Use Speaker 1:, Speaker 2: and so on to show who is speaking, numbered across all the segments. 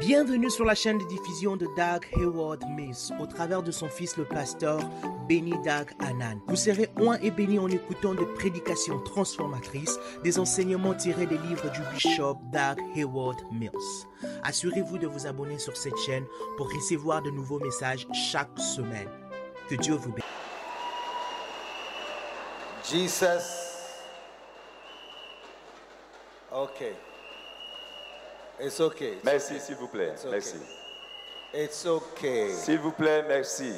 Speaker 1: Bienvenue sur la chaîne de diffusion de Doug Hayward Mills au travers de son fils le pasteur Benny Doug Hanan. Vous serez oint et béni en écoutant des prédications transformatrices, des enseignements tirés des livres du bishop Doug Hayward Mills. Assurez-vous de vous abonner sur cette chaîne pour recevoir de nouveaux messages chaque semaine. Que Dieu vous bénisse.
Speaker 2: Jesus. Okay. It's okay. It's
Speaker 3: Merci, s'il vous plaît.
Speaker 2: It's okay.
Speaker 3: Merci.
Speaker 2: It's okay.
Speaker 3: S'il vous plaît, merci.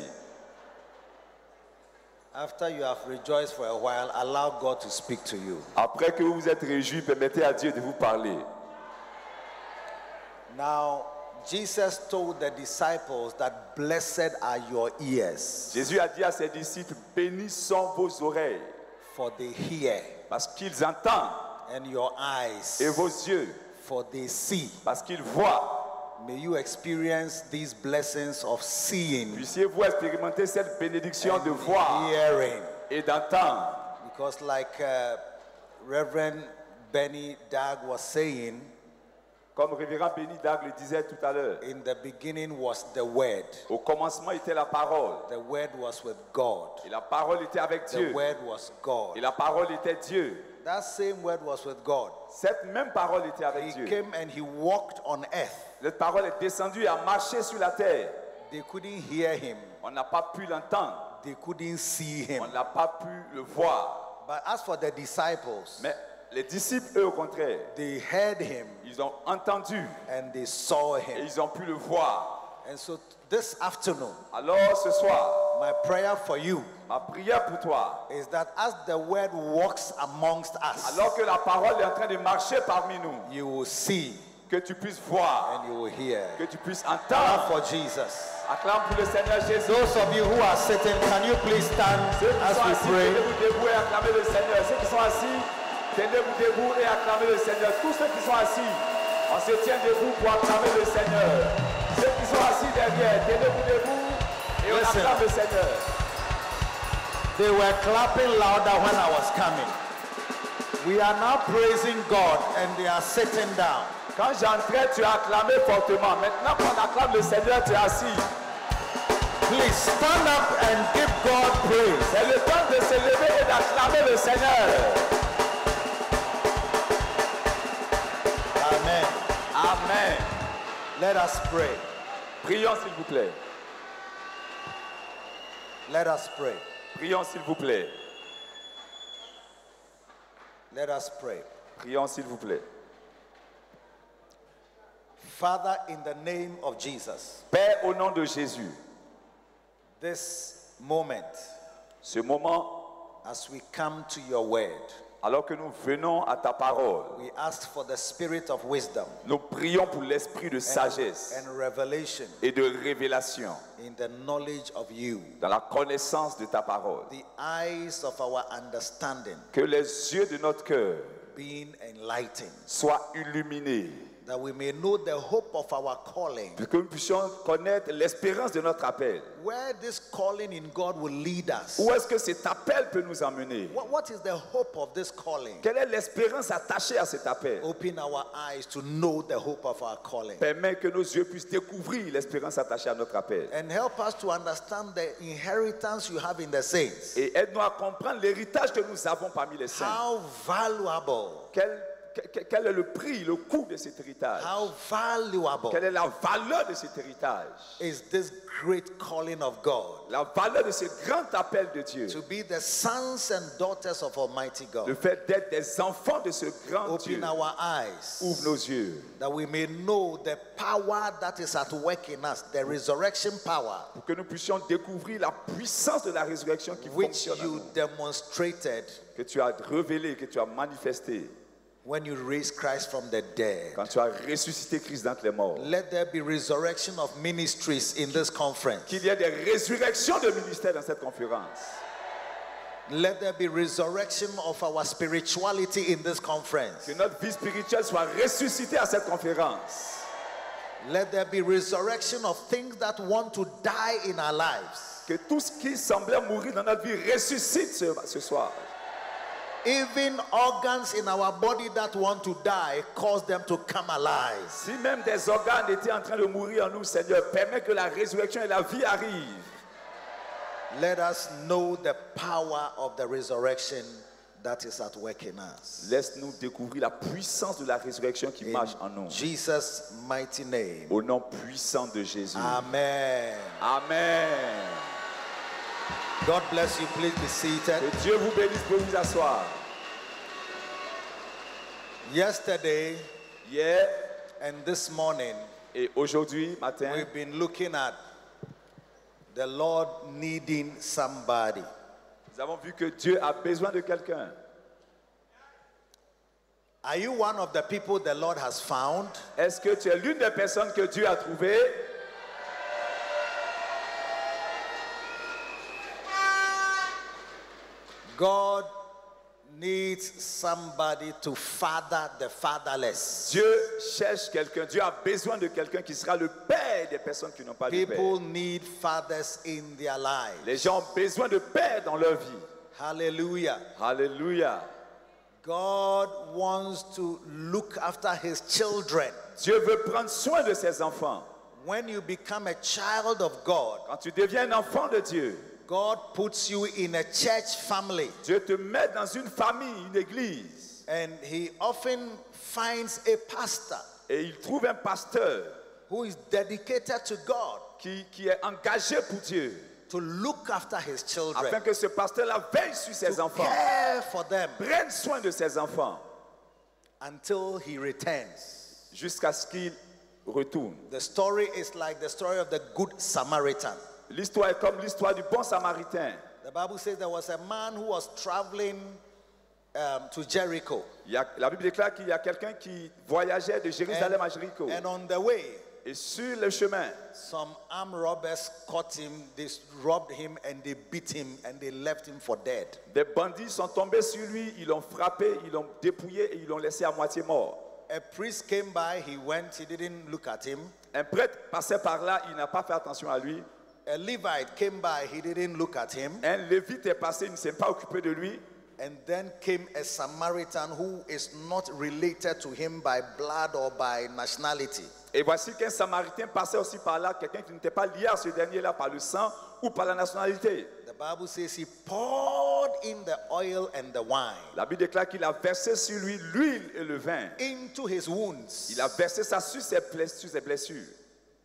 Speaker 2: After you have rejoiced for a while, allow God to speak to you.
Speaker 3: Après que vous vous êtes réjouis, permettez à Dieu de vous parler.
Speaker 2: Now, Jesus told the disciples that blessed are your ears,
Speaker 3: Jésus a dit à ses disciples, bénissons vos oreilles,
Speaker 2: for they hear,
Speaker 3: parce qu'ils entendent,
Speaker 2: and your eyes,
Speaker 3: et vos yeux,
Speaker 2: for they see.
Speaker 3: parce qu'ils voient.
Speaker 2: May you experience these blessings of seeing
Speaker 3: Puissiez-vous expérimenter cette bénédiction de voir
Speaker 2: hearing.
Speaker 3: et d'entendre.
Speaker 2: Because, like uh, Reverend Benny Dag was saying,
Speaker 3: Comme révérend Béni Dag le disait tout à l'heure,
Speaker 2: in the beginning was the Word.
Speaker 3: au commencement était la parole,
Speaker 2: The Word was with God.
Speaker 3: et la parole était avec
Speaker 2: The
Speaker 3: Dieu,
Speaker 2: Word was God.
Speaker 3: et la parole était Dieu.
Speaker 2: That same Word was with God.
Speaker 3: Cette même parole était avec
Speaker 2: He
Speaker 3: Dieu.
Speaker 2: came and He walked on earth.
Speaker 3: Cette parole est descendue et a marché sur la terre.
Speaker 2: They couldn't hear Him,
Speaker 3: On n'a pas pu l'entendre,
Speaker 2: they couldn't see Him.
Speaker 3: on n'a pas pu le voir.
Speaker 2: But as for the disciples,
Speaker 3: Mais les disciples, eux, au contraire,
Speaker 2: they heard Him
Speaker 3: ils ont entendu
Speaker 2: and they saw
Speaker 3: et
Speaker 2: Him.
Speaker 3: ils ont pu le voir.
Speaker 2: And so this afternoon,
Speaker 3: Alors ce soir,
Speaker 2: my prayer for you
Speaker 3: ma prière pour toi,
Speaker 2: is that as the Word walks amongst us,
Speaker 3: alors que la parole est en train de marcher parmi nous,
Speaker 2: you will see
Speaker 3: que tu puisses voir,
Speaker 2: and you will hear.
Speaker 3: que tu puisses
Speaker 2: Clap
Speaker 3: entendre.
Speaker 2: for Jesus.
Speaker 3: Acclame pour le Seigneur Jésus.
Speaker 2: Those of you who are sitting, can you please stand
Speaker 3: Ceux qui
Speaker 2: as
Speaker 3: sont assis,
Speaker 2: we pray?
Speaker 3: tenez-vous debout et acclamez le Seigneur. Ceux qui sont assis, tenez-vous debout et acclamez le Seigneur. Tous ceux qui sont assis, on se tient debout pour acclamer le Seigneur. Ceux qui sont assis derrière, tenez-vous debout et on
Speaker 2: Listen.
Speaker 3: acclame le Seigneur.
Speaker 2: They were clapping louder when I was coming. We are now praising God and they are sitting down.
Speaker 3: Quand j'entrais, tu as acclamé fortement. Maintenant qu'on acclame le Seigneur, tu es assis.
Speaker 2: Please stand up and give God praise.
Speaker 3: C'est le temps de se lever et d'acclamer le Seigneur.
Speaker 2: Amen.
Speaker 3: Amen.
Speaker 2: Let us pray.
Speaker 3: Prions s'il vous plaît.
Speaker 2: Let us pray.
Speaker 3: Prions s'il vous plaît.
Speaker 2: Let us pray.
Speaker 3: Prions s'il vous plaît.
Speaker 2: Father, in the name of Jesus,
Speaker 3: Père, au nom de Jésus,
Speaker 2: this moment,
Speaker 3: ce moment
Speaker 2: as we come to your word,
Speaker 3: Alors que nous venons à ta parole,
Speaker 2: we ask for the spirit of wisdom
Speaker 3: nous prions pour l'esprit de sagesse
Speaker 2: and revelation
Speaker 3: et de révélation
Speaker 2: in the knowledge of you.
Speaker 3: dans la connaissance de ta parole.
Speaker 2: the eyes of our understanding
Speaker 3: Que les yeux de notre cœur
Speaker 2: being enlightened,
Speaker 3: soient illuminés,
Speaker 2: that we may know the hope of our calling,
Speaker 3: pour que nous puissions connaître l'espérance de notre appel.
Speaker 2: where this calling in God will lead us.
Speaker 3: Où est-ce que cet appel peut nous emmener
Speaker 2: What, what is the hope of this calling?
Speaker 3: Quelle est l'espérance attachée à cet appel
Speaker 2: Open our eyes to know the hope of our calling
Speaker 3: Permets que nos yeux puissent découvrir l'espérance attachée à notre appel.
Speaker 2: and help us to understand the inheritance you have in the saints.
Speaker 3: Et aide-nous à comprendre l'héritage que nous avons parmi les saints.
Speaker 2: How valuable,
Speaker 3: Quel, quel- quel est le prix, le coût de cet héritage
Speaker 2: how valuable
Speaker 3: Quelle est la valeur de cet héritage
Speaker 2: is this great calling of God
Speaker 3: La valeur de ce grand appel de Dieu.
Speaker 2: to be the sons and daughters of Almighty
Speaker 3: Le
Speaker 2: God?
Speaker 3: fait d'être des enfants de ce grand Dieu.
Speaker 2: Open our eyes.
Speaker 3: Ouvre nos yeux
Speaker 2: that we may know the power that is at work in us, the resurrection power
Speaker 3: pour que nous puissions découvrir la puissance de la résurrection qui
Speaker 2: which
Speaker 3: fonctionne en
Speaker 2: you
Speaker 3: nous,
Speaker 2: demonstrated
Speaker 3: que tu as révélé, que tu as manifesté
Speaker 2: when you raised Christ from the dead.
Speaker 3: quand tu as ressuscité Christ d'entre les morts.
Speaker 2: Let there be resurrection of ministries in this conference.
Speaker 3: Qu'il y ait des résurrections de ministères dans cette conférence.
Speaker 2: Let there be resurrection of our spirituality in this conference.
Speaker 3: Que notre vie spirituelle soit ressuscitée à cette conférence.
Speaker 2: Let there be resurrection of things that want to die in our lives.
Speaker 3: Que tout ce qui semblait mourir dans notre vie ressuscite ce, ce soir.
Speaker 2: Even organs in our body that want to die, cause them to come alive.
Speaker 3: Si même des organes étaient en train de mourir en nous, Seigneur, permets que la résurrection et la vie arrivent.
Speaker 2: Let us know the power of the resurrection that is at work in us.
Speaker 3: Laisse-nous découvrir la puissance de la résurrection qui
Speaker 2: In
Speaker 3: marche en nous.
Speaker 2: Jesus' mighty name.
Speaker 3: Au nom puissant de Jésus.
Speaker 2: Amen.
Speaker 3: Amen.
Speaker 2: God bless you. Please be seated.
Speaker 3: Que Dieu vous bénisse pour vous asseoir.
Speaker 2: Yesterday
Speaker 3: Hier
Speaker 2: and this morning,
Speaker 3: et aujourd'hui matin,
Speaker 2: we've been looking at the Lord needing somebody.
Speaker 3: nous avons vu que Dieu a besoin de quelqu'un.
Speaker 2: Are you one of the people the Lord has found?
Speaker 3: Est-ce que tu es l'une des personnes que Dieu a trouvées
Speaker 2: God needs somebody to father the fatherless.
Speaker 3: Dieu cherche quelqu'un. Dieu a besoin de quelqu'un qui sera le père des personnes qui n'ont pas de père.
Speaker 2: People need fathers in their lives.
Speaker 3: Les gens ont besoin de père dans leur vie.
Speaker 2: Hallelujah.
Speaker 3: Alléluia.
Speaker 2: God wants to look after his children.
Speaker 3: Dieu veut prendre soin de ses enfants.
Speaker 2: When you become a child of God,
Speaker 3: Quand tu deviens un enfant de Dieu,
Speaker 2: God puts you in a church family.
Speaker 3: Dieu te met dans une famille, une église,
Speaker 2: And he often finds a pastor
Speaker 3: et il trouve un pasteur
Speaker 2: who is dedicated to God
Speaker 3: qui, qui est engagé pour Dieu,
Speaker 2: to look after his children,
Speaker 3: afin que ce pasteur-là veille sur ses enfants,
Speaker 2: care for them
Speaker 3: prenne soin de ses enfants,
Speaker 2: until he returns.
Speaker 3: jusqu'à ce qu'il retourne.
Speaker 2: The story is like the story of the Good Samaritan.
Speaker 3: L'histoire est comme l'histoire du bon Samaritain.
Speaker 2: The Bible says there was a man who was traveling um, to Jericho.
Speaker 3: Il y a- la Bible déclare qu'il y a quelqu'un qui voyageait de Jérusalem à Jéricho.
Speaker 2: and on the way,
Speaker 3: Et sur le chemin,
Speaker 2: some armed robbers caught him, they robbed him, and they beat him, and they left him for dead.
Speaker 3: des bandits sont tombés sur lui, ils l'ont frappé, ils l'ont dépouillé et ils l'ont laissé à moitié mort.
Speaker 2: A priest came by, he went, he didn't look at him.
Speaker 3: Un prêtre passait par là, il n'a pas fait attention à lui.
Speaker 2: A Levite came by, he didn't look at him.
Speaker 3: Un lévite est passé, il ne s'est pas occupé de lui.
Speaker 2: And then came a Samaritan who is not related to him by blood or by nationality.
Speaker 3: Et voici qu'un samaritain passait aussi par là, quelqu'un qui n'était pas lié à ce dernier-là par le sang ou par la nationalité.
Speaker 2: The Bible says he poured in the oil and the wine
Speaker 3: La Bible déclare qu'il a versé sur lui l'huile et le vin.
Speaker 2: into his wounds
Speaker 3: Il a versé ça sur ses bless- sur ses blessures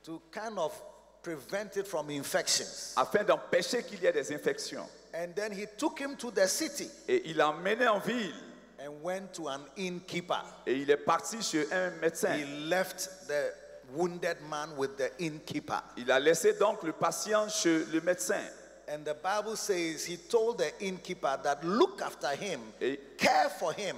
Speaker 2: to kind of prevent it from infections.
Speaker 3: afin d'empêcher qu'il y ait des infections.
Speaker 2: And then he took him to the city
Speaker 3: Et il l'a emmené en ville.
Speaker 2: and went to an innkeeper.
Speaker 3: Et il est parti chez un médecin.
Speaker 2: He left the wounded man with the innkeeper.
Speaker 3: Il a laissé donc le patient chez le médecin.
Speaker 2: And the Bible says he told the innkeeper that look after him,
Speaker 3: Eh.
Speaker 2: care for him.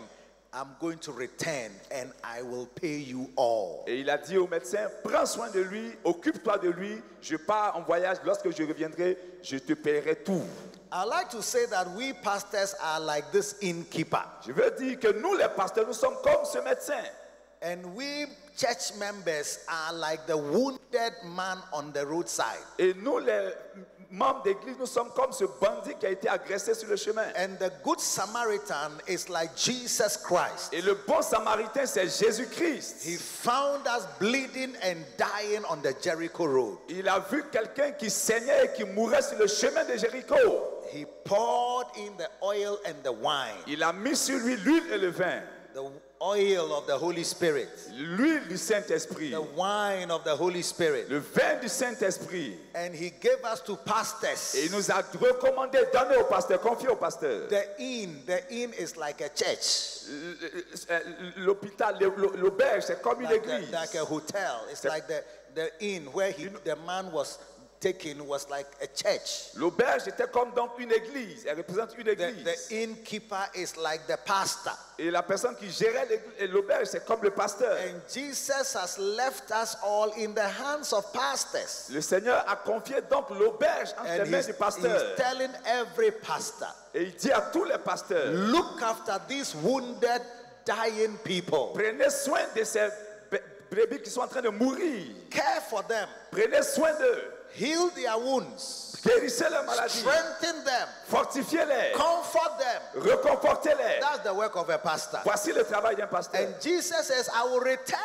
Speaker 2: I'm going to return and I will pay you all.
Speaker 3: Et il a dit au médecin, prends soin de lui, occupe-toi de lui, je pars en voyage, lorsque je reviendrai, je te paierai tout.
Speaker 2: I like to say that we pastors are like this innkeeper,
Speaker 3: Je veux dire que nous les pasteurs, nous sommes comme ce médecin.
Speaker 2: and we church members are like the wounded man on the roadside.
Speaker 3: Et nous les membres d'église, nous sommes comme ce bandit qui a été agressé sur le chemin.
Speaker 2: And the good Samaritan is like Jesus Christ.
Speaker 3: Et le bon samaritain, c'est
Speaker 2: He
Speaker 3: Jésus-Christ.
Speaker 2: found us bleeding and dying on the Jericho road.
Speaker 3: Il a vu quelqu'un qui saignait et qui mourait sur le chemin de Jéricho.
Speaker 2: He poured in the oil and the wine.
Speaker 3: Il a mis sur lui l'huile et le vin,
Speaker 2: the oil of the Holy Spirit,
Speaker 3: l'huile du Saint-Esprit,
Speaker 2: the wine of the Holy Spirit.
Speaker 3: le vin du Saint-Esprit.
Speaker 2: And he gave us to
Speaker 3: Et
Speaker 2: pastors.
Speaker 3: il nous a recommandé, donné au pasteur, confié au pasteur. Euh,
Speaker 2: The inn, the inn is like a church,
Speaker 3: L- l- L'hôpital, le- l'auberge, c'est comme une
Speaker 2: like, the-
Speaker 3: église.
Speaker 2: like a hotel. It's
Speaker 3: The-
Speaker 2: like the, the inn where he, the man was taken was like a church.
Speaker 3: L'auberge était comme donc une église. Elle représente une
Speaker 2: The,
Speaker 3: église.
Speaker 2: the innkeeper is like the pastor.
Speaker 3: Et la personne qui gérait l'église- et l'auberge, c'est comme le pasteur.
Speaker 2: And Jesus has left us all in the hands of pastors.
Speaker 3: Le Seigneur a confié donc l'auberge entre
Speaker 2: And
Speaker 3: les mains
Speaker 2: he's,
Speaker 3: du
Speaker 2: he's
Speaker 3: pasteur.
Speaker 2: telling every pastor,
Speaker 3: Et il dit à tous les pasteurs,
Speaker 2: look after these wounded, dying people.
Speaker 3: prenez soin de ces bé- brebis qui sont en train de mourir.
Speaker 2: care for them,
Speaker 3: Prenez soin d'eux.
Speaker 2: heal their wounds, sickness,
Speaker 3: Guérissez les maladies.
Speaker 2: strengthen them, Eh.
Speaker 3: Fortifiez-les.
Speaker 2: comfort them.
Speaker 3: Reconfortez-les.
Speaker 2: That's the work of a pastor.
Speaker 3: Voici le travail d'un pasteur.
Speaker 2: And Jesus says, I will return.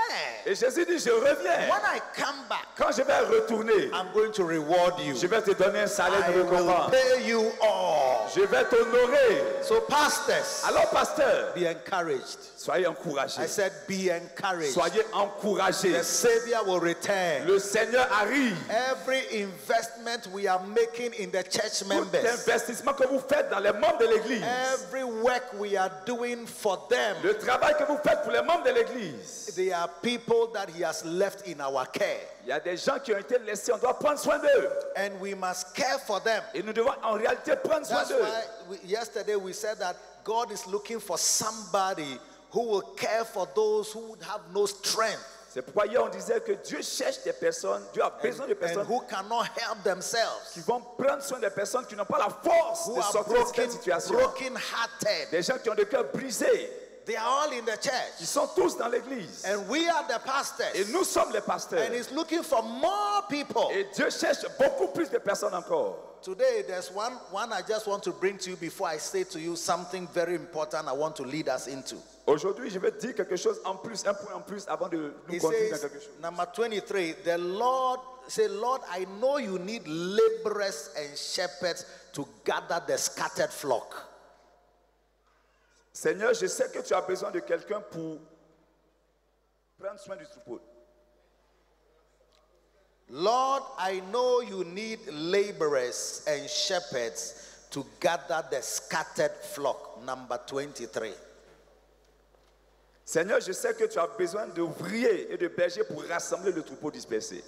Speaker 3: Et Jésus dit, je reviens.
Speaker 2: When I come back,
Speaker 3: Quand je vais retourner,
Speaker 2: I'm going to reward you.
Speaker 3: je vais te donner un salaire
Speaker 2: I
Speaker 3: de
Speaker 2: will
Speaker 3: récompense.
Speaker 2: pay you all.
Speaker 3: Je vais t'honorer.
Speaker 2: So, pastors,
Speaker 3: Alors, pasteur,
Speaker 2: be encouraged.
Speaker 3: soyez
Speaker 2: I
Speaker 3: encouragés.
Speaker 2: said, be encouraged.
Speaker 3: Soyez encouragés.
Speaker 2: The Savior will return.
Speaker 3: Le Seigneur arrive.
Speaker 2: Every investment we are making in the church
Speaker 3: Tout
Speaker 2: members,
Speaker 3: investissement que vous faites dans les membres de l'Église,
Speaker 2: every work we are doing for them,
Speaker 3: le travail que vous faites pour les membres de l'Église,
Speaker 2: they are people that He has left in our care.
Speaker 3: il y a des gens qui ont été laissés. On doit prendre soin d'eux.
Speaker 2: And we must care for them.
Speaker 3: Et nous devons en réalité prendre soin
Speaker 2: That's
Speaker 3: d'eux.
Speaker 2: why we, yesterday we said that God is looking for somebody who will care for those who have no strength
Speaker 3: C'est pourquoi hier on disait que Dieu cherche des personnes, Dieu a besoin de
Speaker 2: and
Speaker 3: personnes
Speaker 2: who cannot help themselves,
Speaker 3: qui vont prendre soin des personnes qui n'ont pas la force
Speaker 2: who
Speaker 3: de
Speaker 2: are
Speaker 3: sortir de cette
Speaker 2: broken,
Speaker 3: situation.
Speaker 2: broken hearted.
Speaker 3: Des gens qui ont des cœurs brisés.
Speaker 2: They are all in the
Speaker 3: Ils
Speaker 2: church.
Speaker 3: sont tous dans l'église.
Speaker 2: And we are the
Speaker 3: Et
Speaker 2: pastors.
Speaker 3: nous sommes les pasteurs.
Speaker 2: And he's looking for more people.
Speaker 3: Et Dieu cherche beaucoup plus de personnes encore.
Speaker 2: Today, there's one, one I just want to bring to you before I say to you something very important I want to lead us into.
Speaker 3: Aujourd'hui, je vais dire quelque chose en plus, un point en plus avant de nous
Speaker 2: He
Speaker 3: conduire dans
Speaker 2: says,
Speaker 3: quelque chose.
Speaker 2: number 23, the Lord say, Lord, I know you need laborers and shepherds to gather the scattered flock.
Speaker 3: Seigneur, je sais que tu as besoin de quelqu'un pour prendre soin du troupeau.
Speaker 2: Lord, I know you need laborers and shepherds to gather the scattered flock. Number 23.
Speaker 3: Seigneur, je sais que tu as besoin d'ouvriers et de bergers pour rassembler le troupeau dispersé.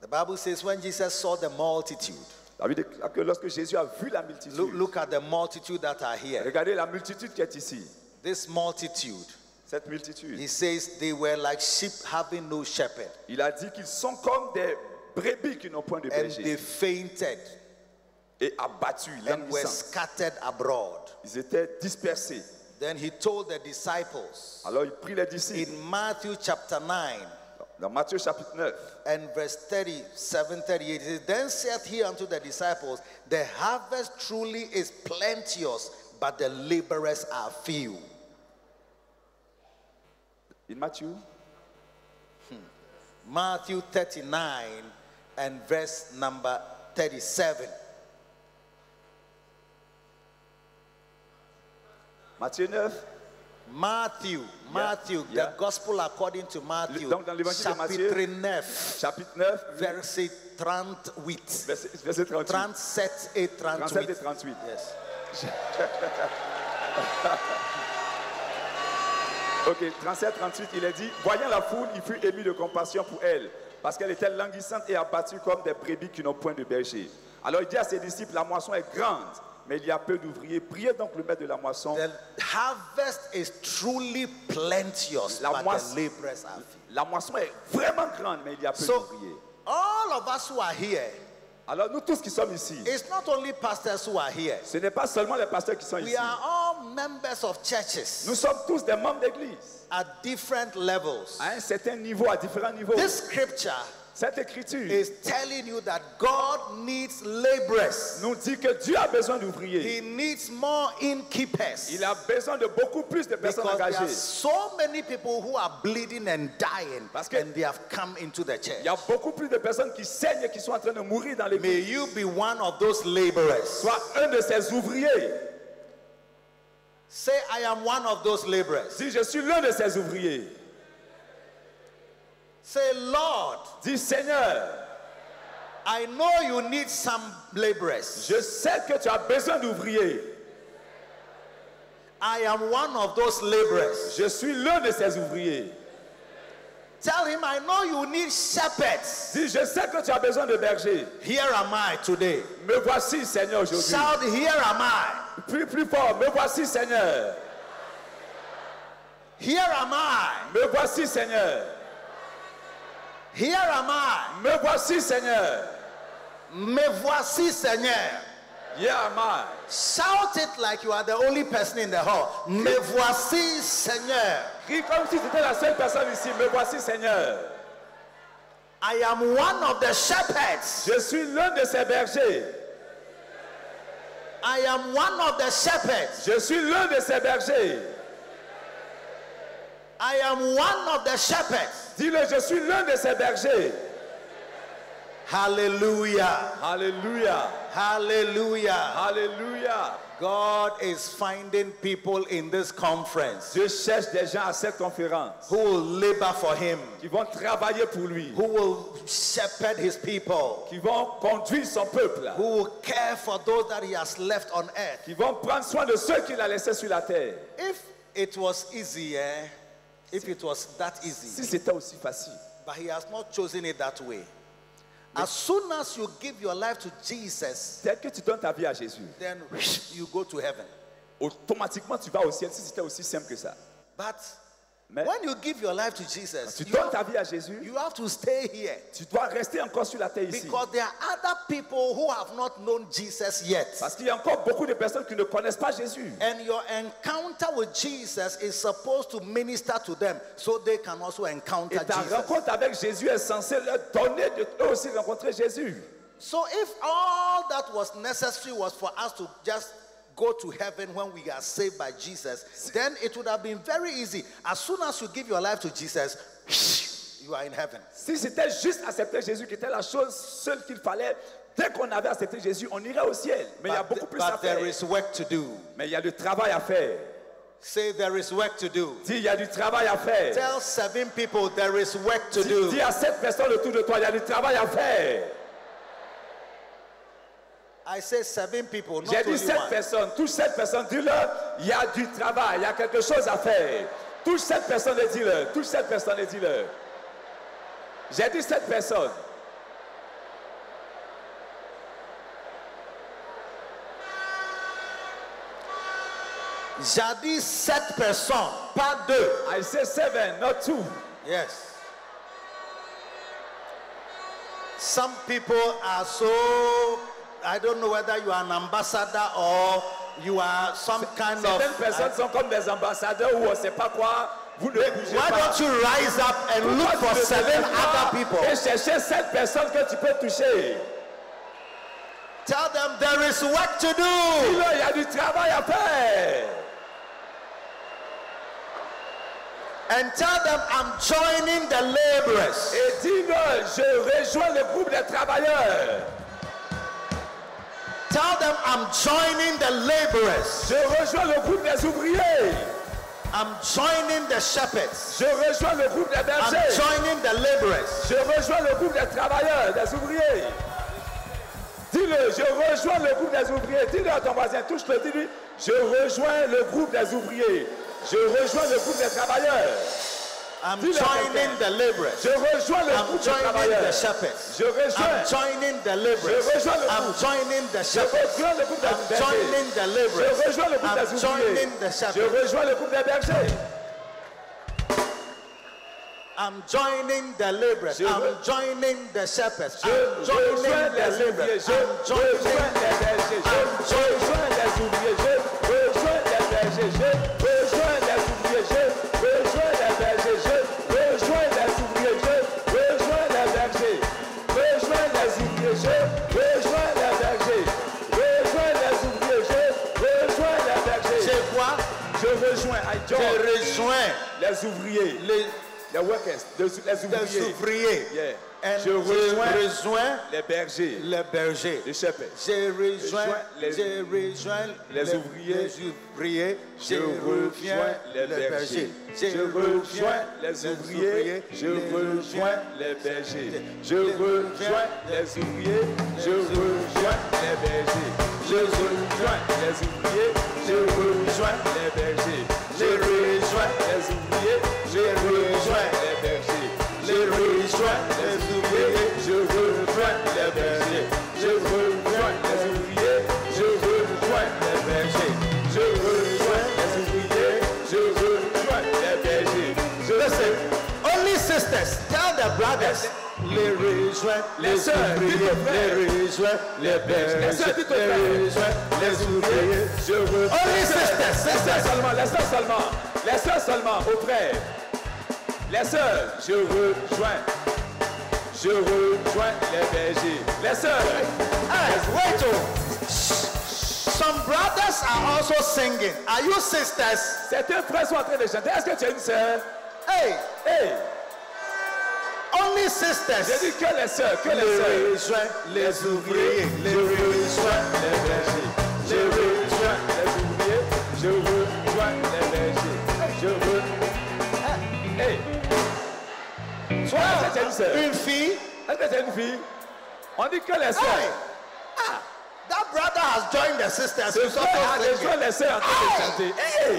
Speaker 2: The Bible says when Jesus saw the multitude,
Speaker 3: La Bible déclare que lorsque Jésus a vu la multitude,
Speaker 2: look, look at the multitude that are here.
Speaker 3: regardez la multitude qui est ici,
Speaker 2: This multitude,
Speaker 3: cette multitude.
Speaker 2: he says they were like sheep having no shepherd,
Speaker 3: Il a dit qu'ils sont comme des brebis qui n'ont point de
Speaker 2: and they
Speaker 3: berger
Speaker 2: fainted
Speaker 3: et abattus,
Speaker 2: and were
Speaker 3: languissants.
Speaker 2: scattered abroad.
Speaker 3: Ils étaient dispersés.
Speaker 2: Then he told the disciples
Speaker 3: Alors il prit les disciples.
Speaker 2: in Matthew chapter 9
Speaker 3: Dans Matthieu chapitre 9,
Speaker 2: and verse 37 38, he says, Then saith he unto the disciples, The harvest truly is plenteous, but the laborers are few.
Speaker 3: in Matthieu,
Speaker 2: Matthew 39 and verse number 37.
Speaker 3: Matthieu 9,
Speaker 2: Matthew, Matthew,
Speaker 3: yeah.
Speaker 2: the gospel according to Matthew,
Speaker 3: donc dans l'évangile de Matthieu,
Speaker 2: chapitre 9,
Speaker 3: chapitre 9,
Speaker 2: verset 38.
Speaker 3: verset, verset 38,
Speaker 2: 37 et
Speaker 3: 37
Speaker 2: 38.
Speaker 3: et 38.
Speaker 2: Yes.
Speaker 3: Ok, 37, 38, il est dit Voyant la foule, il fut ému de compassion pour elle, parce qu'elle était languissante et abattue comme des brebis qui n'ont point de berger. Alors il dit à ses disciples La moisson est grande, mais il y a peu d'ouvriers. Priez donc le maître de la moisson.
Speaker 2: The harvest is truly plenteous,
Speaker 3: La
Speaker 2: but
Speaker 3: moisson-
Speaker 2: the laborers are few.
Speaker 3: La moisson est vraiment grande, mais il y a peu
Speaker 2: So,
Speaker 3: d'ouvriers.
Speaker 2: all of us who are here,
Speaker 3: Alors nous tous qui sommes ici,
Speaker 2: it's not only pastors who are here.
Speaker 3: ce n'est pas seulement les pasteurs qui sont
Speaker 2: We
Speaker 3: ici.
Speaker 2: are all members of
Speaker 3: Nous
Speaker 2: churches
Speaker 3: sommes tous des membres d'église,
Speaker 2: at different levels.
Speaker 3: à un certain niveau, à différents niveaux.
Speaker 2: This scripture
Speaker 3: Cette écriture
Speaker 2: is telling you that God needs laborers.
Speaker 3: nous dit que Dieu a besoin d'ouvriers.
Speaker 2: He needs more innkeepers.
Speaker 3: Il a besoin de beaucoup plus de personnes
Speaker 2: Because there are
Speaker 3: engagées.
Speaker 2: so many people who are bleeding and dying,
Speaker 3: Parce que-
Speaker 2: and they have come into the
Speaker 3: Il y a
Speaker 2: church.
Speaker 3: beaucoup plus de personnes qui saignent et qui sont en train de mourir dans
Speaker 2: May
Speaker 3: l'église.
Speaker 2: you be one of those laborers.
Speaker 3: Sois un de ces ouvriers.
Speaker 2: Say, I am one of those laborers.
Speaker 3: Dis, je suis l'un de ces ouvriers.
Speaker 2: Say, Lord,
Speaker 3: Dis, Seigneur,
Speaker 2: I know you need some laborers.
Speaker 3: je sais que tu as besoin d'ouvriers.
Speaker 2: I am one of those laborers.
Speaker 3: Je suis l'un de ces ouvriers.
Speaker 2: Tell him, I know you need shepherds.
Speaker 3: Dis, je sais que tu as besoin de bergers.
Speaker 2: Here am I today.
Speaker 3: Me voici, Seigneur, aujourd'hui.
Speaker 2: Shout, here am I.
Speaker 3: Plus, plus fort. Me voici, Seigneur.
Speaker 2: Here am I.
Speaker 3: Me voici, Seigneur.
Speaker 2: Here am I.
Speaker 3: Me voici, Seigneur.
Speaker 2: Me voici, Seigneur.
Speaker 3: Yeah, man.
Speaker 2: Shout it like you are the only person in the hall. Me voici, Seigneur.
Speaker 3: Crie comme si tu étais la seule personne ici. Me voici, Seigneur.
Speaker 2: I am one of the shepherds.
Speaker 3: Je suis l'un de ces bergers.
Speaker 2: I am one of the shepherds.
Speaker 3: Je suis l'un de ces bergers.
Speaker 2: I am one of the shepherds.
Speaker 3: Dis-le, je suis l'un de ces bergers.
Speaker 2: Hallelujah.
Speaker 3: Alléluia.
Speaker 2: Hallelujah.
Speaker 3: Alléluia.
Speaker 2: God is finding people in this conference
Speaker 3: Dieu cherche des gens à cette conférence
Speaker 2: who will labor for him,
Speaker 3: qui vont travailler pour lui,
Speaker 2: who will shepherd his people,
Speaker 3: qui vont conduire son peuple,
Speaker 2: who will care for those that he has left on earth.
Speaker 3: qui vont prendre soin de ceux qu'il a laissés sur la terre.
Speaker 2: If it was easy, eh? If it was that easy,
Speaker 3: Si c'était aussi facile.
Speaker 2: but he has not chosen it that way. As soon as you give your life to Jesus,
Speaker 3: Dès que tu donnes ta vie à Jésus,
Speaker 2: then you go to heaven.
Speaker 3: automatiquement tu vas au ciel si c'était aussi simple que ça.
Speaker 2: But
Speaker 3: Mais
Speaker 2: when you give your life to Jesus,
Speaker 3: tu
Speaker 2: you,
Speaker 3: donnes ta vie à Jésus,
Speaker 2: you have to stay here
Speaker 3: tu dois rester encore sur la terre ici.
Speaker 2: because there are other people who have not known Jesus yet.
Speaker 3: Parce qu'il y a encore beaucoup de personnes qui ne connaissent pas Jésus.
Speaker 2: And your encounter with Jesus is supposed to minister to them so they can also encounter
Speaker 3: Et ta
Speaker 2: Jesus.
Speaker 3: rencontre avec Jésus est censée leur donner de eux aussi rencontrer Jésus.
Speaker 2: So if all that was necessary was for us to just go to heaven when we are saved by Jesus, then it would have been very easy. As soon as you give your life to Jesus, you are in heaven.
Speaker 3: Si c'était juste accepter Jésus qui était la chose seule qu'il fallait, dès qu'on avait accepté Jésus, on irait au ciel. Mais il y a
Speaker 2: But,
Speaker 3: beaucoup plus à
Speaker 2: but
Speaker 3: faire.
Speaker 2: there is work to do.
Speaker 3: Mais il y a du travail à faire.
Speaker 2: Say there is work to do.
Speaker 3: Dis, il y a du travail à faire.
Speaker 2: Tell seven people there is work to
Speaker 3: Dis,
Speaker 2: do.
Speaker 3: dis à cette personne autour de toi, il y a du travail à faire.
Speaker 2: I say seven people, not
Speaker 3: J'ai dit
Speaker 2: only
Speaker 3: cette
Speaker 2: one.
Speaker 3: personne, touche cette personne, dis-leur, il y a du travail, il y a quelque chose à faire. Touche cette personne et dis-leur, touche cette personne et dis-leur. J'ai dit cette personne,
Speaker 2: J'ai dit sept personnes, pas deux.
Speaker 3: I say seven, not two.
Speaker 2: Yes. Some people are so I don't know whether you are an ambassador or you are some kind of
Speaker 3: Certaines personnes sont comme des ambassadeurs ou on ne sait pas quoi, vous ne bougez
Speaker 2: Why
Speaker 3: pas.
Speaker 2: don't you rise up and look
Speaker 3: Toi,
Speaker 2: for
Speaker 3: tu ne te lèves
Speaker 2: seven
Speaker 3: pas
Speaker 2: other people?
Speaker 3: Et chercher sept personnes que tu peux toucher.
Speaker 2: Tell them there is work to do.
Speaker 3: Dis-leur, il y a du travail à faire.
Speaker 2: And tell them I'm joining the laborers.
Speaker 3: Et dis-leur, je rejoins le groupe des travailleurs.
Speaker 2: Tell them I'm joining the laborers.
Speaker 3: Je rejoins le groupe des ouvriers.
Speaker 2: I'm joining the shepherds.
Speaker 3: Je rejoins le groupe des
Speaker 2: I'm
Speaker 3: bergers.
Speaker 2: joining the laborers.
Speaker 3: Je rejoins le groupe des travailleurs, des ouvriers. Dis-le, je rejoins le groupe des ouvriers. Dis-le à ton voisin, touche-le, dis-lui, je rejoins le groupe des ouvriers. Je rejoins le groupe des travailleurs.
Speaker 2: I'm
Speaker 3: Dis-le à
Speaker 2: joining the laborers.
Speaker 3: Je rejoins le
Speaker 2: I'm
Speaker 3: groupe des
Speaker 2: joining
Speaker 3: travailleurs.
Speaker 2: the shepherds.
Speaker 3: Je rejoins.
Speaker 2: I'm joining the
Speaker 3: Je
Speaker 2: laborers.
Speaker 3: rejoins le
Speaker 2: I'm
Speaker 3: groupe.
Speaker 2: joining the
Speaker 3: Je
Speaker 2: shepherds.
Speaker 3: rejoins le groupe des
Speaker 2: I'm joining
Speaker 3: bergers.
Speaker 2: the
Speaker 3: Je
Speaker 2: laborers.
Speaker 3: rejoins le groupe
Speaker 2: I'm
Speaker 3: des ouvriers.
Speaker 2: joining the shepherds.
Speaker 3: Je rejoins le groupe des bergers.
Speaker 2: I'm joining the laborers.
Speaker 3: Je
Speaker 2: I'm
Speaker 3: re-
Speaker 2: joining the shepherds.
Speaker 3: Je
Speaker 2: I'm joining
Speaker 3: rejoins
Speaker 2: the
Speaker 3: les ouvriers.
Speaker 2: laborers.
Speaker 3: Je
Speaker 2: I'm
Speaker 3: rejoins les
Speaker 2: joining.
Speaker 3: bergers. Je rejoins les ouvriers. Je rejoins les bergers. Je rejoins les ouvriers. Je rejoins les bergers. Je rejoins les ouvriers. Je rejoins les bergers. Rejoins les ouvriers. Je rejoins les bergers. Rejoins les ouvriers. Je rejoins les bergers.
Speaker 2: Je vois,
Speaker 3: Je rejoins. I join
Speaker 2: je rejoins
Speaker 3: les ouvriers.
Speaker 2: les,
Speaker 3: Les workers. Les
Speaker 2: les
Speaker 3: ouvriers.
Speaker 2: ouvriers.
Speaker 3: Yeah.
Speaker 2: And
Speaker 3: Je rejoins
Speaker 2: je rejoins
Speaker 3: les bergers.
Speaker 2: les bergers.
Speaker 3: Les shepherds.
Speaker 2: Je rejoins,
Speaker 3: Rejoins les-
Speaker 2: je rejoins
Speaker 3: les ouvriers.
Speaker 2: les ouvriers.
Speaker 3: Je rejoins les bergers. Je rejoins les ouvriers. Je rejoins les bergers. Je rejoins les ouvriers. Je rejoins les bergers. Je rejoins les ouvriers. Je rejoins les bergers. Je rejoins les ouvriers. Je rejoins les bergers. Je rejoins les ouvriers. Je rejoins les bergers. Je rejoins les ouvriers. Je rejoins les bergers. Je rejoins les ouvriers. Je rejoins les bergers. Je
Speaker 2: Listen, only sisters, tell the brothers. Les rejoins, les
Speaker 3: sœurs,
Speaker 2: ouvriers,
Speaker 3: dites aux frères.
Speaker 2: les rejoins, les
Speaker 3: Les
Speaker 2: bergers,
Speaker 3: sœurs, dites aux frères.
Speaker 2: les rejoins, les ouvriers.
Speaker 3: Je veux.
Speaker 2: Only sisters,
Speaker 3: Les sœurs
Speaker 2: sisters.
Speaker 3: Ah, seulement, les sœurs seulement, les sœurs seulement, au frère. Les sœurs, je rejoins. Je rejoins les bergers. Les sœurs,
Speaker 2: Hey, wait, oh. Some brothers are also singing. Are you sisters?
Speaker 3: Certains frères sont en train de chanter. Est-ce que tu es une sœur
Speaker 2: Hey,
Speaker 3: Hey,
Speaker 2: only
Speaker 3: j'ai
Speaker 2: sisters.
Speaker 3: dit que les sœurs, que les
Speaker 2: Je
Speaker 3: sœurs.
Speaker 2: rejoins les ouvriers, les rejoins.
Speaker 3: les bergers. Je rejoins les ouvriers, je rejoins les bergers. Je veux. Hey! Soit est-ce que tu es une sœur
Speaker 2: Une fille.
Speaker 3: Est-ce que tu es une fille On dit que les
Speaker 2: Hey,
Speaker 3: sœurs.
Speaker 2: ah, that brother has joined the sisters.
Speaker 3: Le
Speaker 2: He's
Speaker 3: frère a
Speaker 2: also singing.
Speaker 3: rejoint les sœurs en train de chanter. Hey!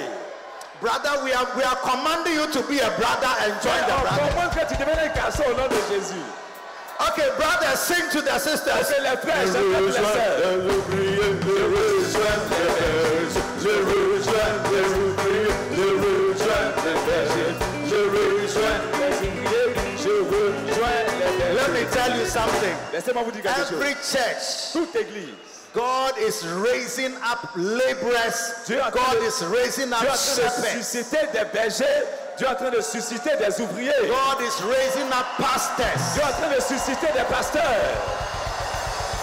Speaker 2: Brother, we are we are commanding you to be a brother and join the
Speaker 3: On
Speaker 2: brother.
Speaker 3: comprend que tu deviens un garçon au nom de Jésus.
Speaker 2: Okay, brothers, sing to the sisters.
Speaker 3: Que les frères chantent avec les sœurs.
Speaker 2: Let me tell you something.
Speaker 3: Laissez-moi vous dire quelque chose.
Speaker 2: Every church,
Speaker 3: Toute église,
Speaker 2: God is raising up laborers.
Speaker 3: Dieu est en train
Speaker 2: God
Speaker 3: de-
Speaker 2: is raising up
Speaker 3: Dieu est en train de
Speaker 2: shepherds.
Speaker 3: susciter des bergers, Dieu est en train de susciter des ouvriers, Dieu
Speaker 2: God is raising up pastors.
Speaker 3: est en train de susciter des pasteurs.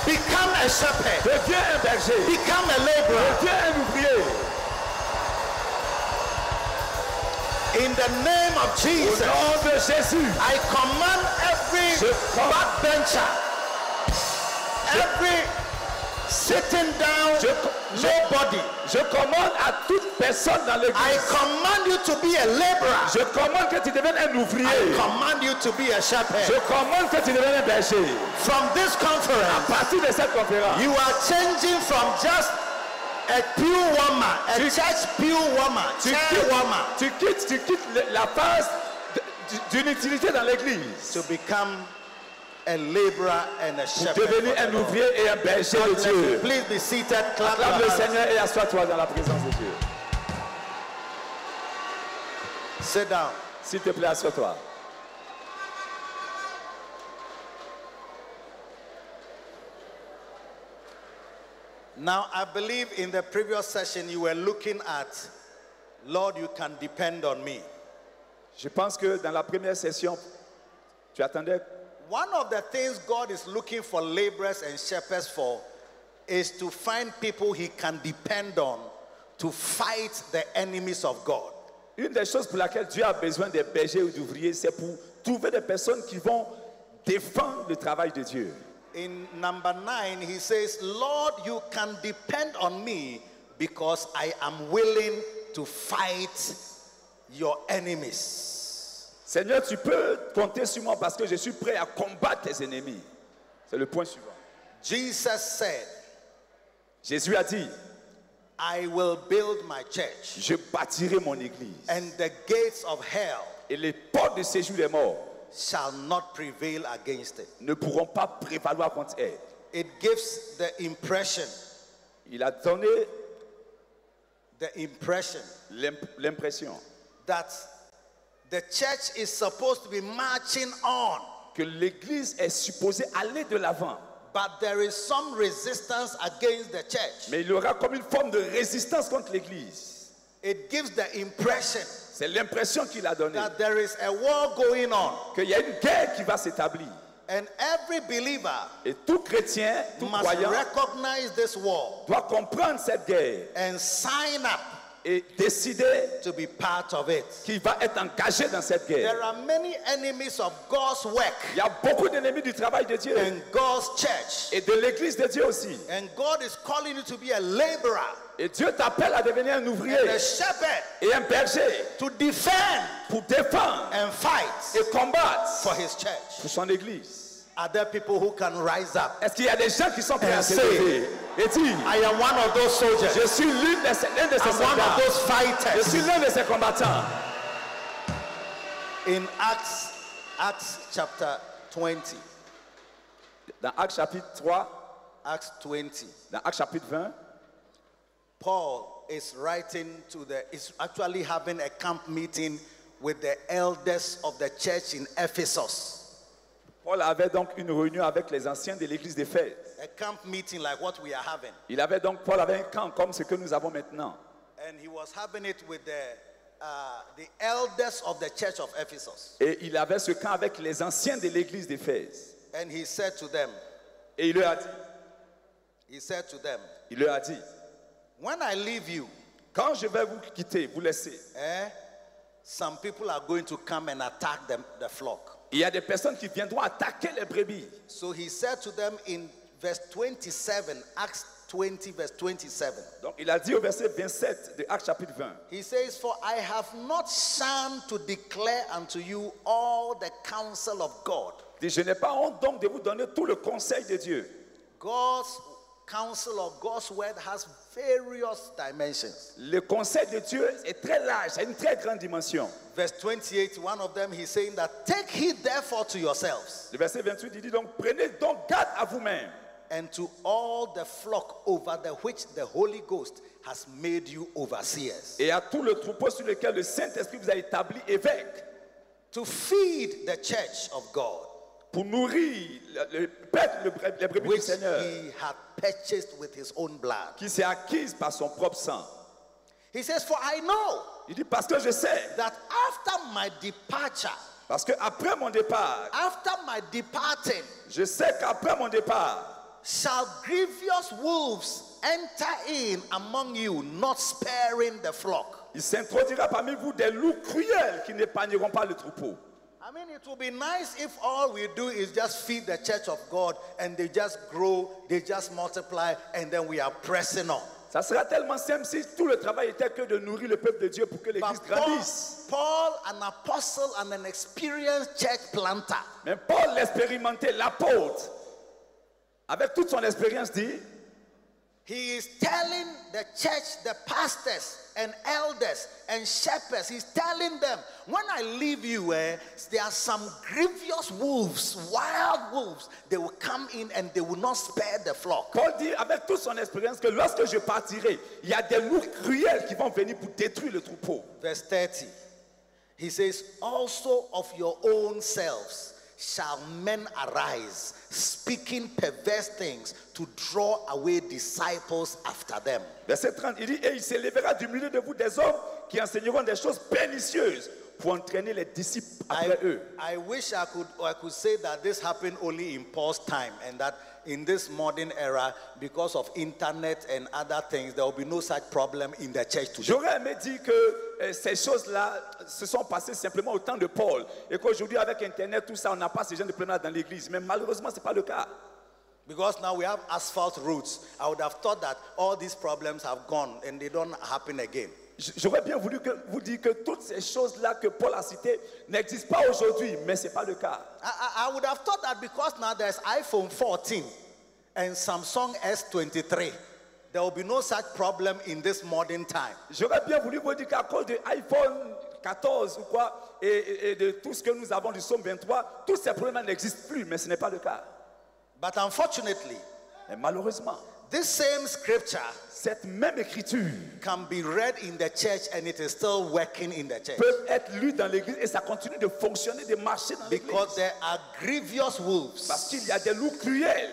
Speaker 2: Become a shepherd.
Speaker 3: Deviens un berger,
Speaker 2: Become a laborer.
Speaker 3: deviens un ouvrier.
Speaker 2: In the name of
Speaker 3: Au
Speaker 2: Jesus,
Speaker 3: nom de Jésus,
Speaker 2: I command
Speaker 3: Je
Speaker 2: every
Speaker 3: commande-
Speaker 2: backbencher, every sitting down
Speaker 3: je,
Speaker 2: nobody.
Speaker 3: je commande à toute personne dans
Speaker 2: I
Speaker 3: l'église,
Speaker 2: command you to be a laborer.
Speaker 3: je commande que tu deviennes un
Speaker 2: I
Speaker 3: ouvrier,
Speaker 2: command you to be a
Speaker 3: je
Speaker 2: shepherd.
Speaker 3: commande que tu deviennes un berger.
Speaker 2: From this
Speaker 3: À
Speaker 2: conference,
Speaker 3: partir de cette conférence,
Speaker 2: you are changing from just a pew warmer, a church pew warmer,
Speaker 3: tu
Speaker 2: chair warmer,
Speaker 3: quittes, tu quittes, tu quittes le- la phase de- d'une utilité dans l'église.
Speaker 2: to become a laborer and a shepherd.
Speaker 3: Devenir un ouvrier et un berger de Dieu.
Speaker 2: Please be seated. Clap
Speaker 3: Acclame
Speaker 2: your
Speaker 3: le
Speaker 2: hands.
Speaker 3: Seigneur et assois-toi dans la présence de Dieu.
Speaker 2: Sit down.
Speaker 3: S'il te plaît, assois-toi.
Speaker 2: Now, I believe in the previous session you were looking at, Lord, you can depend on me.
Speaker 3: Je pense que dans la première session, tu attendais.
Speaker 2: One of the things God is looking for laborers and shepherds for is to find people he can depend on to fight the enemies of God.
Speaker 3: Une des choses pour laquelle Dieu a besoin des bergers ou d'ouvriers, c'est pour trouver des personnes qui vont défendre le travail de Dieu.
Speaker 2: In number nine, he says, Lord, you can depend on me because I am willing to fight your enemies.
Speaker 3: Seigneur, tu peux compter sur moi parce que je suis prêt à combattre tes ennemis. C'est le point suivant.
Speaker 2: Jesus said,
Speaker 3: Jésus a dit,
Speaker 2: I will build my church.
Speaker 3: je bâtirai mon église
Speaker 2: and the gates of hell
Speaker 3: et les portes de séjour des morts
Speaker 2: shall not prevail against it.
Speaker 3: ne pourront pas prévaloir contre elle.
Speaker 2: It gives the impression,
Speaker 3: Il a donné
Speaker 2: the impression
Speaker 3: l'imp- l'impression
Speaker 2: that the church is supposed to be marching on,
Speaker 3: que l'Église est supposée aller de l'avant,
Speaker 2: but there is some resistance against the church.
Speaker 3: mais il y aura comme une forme de résistance contre l'Église.
Speaker 2: It gives the impression
Speaker 3: C'est l'impression qu'il a donnée,
Speaker 2: that there is a war going on,
Speaker 3: qu'il y a une guerre qui va s'établir.
Speaker 2: and every believer
Speaker 3: Et tout chrétien, tout
Speaker 2: must
Speaker 3: croyant,
Speaker 2: recognize this war
Speaker 3: doit comprendre cette guerre
Speaker 2: and sign up
Speaker 3: et décider
Speaker 2: to be part of it.
Speaker 3: qu'il va être engagé dans cette guerre.
Speaker 2: There are many enemies of God's work
Speaker 3: Il y a beaucoup d'ennemis du travail de Dieu
Speaker 2: and God's church.
Speaker 3: et de l'Église de Dieu aussi.
Speaker 2: And God is calling you to be a laborer
Speaker 3: Et Dieu t'appelle à devenir un ouvrier
Speaker 2: and a shepherd
Speaker 3: et un berger
Speaker 2: to defend
Speaker 3: pour défendre
Speaker 2: and fight
Speaker 3: et combattre
Speaker 2: for his church.
Speaker 3: pour son Église.
Speaker 2: Are there people who can rise up?
Speaker 3: Est-ce qu'il y a des gens qui sont prêts à se
Speaker 2: Merci.
Speaker 3: lever et dire
Speaker 2: I am one of those soldiers.
Speaker 3: Je suis l'une de ces- l'un de ces
Speaker 2: I'm one of
Speaker 3: soldats.
Speaker 2: those
Speaker 3: Je suis
Speaker 2: fighters.
Speaker 3: l'un de ces combattants.
Speaker 2: In Acts, Acts chapter 20,
Speaker 3: Dans Acte chapitre 3,
Speaker 2: Acts 20,
Speaker 3: dans Acte chapitre 20,
Speaker 2: Paul is writing to the, is actually having a camp meeting with the elders of the church in Ephesus.
Speaker 3: Paul avait donc une réunion avec les anciens de l'église d'Éphèse.
Speaker 2: A camp meeting like what we are having.
Speaker 3: Il avait donc, Paul avait un camp comme ce que nous avons maintenant.
Speaker 2: And he was having it with the, uh, the elders of the church of Ephesus.
Speaker 3: Et il avait ce camp avec les anciens de l'église d'Éphèse.
Speaker 2: And he said to them,
Speaker 3: Et il leur a dit,
Speaker 2: he said to them,
Speaker 3: il leur a dit,
Speaker 2: When I leave you,
Speaker 3: Quand je vais vous quitter, vous laisser,
Speaker 2: eh, some people are going to come and attack them, the flock.
Speaker 3: il y a des personnes qui viendront attaquer les brebis.
Speaker 2: So he said to them in verse 27, Acts 20, verse 27,
Speaker 3: Donc il a dit au verset 27 de Acte chapitre 20,
Speaker 2: he says, For I have not shunned to declare unto you all the counsel of God.
Speaker 3: dit, je n'ai pas honte donc de vous donner tout le conseil de Dieu.
Speaker 2: God's counsel or God's word has various dimensions.
Speaker 3: Le conseil de Dieu est très large, a une très grande dimension.
Speaker 2: Verse 28, one of them, he's saying that, Take heed therefore to yourselves
Speaker 3: Le verset 28 il dit donc, prenez donc garde à vous-même
Speaker 2: and to all the flock over the which the Holy Ghost has made you overseers,
Speaker 3: et à tout le troupeau sur lequel le Saint-Esprit vous a établi évêque
Speaker 2: to feed the church of God,
Speaker 3: pour nourrir le, le, paître le bre- les brebis du
Speaker 2: which
Speaker 3: Seigneur
Speaker 2: he had purchased with his own blood.
Speaker 3: qui s'est acquise par son propre sang.
Speaker 2: He says, For I know
Speaker 3: Il dit, parce que je sais,
Speaker 2: that after my departure,
Speaker 3: parce que après mon départ,
Speaker 2: after my departing,
Speaker 3: je sais qu'après mon départ,
Speaker 2: shall grievous wolves enter in among you, not sparing the flock.
Speaker 3: il s'introduira parmi vous des loups cruels qui n'épargneront pas le troupeau.
Speaker 2: I mean, it will be nice if all we do is just feed the church of God and they just grow, they just multiply, and then we are pressing on.
Speaker 3: Ça serait tellement simple si tout le travail était que de nourrir le peuple de Dieu pour que l'Église
Speaker 2: But Paul,
Speaker 3: grandisse.
Speaker 2: Paul, an apostle and an experienced church planter,
Speaker 3: Mais Paul l'expérimenté, l'apôtre, avec toute son expérience, dit
Speaker 2: he is telling the church, the pastors and elders and shepherds, he's telling them, when I leave you, eh, there are some grievous wolves, wild wolves, they will come in and they will not spare the flock.
Speaker 3: Paul dit avec toute son expérience que lorsque je partirai, il y a des loups cruels qui vont venir pour détruire le troupeau.
Speaker 2: Verse 30. He says, Also of your own selves shall men arise, speaking perverse things to draw away disciples after them.
Speaker 3: Verset 30, il dit Et il s'élèvera du milieu de vous des hommes qui enseigneront des choses pernicieuses pour entraîner les disciples
Speaker 2: I,
Speaker 3: après eux.
Speaker 2: I wish I could, I could say that this happened only in Paul's time and that in this modern era, because of internet and other things, there will be no such problem in the church today.
Speaker 3: J'aurais aimé dire que euh, ces choses-là se sont passées simplement au temps de Paul et qu'aujourd'hui, avec Internet, tout ça, on n'a pas ce genre de problème dans l'église. Mais malheureusement, ce n'est pas le cas.
Speaker 2: Because now we have asphalt roads. I would have thought that all these problems have gone and they don't happen again.
Speaker 3: J- J'aurais bien voulu que vous dire que toutes ces choses-là que Paul a citées n'existent pas aujourd'hui, mais ce n'est pas le cas.
Speaker 2: I, I- I would have thought that because now there's iPhone 14 and Samsung S23, there will be no such problem in this modern time.
Speaker 3: J'aurais bien voulu vous dire qu'à cause de iPhone 14 ou quoi, et, et- et de tout ce que nous avons du Somme 23, tous ces problèmes n'existent plus, mais ce n'est pas le cas.
Speaker 2: But unfortunately,
Speaker 3: Mais malheureusement,
Speaker 2: this same scripture
Speaker 3: cette même écriture
Speaker 2: can be read in the church and it is still working in the church.
Speaker 3: peut être lue dans l'église et ça continue de fonctionner, de marcher dans l'église.
Speaker 2: Because there are grievous
Speaker 3: Parce
Speaker 2: wolves,
Speaker 3: qu'il y a des loups cruels,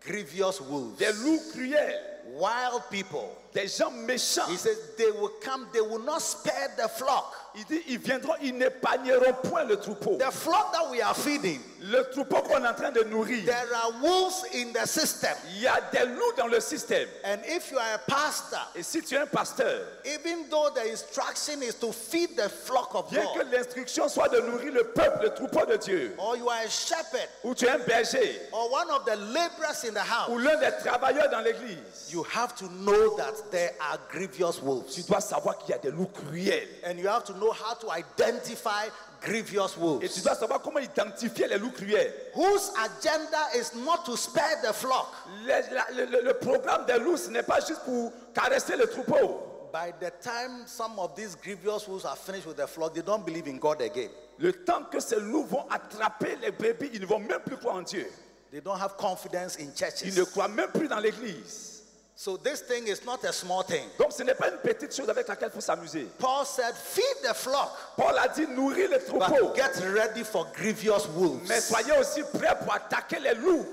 Speaker 2: grievous wolves,
Speaker 3: des loups cruels,
Speaker 2: wild people.
Speaker 3: des gens méchants.
Speaker 2: He says they will come, they will not spare the flock.
Speaker 3: Il dit, ils viendront, ils n'épargneront point le troupeau.
Speaker 2: The flock that we are feeding,
Speaker 3: Le troupeau qu'on est en train de nourrir.
Speaker 2: there are wolves in the system.
Speaker 3: Il y a des loups dans le système.
Speaker 2: And if you are a pastor,
Speaker 3: Et si tu es un pasteur,
Speaker 2: Even though the instruction is to feed the flock of
Speaker 3: Bien que
Speaker 2: God,
Speaker 3: l'instruction soit de nourrir le peuple, le troupeau de Dieu,
Speaker 2: or you are a shepherd,
Speaker 3: ou tu es un berger,
Speaker 2: or one of the laborers in the
Speaker 3: ou
Speaker 2: house,
Speaker 3: l'un des travailleurs dans l'église,
Speaker 2: you have to know that there are grievous
Speaker 3: tu
Speaker 2: wolves.
Speaker 3: dois savoir qu'il y a des loups cruels.
Speaker 2: And you have to know how to identify grievous
Speaker 3: Et tu
Speaker 2: wolves,
Speaker 3: dois savoir comment identifier les loups cruels.
Speaker 2: whose agenda is not to spare the flock.
Speaker 3: Les- la- Le, le- le programme des loups, ce n'est pas juste pour caresser le troupeau.
Speaker 2: By the time some of these grievous wolves are finished with the flock, they don't believe in God again.
Speaker 3: Le temps que ces loups vont attraper les bébés, ils ne vont même plus croire en Dieu.
Speaker 2: They don't have confidence in
Speaker 3: Ils ne
Speaker 2: churches.
Speaker 3: croient même plus dans l'église.
Speaker 2: So this thing is not a small thing.
Speaker 3: Donc ce n'est pas une petite chose avec laquelle il faut s'amuser.
Speaker 2: Paul said, feed the flock.
Speaker 3: Paul a dit nourrir le troupeau.
Speaker 2: But get ready for grievous wolves.
Speaker 3: Mais soyez aussi prêts pour attaquer les loups.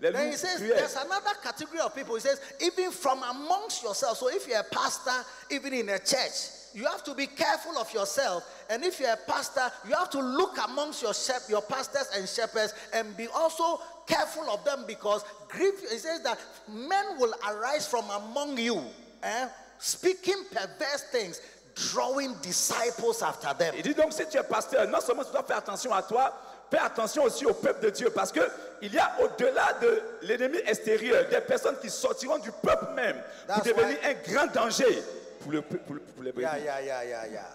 Speaker 3: Les
Speaker 2: Then he
Speaker 3: loups
Speaker 2: says,
Speaker 3: cruels.
Speaker 2: there's another category of people. He says, even from amongst yourselves. So if you're a pastor, even in a church, you have to be careful of yourself. And if you're a pastor, you have to look amongst your shep- your pastors and shepherds and be also careful of them because grief. He says that men will arise from among you eh, speaking perverse things, drawing disciples after them.
Speaker 3: Il dit donc, si tu es pasteur, non seulement tu dois faire attention à toi, fais attention aussi au peuple de Dieu, parce que il y a au-delà de l'ennemi extérieur des personnes qui sortiront du peuple même pour
Speaker 2: That's
Speaker 3: devenir
Speaker 2: why-
Speaker 3: un grand danger pour, le, peu- pour, le- pour les
Speaker 2: Yeah,
Speaker 3: brebis.
Speaker 2: yeah, yeah, yeah, yeah.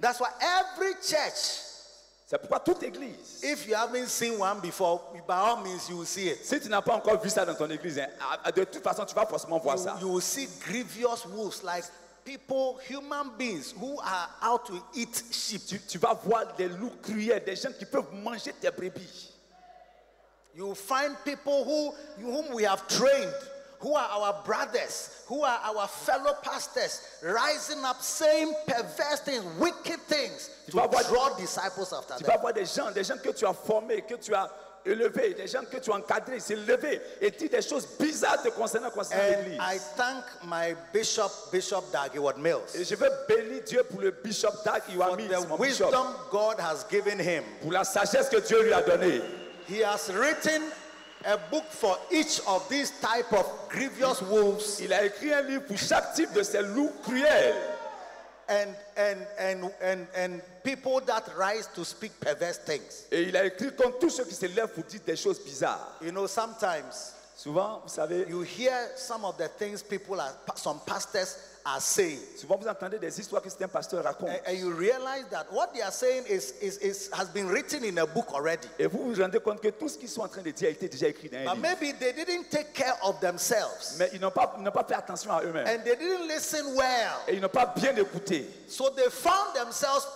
Speaker 2: That's why every church,
Speaker 3: C'est pourquoi toute église,
Speaker 2: if you haven't seen one before, by all means you will see it.
Speaker 3: si tu n'as pas encore vu ça dans ton église, hein, à- à- de toute façon, tu vas forcément voir
Speaker 2: You,
Speaker 3: ça.
Speaker 2: you will see grievous wolves, like people, human beings who are out to eat sheep.
Speaker 3: Tu, tu vas voir des loups cruels, des gens qui peuvent manger tes brebis.
Speaker 2: You will find people who whom we have trained, who are our brothers, who are our fellow pastors, rising up saying perverse things, wicked things to
Speaker 3: vas voir-
Speaker 2: draw disciples after
Speaker 3: Tu
Speaker 2: them.
Speaker 3: vas voir des gens, des gens que tu as formés, que tu as élevés, des gens que tu as encadrés, s'élever et dire des choses bizarres te concernant, concernant
Speaker 2: And
Speaker 3: l'église.
Speaker 2: I thank my bishop, Bishop Dagwood Mills,
Speaker 3: Et je veux bénir Dieu pour le bishop Dag
Speaker 2: for
Speaker 3: Iwami,
Speaker 2: the
Speaker 3: mon bishop,
Speaker 2: wisdom God has given him.
Speaker 3: pour la sagesse que Dieu lui a donnée.
Speaker 2: He has written a book for each of these type of grievous wolves
Speaker 3: Il a écrit un livre pour chaque type de ces loups cruels
Speaker 2: and and and and and people that rise to speak perverse things.
Speaker 3: et il a écrit contre tous ceux qui se lèvent pour dire des choses bizarres.
Speaker 2: You know, sometimes
Speaker 3: Souvent, vous savez,
Speaker 2: You hear some of the things people are, some pastors are saying,
Speaker 3: souvent vous entendez des histoires que certains pasteurs racontent.
Speaker 2: and, and you realize that what they are saying is, is, is has been written in a book already.
Speaker 3: Et vous vous rendez compte que tout ce qu'ils sont en train de dire a été déjà écrit dans un
Speaker 2: But
Speaker 3: livre.
Speaker 2: maybe they didn't take care of themselves
Speaker 3: Mais ils n'ont pas, ils n'ont pas fait attention à eux-mêmes.
Speaker 2: and they didn't listen well.
Speaker 3: Et ils n'ont pas bien écouté.
Speaker 2: So they found themselves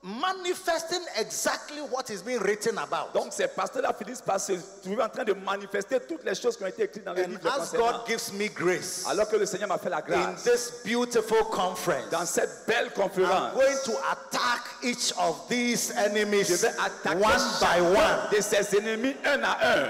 Speaker 2: manifesting exactly what is being written about.
Speaker 3: Donc ces pasteurs-là finissent par se trouver en train de manifester toutes les choses qui ont été écrites dans le
Speaker 2: And
Speaker 3: livre de
Speaker 2: as
Speaker 3: concernant.
Speaker 2: God gives me grace
Speaker 3: Alors que le Seigneur m'a fait la
Speaker 2: in
Speaker 3: grâce.
Speaker 2: this beautiful conference,
Speaker 3: Dans cette belle
Speaker 2: I'm
Speaker 3: conférence,
Speaker 2: going to attack each of these
Speaker 3: je
Speaker 2: enemies
Speaker 3: vais attaquer
Speaker 2: one by one.
Speaker 3: chacun de ses ennemis un à un.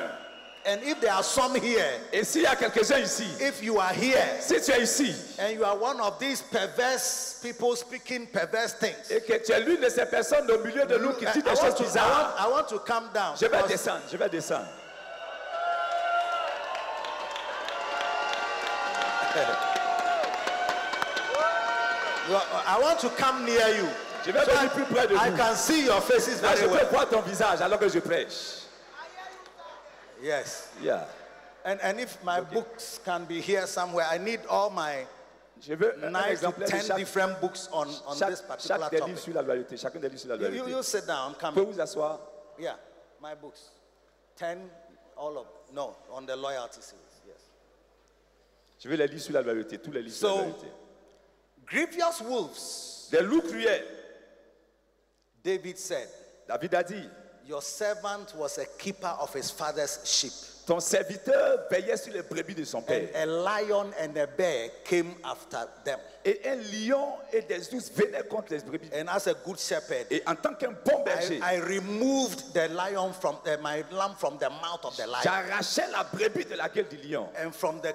Speaker 2: And if there are some here,
Speaker 3: Et s'il y a quelques-uns ici,
Speaker 2: if you are here
Speaker 3: si tu es ici
Speaker 2: and you are one of these perverse people speaking perverse things,
Speaker 3: et que tu es l'une de ces personnes au milieu de nous qui
Speaker 2: I,
Speaker 3: dit
Speaker 2: I
Speaker 3: des
Speaker 2: want
Speaker 3: choses
Speaker 2: to, I
Speaker 3: bizarres,
Speaker 2: want- I want to calm down.
Speaker 3: je vais
Speaker 2: because
Speaker 3: descendre, je vais descendre.
Speaker 2: you are- I want to come near you.
Speaker 3: Je vais venir plus près de
Speaker 2: I
Speaker 3: vous.
Speaker 2: can see your faces
Speaker 3: Là, je
Speaker 2: very
Speaker 3: peux
Speaker 2: well.
Speaker 3: voir ton visage alors que je prêche.
Speaker 2: Yes.
Speaker 3: Yeah.
Speaker 2: And, and if my books can be here somewhere, I need all my
Speaker 3: Je veux un
Speaker 2: nine to
Speaker 3: exemplaire de
Speaker 2: ten
Speaker 3: chaque,
Speaker 2: different books on, on this
Speaker 3: chaque,
Speaker 2: particular
Speaker 3: chaque des livres
Speaker 2: topic.
Speaker 3: sur la loyauté. Chacun des livres sur la
Speaker 2: You, you,
Speaker 3: loyauté.
Speaker 2: you sit down, I'm
Speaker 3: Vous pouvez
Speaker 2: coming.
Speaker 3: vous asseoir.
Speaker 2: Yeah, my books. Ten, all of, no, on the loyalty series, yes.
Speaker 3: Je veux les livres sur la loyauté, tous les livres sur
Speaker 2: So-
Speaker 3: la loyauté.
Speaker 2: Grievous wolves,
Speaker 3: Des loups cruels.
Speaker 2: David said,
Speaker 3: David a dit
Speaker 2: Your servant was a keeper of his father's sheep.
Speaker 3: Ton serviteur veillait sur les brebis de son
Speaker 2: And
Speaker 3: père.
Speaker 2: a lion and a bear came after them.
Speaker 3: Et un lion et des ours venaient contre les brebis.
Speaker 2: And as a good shepherd,
Speaker 3: Et en tant qu'un bon
Speaker 2: I,
Speaker 3: berger,
Speaker 2: I removed the lion from uh, my lamb from the mouth of the lion
Speaker 3: j'arrachais la brebis de la gueule du lion.
Speaker 2: and from the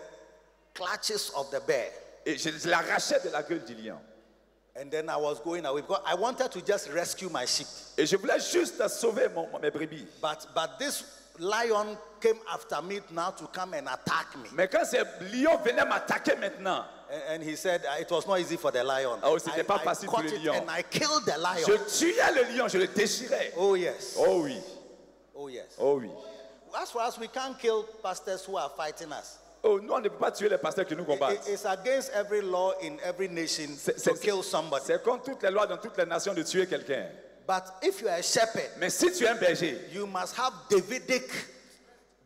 Speaker 2: clutches of the bear.
Speaker 3: Et je l'arrachais de la gueule du lion.
Speaker 2: And then I was going away because I wanted to just rescue my sheep.
Speaker 3: Et je voulais juste sauver mon, mon- mes brebis.
Speaker 2: But but this lion came after me now to come and attack me.
Speaker 3: Mais quand ces lions venaient m'attaquer maintenant,
Speaker 2: And, and he said uh, it was not easy for the lion.
Speaker 3: Ah, oh, c'était
Speaker 2: I,
Speaker 3: pas
Speaker 2: I
Speaker 3: facile pour
Speaker 2: caught
Speaker 3: le
Speaker 2: it
Speaker 3: lion.
Speaker 2: and I killed the lion.
Speaker 3: je tuais le lion, je le déchirais.
Speaker 2: Oh yes.
Speaker 3: Oh oui,
Speaker 2: Oh yes.
Speaker 3: oh oui.
Speaker 2: As for us, we can't kill pastors who are fighting us.
Speaker 3: Oh, nous, on ne peut pas tuer les pasteurs qui
Speaker 2: I-
Speaker 3: nous
Speaker 2: i-
Speaker 3: combattent.
Speaker 2: It's against every law in every nation
Speaker 3: C'est-
Speaker 2: to
Speaker 3: c'est-
Speaker 2: kill somebody.
Speaker 3: C'est comme toutes les lois dans toutes les nations de tuer quelqu'un.
Speaker 2: But if you are a shepherd,
Speaker 3: Mais si tu es un berger,
Speaker 2: you must have Davidic,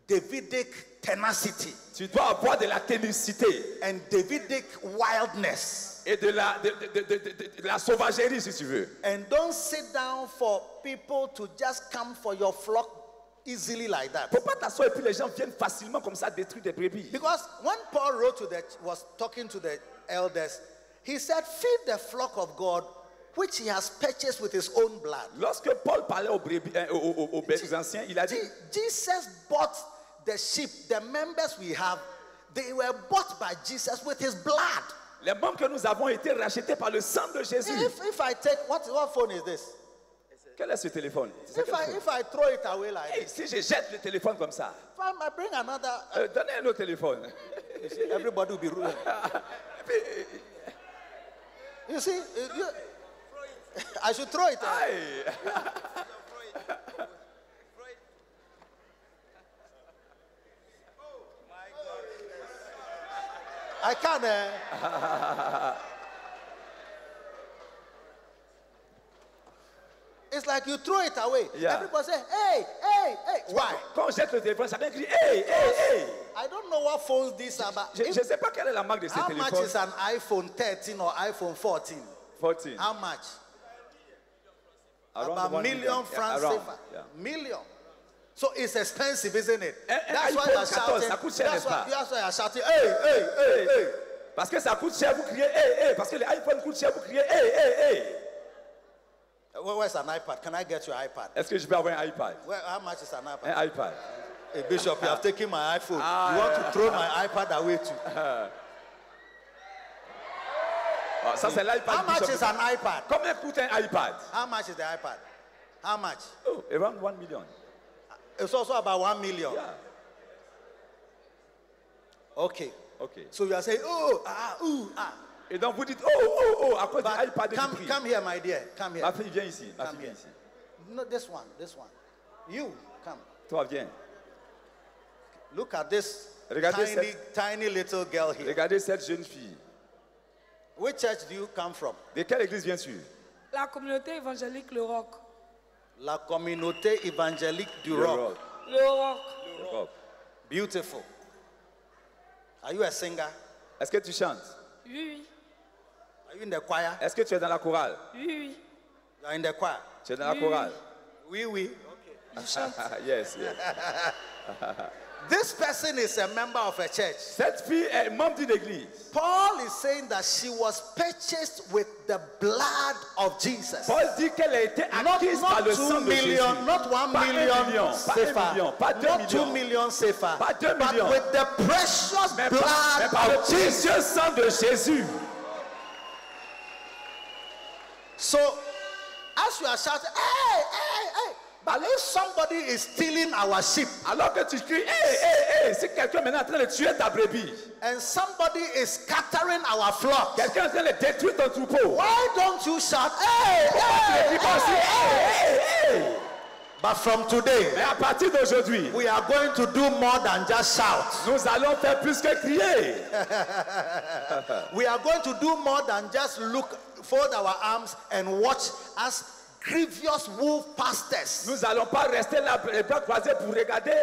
Speaker 2: Davidic tenacity
Speaker 3: tu dois avoir de la ténicité
Speaker 2: and Davidic wildness.
Speaker 3: et de la, de, de- de- de- de- de la sauvagerie, si tu veux.
Speaker 2: And don't sit down for people to just come for your flock easily like that.
Speaker 3: Faut pas t'asseoir et puis les gens viennent facilement comme ça détruire des brebis.
Speaker 2: Because when Paul wrote to the was talking to the elders, he said, "Feed the flock of God, which he has purchased with his own blood."
Speaker 3: Lorsque Paul parlait aux, brebis- euh, aux- aux- aux
Speaker 2: Je-
Speaker 3: bêtes anciens, il a dit
Speaker 2: Je- Jesus bought the sheep, the members we have, they were bought by Jesus with his blood.
Speaker 3: Les membres que nous avons été rachetés par le sang de Jésus.
Speaker 2: If, if I take what what phone is this?
Speaker 3: Quel est ce téléphone C'est ça
Speaker 2: If
Speaker 3: quel
Speaker 2: I
Speaker 3: téléphone
Speaker 2: if I throw it away like
Speaker 3: Hey,
Speaker 2: this,
Speaker 3: Si je jette le téléphone comme ça,
Speaker 2: if I might bring another.
Speaker 3: euh, donnez un autre téléphone.
Speaker 2: You see, everybody will be ruined. you see, uh, you- I should throw it. eh?
Speaker 3: Aïe.
Speaker 2: I uh. can. eh? it's like you throw it away.
Speaker 3: Yeah.
Speaker 2: Everybody say, hey, hey, hey. Why?
Speaker 3: Quand on jette le téléphone, ça vient crier Hey, hey, hey
Speaker 2: I don't know what phones these are, but
Speaker 3: Je
Speaker 2: if-
Speaker 3: ne sais pas quelle est la marque de ce
Speaker 2: how much
Speaker 3: téléphone.
Speaker 2: is an iPhone 13 or iPhone 14?
Speaker 3: 14.
Speaker 2: How much?
Speaker 3: Around
Speaker 2: About
Speaker 3: one
Speaker 2: million
Speaker 3: Yeah,
Speaker 2: francs
Speaker 3: around,
Speaker 2: saver.
Speaker 3: yeah.
Speaker 2: Million. So it's expensive, isn't it?
Speaker 3: Eh, eh,
Speaker 2: That's why
Speaker 3: iPhone
Speaker 2: you're
Speaker 3: 14,
Speaker 2: shouting.
Speaker 3: ça coûte cher,
Speaker 2: That's
Speaker 3: n'est-ce
Speaker 2: why,
Speaker 3: pas?
Speaker 2: that's why you're shouting. Hey,
Speaker 3: hey, hey, hey. Parce que ça coûte cher, vous criez hey, hey. Parce que les iPhones coûtent cher, vous criez hey, hey, hey.
Speaker 2: Where- where's an iPad? Can I get your iPad?
Speaker 3: Est-ce que je peux avoir un iPad
Speaker 2: Where, how much is an iPad?
Speaker 3: Un iPad.
Speaker 2: Hey, Bishop, you have taken my iPhone.
Speaker 3: Eh. Ah,
Speaker 2: you want
Speaker 3: yeah.
Speaker 2: to throw my iPad away too.
Speaker 3: Ah, ça, c'est l'iPad.
Speaker 2: How much
Speaker 3: Bishop.
Speaker 2: is an iPad?
Speaker 3: Combien coûte un iPad
Speaker 2: How much is the iPad? How much?
Speaker 3: oh, Around 1 million.
Speaker 2: It's also about one million.
Speaker 3: Yeah.
Speaker 2: Okay.
Speaker 3: OK.
Speaker 2: So you are saying, oh, ah, ooh, ah.
Speaker 3: Et donc, vous dites oh, oh, oh, à cause de
Speaker 2: But
Speaker 3: l'iPad,
Speaker 2: come,
Speaker 3: du prix.
Speaker 2: come here, my dear. Come here.
Speaker 3: Ma fille, viens ici. Ma
Speaker 2: Come
Speaker 3: fille, viens
Speaker 2: here.
Speaker 3: ici.
Speaker 2: No, this one, this one. You, come.
Speaker 3: Toi, viens.
Speaker 2: Look at this
Speaker 3: Regardez
Speaker 2: tiny,
Speaker 3: cette-
Speaker 2: tiny little girl here.
Speaker 3: Regardez cette jeune fille.
Speaker 2: Which church do you come from?
Speaker 3: De quelle église viens-tu
Speaker 4: La communauté évangélique, le rock.
Speaker 2: La Communauté Évangélique du
Speaker 3: Le
Speaker 2: Rock.
Speaker 3: rock.
Speaker 4: Le rock.
Speaker 3: Le rock.
Speaker 2: Beautiful. Are you a singer?
Speaker 3: Est-ce que tu chantes
Speaker 4: Oui,
Speaker 2: Are you in the choir?
Speaker 3: Est-ce que tu es dans la chorale
Speaker 4: oui, oui,
Speaker 2: You are in the choir.
Speaker 3: Tu es dans la
Speaker 4: Oui.
Speaker 3: chorale Ah,
Speaker 2: Oui, oui.
Speaker 4: oui. Je chante.
Speaker 3: Yes, yes.
Speaker 2: This person is a member of a church.
Speaker 3: Cette fille est membre d'une église.
Speaker 2: Paul is saying that she was purchased with the blood of Jesus.
Speaker 3: Paul dit qu'elle a été
Speaker 2: Not,
Speaker 3: acquise par
Speaker 2: not
Speaker 3: le
Speaker 2: two
Speaker 3: sang de Jésus.
Speaker 2: million, not one
Speaker 3: pas
Speaker 2: million
Speaker 3: un million, pas un million,
Speaker 2: sefer,
Speaker 3: pas deux
Speaker 2: not two
Speaker 3: millions,
Speaker 2: million sefer,
Speaker 3: Pas deux
Speaker 2: but
Speaker 3: millions.
Speaker 2: with the precious
Speaker 3: mais par, mais par
Speaker 2: blood
Speaker 3: le
Speaker 2: of Jesus.
Speaker 3: précieux sang de Jésus.
Speaker 2: So, as you are shouting, hey, hey, hey, but if somebody is stealing our sheep
Speaker 3: Alors que tu cries, hé, hé, hé, si quelqu'un maintenant est en train de tuer ta brebis,
Speaker 2: and somebody is scattering our flock,
Speaker 3: quelqu'un est en train de détruire ton troupeau,
Speaker 2: why don't you shout, hey,
Speaker 3: tu ne
Speaker 2: hey,
Speaker 3: dis pas aussi,
Speaker 2: hey?
Speaker 3: hé, hé, hé.
Speaker 2: But from today,
Speaker 3: Mais à partir d'aujourd'hui,
Speaker 2: we are going to do more than just shout.
Speaker 3: nous allons faire plus que crier.
Speaker 2: We are going to do more than just look, fold our arms, and watch as grievous wolf pastors.
Speaker 3: Nous allons pas rester là, les bras croisés pour regarder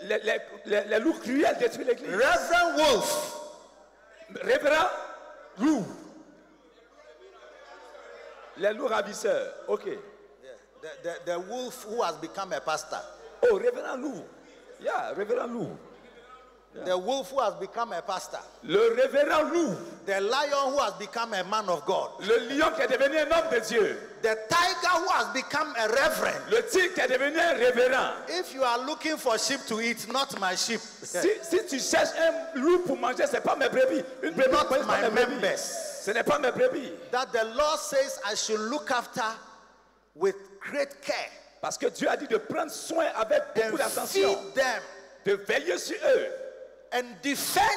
Speaker 3: les, les, les, les loups cruels détruire l'église.
Speaker 2: Reverend Wolf,
Speaker 3: Révérend, loup. Les loups ravisseurs. Ok.
Speaker 2: the, the, the wolf who has become a pastor,
Speaker 3: Oh, révérend loup. Yeah, révérend loup.
Speaker 2: the wolf who has become a pastor,
Speaker 3: Le révérend loup.
Speaker 2: the lion who has become a man of God,
Speaker 3: Le lion qui est devenu un homme de Dieu.
Speaker 2: the tiger who has become a reverend.
Speaker 3: Le tigre qui est devenu un révérend.
Speaker 2: If you are looking for sheep to eat, not my sheep,
Speaker 3: Si, si tu cherches un loup pour manger, ce n'est pas mes brebis. Une brebis,
Speaker 2: Not
Speaker 3: ce n'est pas
Speaker 2: my
Speaker 3: mes brebis.
Speaker 2: members.
Speaker 3: Ce n'est pas mes brebis.
Speaker 2: that the Lord says I should look after with great care
Speaker 3: Parce que Dieu a dit de prendre soin avec beaucoup
Speaker 2: and feed
Speaker 3: d'attention.
Speaker 2: them
Speaker 3: De veiller sur eux.
Speaker 2: and defend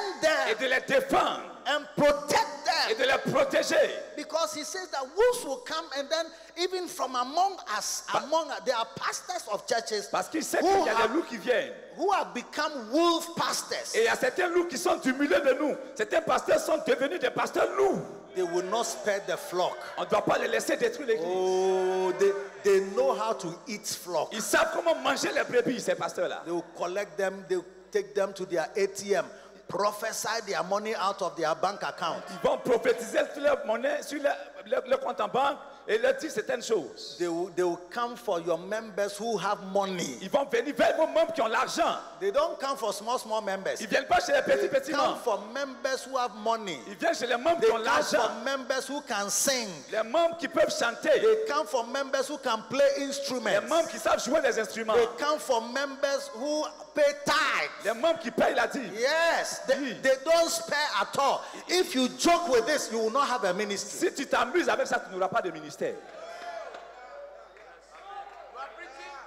Speaker 3: et
Speaker 2: them
Speaker 3: de les défendre
Speaker 2: and protect them.
Speaker 3: et de les protéger.
Speaker 2: Because he says that wolves will come and then even from among us, among us, there are pastors of churches
Speaker 3: Parce qu'il sait
Speaker 2: who,
Speaker 3: qu'il y a
Speaker 2: have,
Speaker 3: des loups qui viennent.
Speaker 2: who have become wolf pastors.
Speaker 3: Et il y a certains loups qui sont humiliés de nous. Certains pasteurs sont devenus des pasteurs loups.
Speaker 2: They will not spare the flock.
Speaker 3: On ne doit pas les laisser détruire l'église.
Speaker 2: Oh, they, they know how to eat flock.
Speaker 3: Ils savent comment manger les brebis, ces pasteurs-là.
Speaker 2: They will collect them, they will take them to their ATM, prophesy their money out of their bank account.
Speaker 3: Ils vont prophétiser sur leur monnaie, sur leur, leur- leur compte en banque et leur dire certaines choses.
Speaker 2: They will, they will come for your members who have money.
Speaker 3: Ils vont venir vers vos membres qui ont l'argent.
Speaker 2: They don't come for small, small members.
Speaker 3: Ils ne viennent pas chez les
Speaker 2: They
Speaker 3: petits, petits
Speaker 2: come
Speaker 3: membres.
Speaker 2: for members who have money.
Speaker 3: Ils viennent chez les membres
Speaker 2: They
Speaker 3: qui
Speaker 2: come
Speaker 3: ont l'argent.
Speaker 2: for members who can sing.
Speaker 3: Les membres qui peuvent chanter.
Speaker 2: They come for members who can play
Speaker 3: Les
Speaker 2: instruments.
Speaker 3: membres qui savent jouer les instruments.
Speaker 2: They come for members who pay tithe.
Speaker 3: Les membres qui payent la dîme.
Speaker 2: Yes, they,
Speaker 3: Mm.
Speaker 2: they don't spare at all. If you joke with this, you will not have a ministry.
Speaker 3: Si tu t'amuses avec ça, tu n'auras pas de ministère.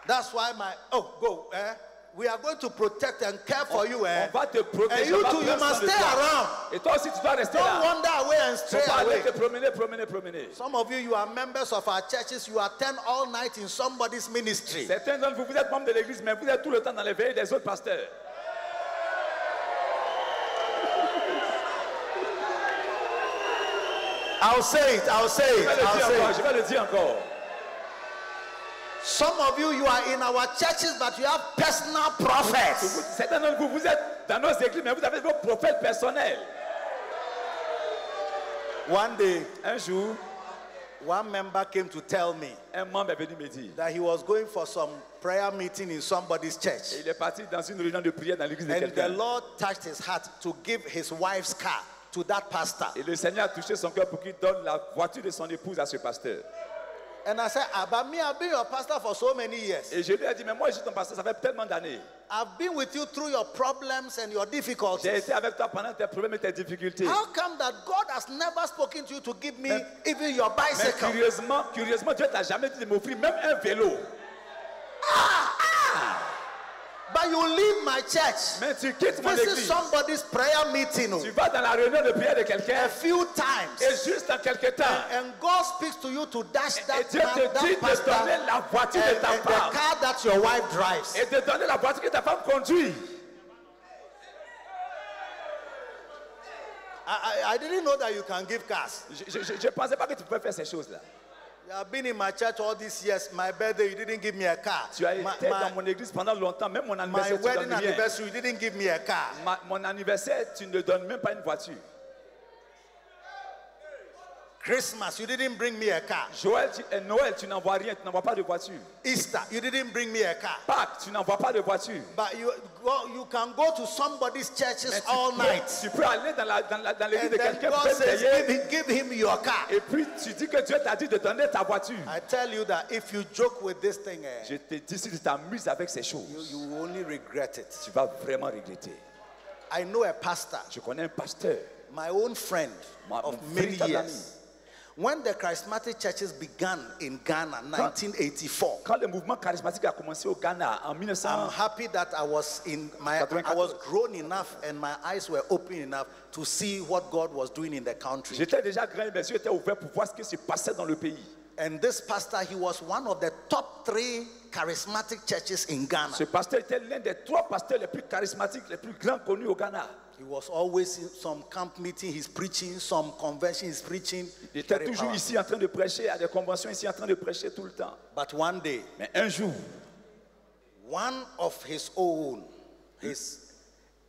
Speaker 2: That's why my oh go eh we are going to protect and care for you. Eh?
Speaker 3: On va te protéger.
Speaker 2: And you
Speaker 3: on va
Speaker 2: too, you
Speaker 3: prendre
Speaker 2: must
Speaker 3: soin de
Speaker 2: stay
Speaker 3: toi.
Speaker 2: around.
Speaker 3: Et toi aussi, tu dois rester
Speaker 2: Don't
Speaker 3: là.
Speaker 2: wander away and
Speaker 3: Faut
Speaker 2: stray
Speaker 3: pas aller
Speaker 2: away.
Speaker 3: te promener, promener, promener.
Speaker 2: Some of you, you are members of our churches. You attend all night in somebody's ministry.
Speaker 3: Certains d'entre vous, vous êtes membres de l'église, mais vous êtes tout le temps dans les veilles des autres pasteurs.
Speaker 2: I'll say it. I'll say it.
Speaker 3: Je vais le
Speaker 2: I'll
Speaker 3: dire
Speaker 2: say
Speaker 3: encore,
Speaker 2: it.
Speaker 3: je vais le dire encore.
Speaker 2: Some of you, you are in our churches, but you have personal prophets.
Speaker 3: Certains d'entre vous, vous êtes dans nos églises, mais vous avez vos prophètes personnels.
Speaker 2: One day,
Speaker 3: Un jour,
Speaker 2: one member came to tell me
Speaker 3: un membre est venu me dire
Speaker 2: that he was going for some prayer meeting in somebody's church.
Speaker 3: il est parti dans une réunion de prière dans l'église de
Speaker 2: And the
Speaker 3: quelqu'un.
Speaker 2: Lord touched his heart to give his wife's car to that pastor.
Speaker 3: Et le Seigneur a touché son cœur pour qu'il donne la voiture de son épouse à ce pasteur.
Speaker 2: And I said, Abba, me, I've been your pastor for so many years.
Speaker 3: Et je lui ai dit, mais moi, je suis ton pasteur, ça fait tellement d'années.
Speaker 2: I've been with you through your problems and your
Speaker 3: J'ai
Speaker 2: difficulties.
Speaker 3: été avec toi pendant tes problèmes et tes difficultés.
Speaker 2: How come that God has never spoken to you to give me
Speaker 3: Mais-
Speaker 2: even your
Speaker 3: Mais
Speaker 2: bicycle?
Speaker 3: curieusement, curieusement, Dieu t'a jamais dit de m'offrir même un vélo.
Speaker 2: But you leave my church.
Speaker 3: Mais tu quittes mon
Speaker 2: Visit
Speaker 3: église.
Speaker 2: somebody's prayer meeting
Speaker 3: Tu
Speaker 2: oh,
Speaker 3: vas dans la réunion de prière de
Speaker 2: a
Speaker 3: quelqu'un
Speaker 2: few times.
Speaker 3: et juste dans quelques temps,
Speaker 2: And God speaks to you to dash
Speaker 3: et
Speaker 2: that,
Speaker 3: Dieu
Speaker 2: man-
Speaker 3: te dit
Speaker 2: that
Speaker 3: de
Speaker 2: pastor
Speaker 3: donner la voiture de
Speaker 2: and,
Speaker 3: ta
Speaker 2: and the
Speaker 3: femme
Speaker 2: car that your wife drives.
Speaker 3: et de donner la voiture que ta femme conduit.
Speaker 2: I, I, I didn't know that you can give cars.
Speaker 3: Je ne pensais pas que tu pouvais faire ces choses-là.
Speaker 2: You have been in my church all these years. My birthday, you didn't give me a car.
Speaker 3: Tu as été
Speaker 2: my,
Speaker 3: dans
Speaker 2: my,
Speaker 3: mon église pendant longtemps, même mon
Speaker 2: my
Speaker 3: anniversaire, tu
Speaker 2: wedding
Speaker 3: donnes rien.
Speaker 2: anniversary, you didn't give me a car.
Speaker 3: Ma- mon anniversaire, tu ne donnes même pas une voiture.
Speaker 2: Christmas, you didn't bring me a car.
Speaker 3: Joël, tu- et Noël, tu n'envoies rien, tu n'envoies pas de voiture.
Speaker 2: Easter, you didn't bring me a car.
Speaker 3: Pâques, tu n'envoies pas de voiture.
Speaker 2: But you go, you can go to somebody's churches
Speaker 3: Mais
Speaker 2: all
Speaker 3: tu, peux,
Speaker 2: night.
Speaker 3: tu peux aller dans la- dans la- dans l'église
Speaker 2: And
Speaker 3: de
Speaker 2: then
Speaker 3: quelqu'un,
Speaker 2: God
Speaker 3: peut
Speaker 2: says,
Speaker 3: payer,
Speaker 2: give him, give him your car.
Speaker 3: et puis tu dis que Dieu t'a dit de donner ta voiture.
Speaker 2: I tell you that if you joke with this thing, eh,
Speaker 3: Je te dis, si tu t'amuses avec ces
Speaker 2: you,
Speaker 3: choses,
Speaker 2: you will only regret it.
Speaker 3: tu vas vraiment regretter.
Speaker 2: I know a pastor,
Speaker 3: Je connais un pasteur,
Speaker 2: my own friend
Speaker 3: Ma-
Speaker 2: of
Speaker 3: mon
Speaker 2: many
Speaker 3: véritable
Speaker 2: years. When the charismatic churches began in Ghana, 1984,
Speaker 3: Quand le mouvement charismatique a commencé au Ghana en 1900,
Speaker 2: I'm happy that I was in my I was grown enough and my eyes were open enough to see what God was doing in the country.
Speaker 3: j'étais déjà grand, mes yeux étaient ouverts pour voir ce qui se passait dans le pays.
Speaker 2: And this pastor, he was one of the top three charismatic churches in Ghana.
Speaker 3: Ce pasteur était l'un des trois pasteurs les plus charismatiques, les plus grands connus au Ghana.
Speaker 2: He was always in some camp meeting, he's preaching, some convention, he's preaching.
Speaker 3: Il était
Speaker 2: Very
Speaker 3: toujours
Speaker 2: powerful.
Speaker 3: ici en train de prêcher, à des conventions ici en train de prêcher tout le temps.
Speaker 2: But one day,
Speaker 3: Mais un jour,
Speaker 2: one of his own, his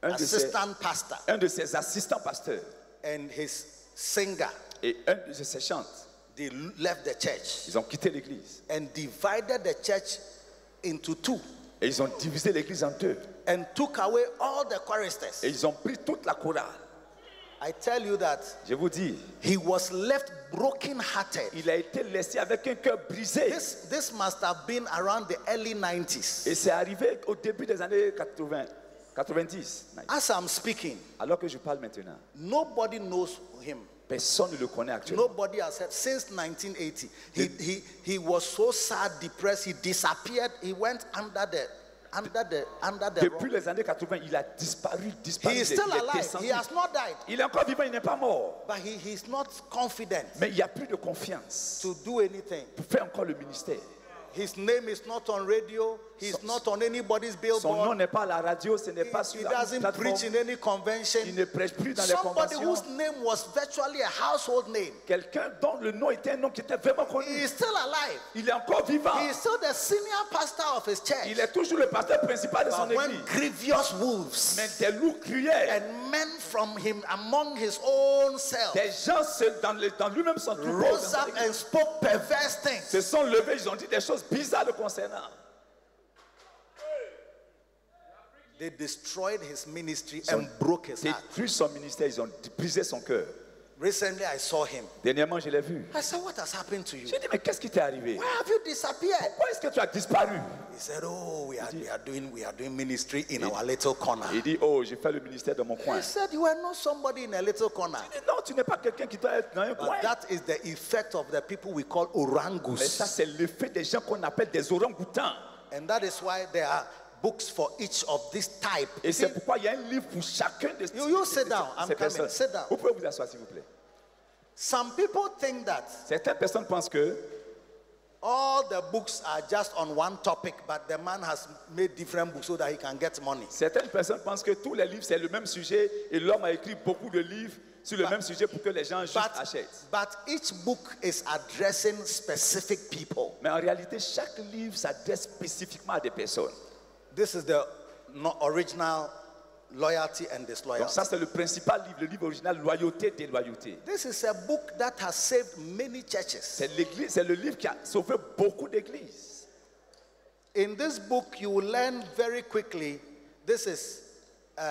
Speaker 3: un de, ses,
Speaker 2: assistant pastor
Speaker 3: un de ses assistants pasteurs
Speaker 2: and his singer,
Speaker 3: et un de ses chantes,
Speaker 2: they left the church
Speaker 3: ils ont quitté l'église.
Speaker 2: and divided the church into two.
Speaker 3: Et ils ont divisé l'église en deux.
Speaker 2: and took away all the
Speaker 3: Et
Speaker 2: choristers.
Speaker 3: ils ont pris toute la chorale.
Speaker 2: I tell you that
Speaker 3: Je vous dis,
Speaker 2: he was left broken-hearted.
Speaker 3: il a été laissé avec un cœur brisé.
Speaker 2: This this must have been around the early 90s.
Speaker 3: Et c'est arrivé au début des années 80, 90.
Speaker 2: As I'm speaking,
Speaker 3: Alors que je parle maintenant,
Speaker 2: nobody knows him.
Speaker 3: personne ne le connaît actuellement.
Speaker 2: Nobody has heard since 1980. He he he was so sad, depressed. He disappeared. He went under the under the under the.
Speaker 3: Depuis
Speaker 2: rock.
Speaker 3: les années 80, il a disparu, disparu.
Speaker 2: He is
Speaker 3: il est-
Speaker 2: still
Speaker 3: il est
Speaker 2: alive.
Speaker 3: descendu.
Speaker 2: He has not died,
Speaker 3: Il est encore vivant, il n'est pas mort.
Speaker 2: but he he's not confident
Speaker 3: Mais il n'y a plus de confiance
Speaker 2: to do anything.
Speaker 3: pour faire encore le ministère.
Speaker 2: His name is not on radio. He's
Speaker 3: Son-
Speaker 2: not on anybody's
Speaker 3: Son
Speaker 2: billboard.
Speaker 3: nom n'est pas à la radio, ce n'est pas
Speaker 2: He-
Speaker 3: sur
Speaker 2: he
Speaker 3: la
Speaker 2: doesn't
Speaker 3: plateforme.
Speaker 2: preach in any
Speaker 3: Il
Speaker 2: convention.
Speaker 3: ne prêche plus dans les
Speaker 2: Somebody
Speaker 3: conventions.
Speaker 2: whose name was virtually a household name.
Speaker 3: Quelqu'un dont le nom était un nom qui était vraiment
Speaker 2: He
Speaker 3: connu.
Speaker 2: is still alive.
Speaker 3: Il est encore vivant.
Speaker 2: He is still the senior pastor of his
Speaker 3: Il
Speaker 2: church.
Speaker 3: est toujours le pasteur principal de son
Speaker 2: But when
Speaker 3: église.
Speaker 2: grievous wolves
Speaker 3: Mais des loups criaient.
Speaker 2: and men from him among his own self
Speaker 3: Des gens se- dans, le- dans lui-même sont tout
Speaker 2: rose up and spoke perverse things,
Speaker 3: se sont levés, ils ont dit des choses bizarres le concernant.
Speaker 2: they destroyed his ministry and broke his heart.
Speaker 3: Détruit son ministère, ils ont brisé son cœur.
Speaker 2: Recently, I saw him.
Speaker 3: Dernièrement, je l'ai vu.
Speaker 2: I said, What has happened to you?
Speaker 3: J'ai dit, mais qu'est-ce qui t'est arrivé
Speaker 2: Where have you disappeared?
Speaker 3: Pourquoi est-ce que tu as disparu
Speaker 2: He said, Oh, we are, we are doing we are doing ministry in our little corner.
Speaker 3: Il dit, oh, j'ai fait le ministère de mon coin.
Speaker 2: He said, You are not somebody in a little corner.
Speaker 3: Il dit, non, tu n'es pas quelqu'un qui doit être dans un coin.
Speaker 2: But Ah, that is the effect of the people we call
Speaker 3: Mais ça,
Speaker 2: orangus.
Speaker 3: c'est l'effet des gens qu'on appelle des orang-outans.
Speaker 2: And that is why there are books for each of this type.
Speaker 3: Et c'est pourquoi il y a un livre pour chacun de
Speaker 2: You- you sit down. I'm
Speaker 3: ces
Speaker 2: coming.
Speaker 3: personnes.
Speaker 2: Sit down.
Speaker 3: Vous pouvez vous asseoir, s'il vous plaît.
Speaker 2: Some people think that
Speaker 3: Certaines personnes pensent que
Speaker 2: all the books are just on one topic, but the man has made different books so that he can get money.
Speaker 3: certaines personnes pensent que tous les livres c'est le même sujet et l'homme a écrit beaucoup de livres sur le même sujet pour que les gens juste
Speaker 2: But,
Speaker 3: achètent.
Speaker 2: but each book is addressing specific people.
Speaker 3: Mais en réalité, chaque livre s'adresse spécifiquement à des personnes.
Speaker 2: This is the no- original loyalty and
Speaker 3: Donc
Speaker 2: disloyalty.
Speaker 3: ça, c'est le principal livre, le livre original, Loyauté, déloyauté.
Speaker 2: This is a book that has saved many churches.
Speaker 3: C'est l'église, c'est le livre qui a sauvé beaucoup d'églises.
Speaker 2: In this book, you will learn very quickly. This is uh,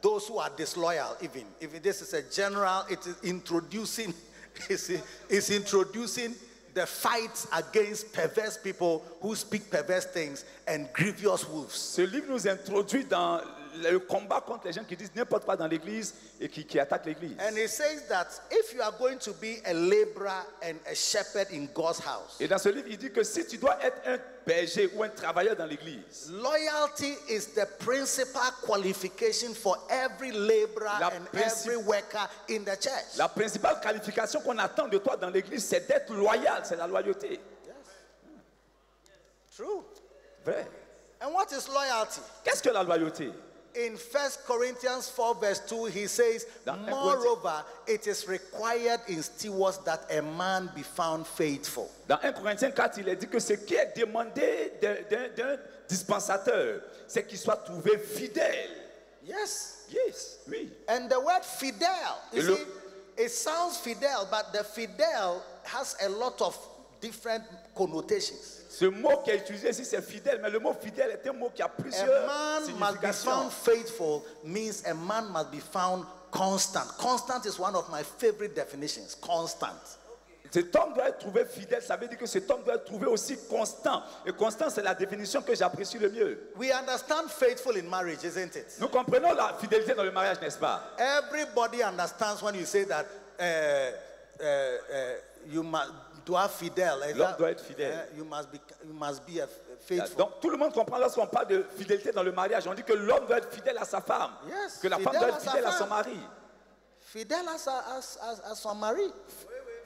Speaker 2: those who are disloyal. Even if this is a general, it is introducing. It's, it's introducing the fight against perverse people who speak perverse things and grievous wolves.
Speaker 3: Ce livre nous introduit dans le combat contre les gens qui disent n'importe quoi dans l'église et qui, qui attaquent l'église.
Speaker 2: And it says that if you are going to be a laborer and a shepherd in God's house,
Speaker 3: Et dans ce livre, il dit que si tu dois être un berger ou un travailleur dans l'église,
Speaker 2: loyalty is the principal qualification for every laborer
Speaker 3: La
Speaker 2: and
Speaker 3: princi-
Speaker 2: every worker in the church.
Speaker 3: la principale qualification qu'on attend de toi dans l'église, c'est d'être loyal, c'est la loyauté.
Speaker 2: True.
Speaker 3: Vrai.
Speaker 2: And what is loyalty?
Speaker 3: Qu'est-ce que la loyauté
Speaker 2: In 1 Corinthians 4, verse 2, he says,
Speaker 3: That- that
Speaker 2: Moreover, it is required in stewards that a man be found faithful.
Speaker 3: Dans 1 Corinthiens 4, il est dit que ce qui est demandé d'un- d'un d'un dispensateur, c'est qu'il soit trouvé fidèle.
Speaker 2: Yes.
Speaker 3: Yes, oui.
Speaker 2: And the word fidel, you
Speaker 3: Et le-
Speaker 2: see, it sounds fidel, but the fidel has a lot of different connotations.
Speaker 3: Ce mot qui est utilisé ici, c'est fidèle, mais le mot fidèle est un mot qui a
Speaker 2: A
Speaker 3: plusieurs
Speaker 2: man must be
Speaker 3: significations.
Speaker 2: found faithful means a man must be found constant. Constant is one of my favorite definitions. Constant.
Speaker 3: Cet homme doit être trouvé fidèle, ça veut dire que cet homme doit être trouvé aussi constant. Et constant, c'est la définition que j'apprécie le mieux.
Speaker 2: We understand faithful in marriage, isn't it?
Speaker 3: Nous comprenons la fidélité dans le mariage, n'est-ce pas
Speaker 2: Everybody understands when you say that uh, uh, uh, you must do have fidel. eh,
Speaker 3: L'homme
Speaker 2: that-
Speaker 3: doit être fidèle.
Speaker 2: eh, you must be you must be a faithful.
Speaker 3: Donc tout le monde comprend lorsqu'on parle de fidélité dans le mariage, on dit que l'homme doit être fidèle à sa femme,
Speaker 2: Yes,
Speaker 3: que la femme
Speaker 2: fidèle
Speaker 3: doit
Speaker 2: à
Speaker 3: être
Speaker 2: sa
Speaker 3: fidèle à son
Speaker 2: femme.
Speaker 3: mari.
Speaker 2: Fidel as as as, as son mari.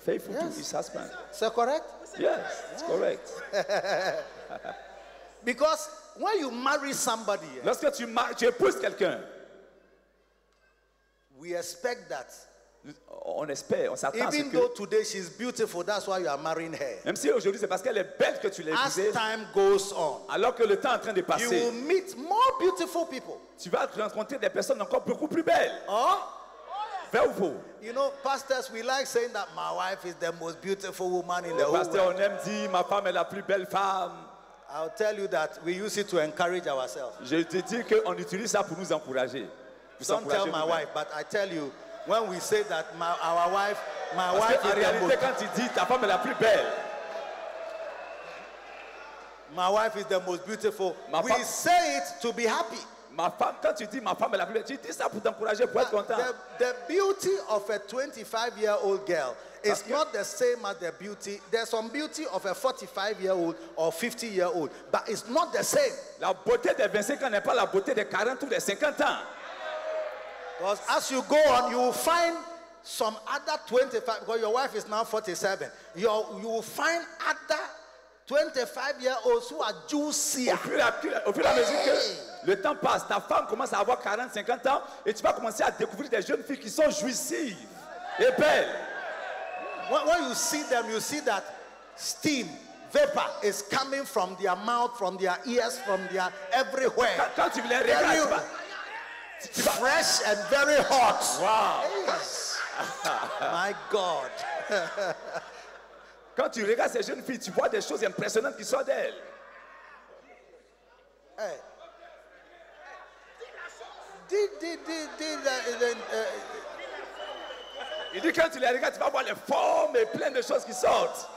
Speaker 3: Faithful
Speaker 2: Yes.
Speaker 3: to his husband.
Speaker 2: Is that correct?
Speaker 3: Yes, it's correct.
Speaker 2: Because when you marry somebody, eh,
Speaker 3: Lorsque tu, maries, tu épouses quelqu'un,
Speaker 2: we expect that.
Speaker 3: on espère, on s'attend à ce
Speaker 2: Even
Speaker 3: que...
Speaker 2: though today she's beautiful, that's why you are marrying her.
Speaker 3: Même si aujourd'hui c'est parce qu'elle est belle que tu
Speaker 2: As
Speaker 3: l'épousais,
Speaker 2: time goes on,
Speaker 3: alors que le temps est en train de
Speaker 2: you
Speaker 3: passer,
Speaker 2: will meet more beautiful people.
Speaker 3: tu vas rencontrer des personnes encore beaucoup plus belles.
Speaker 2: Oh,
Speaker 3: Vers vous.
Speaker 2: you know, pastors, we like saying that my wife is the most beautiful woman in the whole world.
Speaker 3: Pasteur, on aime dire, ma femme est la plus belle femme.
Speaker 2: I'll tell you that we use it to encourage ourselves.
Speaker 3: Je te dis qu'on utilise ça pour nous encourager. Pour
Speaker 2: Don't tell
Speaker 3: s'encourager
Speaker 2: my
Speaker 3: nous-mêmes.
Speaker 2: wife, but I tell you, when we say that my, our wife, my
Speaker 3: Parce
Speaker 2: wife
Speaker 3: qu'en
Speaker 2: is the
Speaker 3: réalité,
Speaker 2: most,
Speaker 3: quand tu dis ta femme est la plus belle,
Speaker 2: my wife is the most beautiful,
Speaker 3: Ma
Speaker 2: we
Speaker 3: femme-
Speaker 2: say it to be happy.
Speaker 3: ma femme, quand tu dis ma femme est la plus belle, tu dis ça pour t'encourager, pour être
Speaker 2: But
Speaker 3: content.
Speaker 2: The, the beauty of a 25-year-old girl
Speaker 3: Parce
Speaker 2: is
Speaker 3: que-
Speaker 2: not the same as the beauty. There's some beauty of a 45-year-old or 50-year-old, but it's not the same.
Speaker 3: La beauté des 25 ans n'est pas la beauté des 40 ou des 50 ans.
Speaker 2: Because as you go on, you will find some other 25, because your wife is now 47. Your, you will find other 25 year olds who are juicier.
Speaker 3: Au fur, et à, au fur et à mesure que le temps passe, ta femme commence à avoir 40, 50 ans et tu vas commencer à découvrir des jeunes filles qui sont jouissives et belles.
Speaker 2: When, when you see them, you see that steam, vapor is coming from their mouth, from their ears, from their
Speaker 3: Quand,
Speaker 2: everywhere.
Speaker 3: quand tu les
Speaker 2: Very
Speaker 3: regardes, tu vas- tu vas.
Speaker 2: fresh and very hot.
Speaker 3: Wow.
Speaker 2: Yes. My God.
Speaker 3: Quand tu regardes ces jeunes filles, tu vois des choses impressionnantes qui sortent d'elles.
Speaker 2: Hey. Did, did, did, did, uh, then, uh,
Speaker 3: Il dit quand tu les regardes, tu vas voir les formes et plein de choses qui sortent.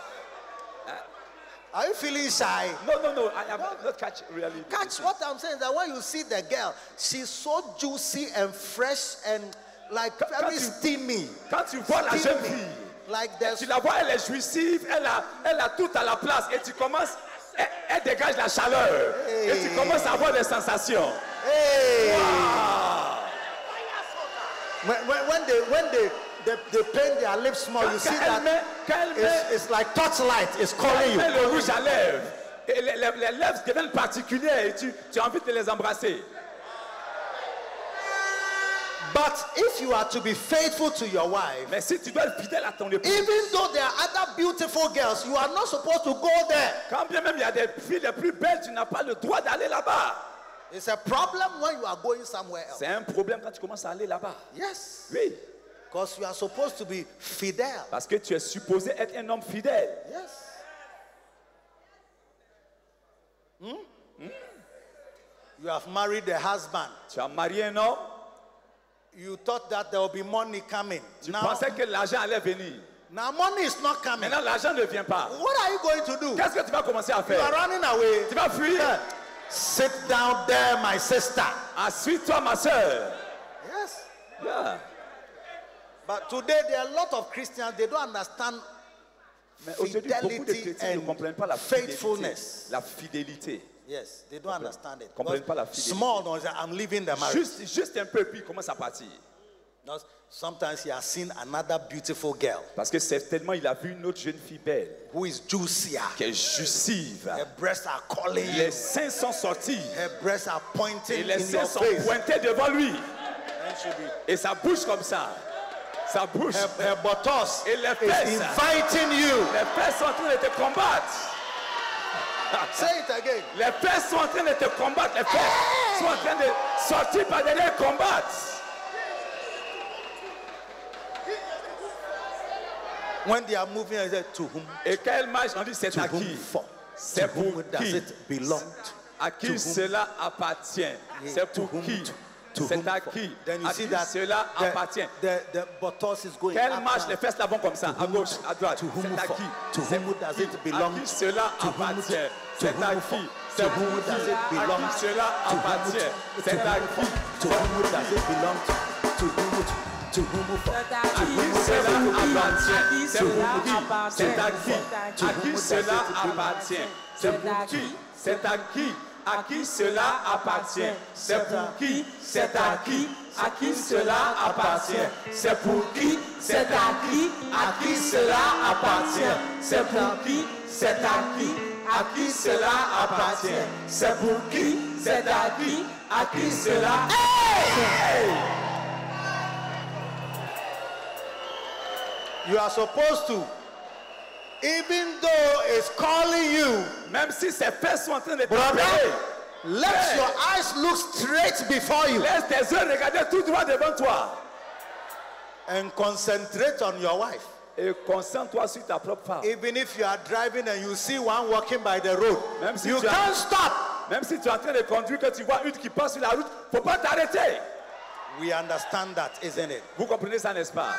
Speaker 2: are you feeling shy?
Speaker 3: Non, non, non, I am not catch really.
Speaker 2: Catch what I'm saying that when you see the girl, she's so juicy and fresh and like
Speaker 3: Ca-
Speaker 2: very
Speaker 3: catch you.
Speaker 2: steamy.
Speaker 3: Quand tu vois la jeune
Speaker 2: Steamy.
Speaker 3: fille,
Speaker 2: Like
Speaker 3: tu
Speaker 2: there's
Speaker 3: la vois, elle est jouissive, elle a, elle a tout à la place et tu commences, elle, elle dégage la chaleur. Et tu commences à avoir des sensations.
Speaker 2: Hey! When, when, when they when they, they, they paint their lips small,
Speaker 3: Quand,
Speaker 2: you
Speaker 3: quand
Speaker 2: see
Speaker 3: elle met,
Speaker 2: that
Speaker 3: quand elle met-
Speaker 2: it's, it's like torchlight is
Speaker 3: elle
Speaker 2: calling you.
Speaker 3: met le rouge à lèvres, et les, les- les lèvres deviennent particulières et tu, tu as envie de les embrasser.
Speaker 2: But if you are to be faithful to your wife,
Speaker 3: Mais si tu dois être fidèle à ton épouse,
Speaker 2: even though there are other beautiful girls, you are not supposed to go there.
Speaker 3: quand bien même il y a des filles les plus belles, tu n'as pas le droit d'aller là-bas.
Speaker 2: It's a problem when you are going somewhere else.
Speaker 3: C'est un problème quand tu commences à aller là-bas.
Speaker 2: Yes.
Speaker 3: Oui,
Speaker 2: Because you are supposed to be fidel.
Speaker 3: parce que tu es supposé être un homme fidèle.
Speaker 2: Yes. Hmm? You have married the husband.
Speaker 3: Tu as marié un homme,
Speaker 2: You thought that there will be money coming.
Speaker 3: tu
Speaker 2: Now,
Speaker 3: pensais que l'argent allait venir.
Speaker 2: now money is not coming.
Speaker 3: Maintenant, l'argent ne vient pas.
Speaker 2: What are you going to do?
Speaker 3: Qu'est-ce que tu vas commencer à
Speaker 2: You are
Speaker 3: faire
Speaker 2: running away. Eh,
Speaker 3: Tu vas fuir.
Speaker 2: Sit down there, my sister.
Speaker 3: Assis-toi, ma soeur.
Speaker 2: Yes. But today there are a lot of Christians, they don't understand
Speaker 3: Mais aujourd'hui, beaucoup de
Speaker 2: Fidelity
Speaker 3: chrétiens ne
Speaker 2: and
Speaker 3: comprennent pas la fidélité.
Speaker 2: faithfulness.
Speaker 3: La fidélité.
Speaker 2: Yes, they don't understand it.
Speaker 3: Comprennent
Speaker 2: Because
Speaker 3: pas la fidélité.
Speaker 2: Small, no, I'm leaving the marriage.
Speaker 3: Juste, juste un peu, puis il commence à partir.
Speaker 2: Because Sometimes he has seen another beautiful girl
Speaker 3: Parce que certainement, il a vu une autre jeune fille belle,
Speaker 2: who is juicier.
Speaker 3: qui est jussive.
Speaker 2: Her breasts are calling
Speaker 3: Les
Speaker 2: you.
Speaker 3: seins sont sortis.
Speaker 2: Her breasts are
Speaker 3: Et
Speaker 2: pointing
Speaker 3: les
Speaker 2: in your
Speaker 3: seins sont
Speaker 2: face.
Speaker 3: pointés devant lui.
Speaker 2: And she be-
Speaker 3: Et ça bouge comme ça. Ça bouge.
Speaker 2: Her, her buttocks
Speaker 3: Et les
Speaker 2: is
Speaker 3: fesses.
Speaker 2: inviting you.
Speaker 3: Les fesses sont en train de te combattre.
Speaker 2: Say it again.
Speaker 3: Les fesses sont en train de te combattre. Les fesses sont en train de sortir par derrière et combattre.
Speaker 2: When they are moving, I say, to whom,
Speaker 3: Et quand elle marche, on dit c'est
Speaker 2: to
Speaker 3: à
Speaker 2: whom
Speaker 3: qui
Speaker 2: for?
Speaker 3: C'est
Speaker 2: To
Speaker 3: pour
Speaker 2: whom does
Speaker 3: qui
Speaker 2: it belong? to?
Speaker 3: À
Speaker 2: To
Speaker 3: qui
Speaker 2: whom-
Speaker 3: cela appartient C'est pour
Speaker 2: whom-
Speaker 3: qui
Speaker 2: to
Speaker 3: C'est
Speaker 2: whom
Speaker 3: à
Speaker 2: for?
Speaker 3: qui
Speaker 2: Then you
Speaker 3: À
Speaker 2: see
Speaker 3: qui
Speaker 2: that
Speaker 3: cela
Speaker 2: the,
Speaker 3: appartient
Speaker 2: The, the buttocks is going
Speaker 3: Quelle
Speaker 2: up
Speaker 3: marche
Speaker 2: now.
Speaker 3: les fesses l'avant comme ça, à
Speaker 2: whom-
Speaker 3: gauche, à droite.
Speaker 2: to whom
Speaker 3: C'est à
Speaker 2: for?
Speaker 3: qui
Speaker 2: To
Speaker 3: C'est
Speaker 2: whom
Speaker 3: pour
Speaker 2: does
Speaker 3: qui
Speaker 2: it belong?
Speaker 3: À qui cela
Speaker 2: To whom-
Speaker 3: appartient
Speaker 2: to
Speaker 3: C'est à
Speaker 2: whom for?
Speaker 3: qui C'est
Speaker 2: To
Speaker 3: pour
Speaker 2: whom
Speaker 3: qui
Speaker 2: does it
Speaker 3: À
Speaker 2: belong?
Speaker 3: qui cela
Speaker 2: To whom
Speaker 3: appartient
Speaker 2: it- to
Speaker 3: C'est à
Speaker 2: whom-
Speaker 3: qui
Speaker 2: To whom does it belong? To whom it- to whom for?
Speaker 4: C'est à
Speaker 3: À qui cela appartient C'est pour qui
Speaker 4: appartient
Speaker 3: C'est à qui
Speaker 4: C'est
Speaker 3: À qui cela appartient C'est pour
Speaker 4: à
Speaker 3: qui
Speaker 4: qui
Speaker 3: C'est à qui À qui cela appartient C'est pour qui C'est à qui À qui cela appartient C'est pour qui C'est à qui À qui cela appartient C'est pour qui C'est à qui À qui cela appartient C'est pour qui C'est à qui À qui cela
Speaker 2: You are supposed to, even though it's calling you,
Speaker 3: Même si ces fesses sont en train de
Speaker 2: brother,
Speaker 3: t'appeler,
Speaker 2: let
Speaker 3: Hey.
Speaker 2: your eyes look straight before you
Speaker 3: laisse tes yeux regarder tout droit devant toi.
Speaker 2: and concentrate on your wife.
Speaker 3: Et concentre-toi sur ta propre femme.
Speaker 2: Even if you are driving and you see one walking by the road,
Speaker 3: Même si
Speaker 2: you
Speaker 3: tu as-
Speaker 2: can't stop.
Speaker 3: Même si tu es en train de conduire, que tu vois une qui passe sur la route, faut pas t'arrêter.
Speaker 2: We understand that, isn't it?
Speaker 3: Vous comprenez ça, n'est-ce pas?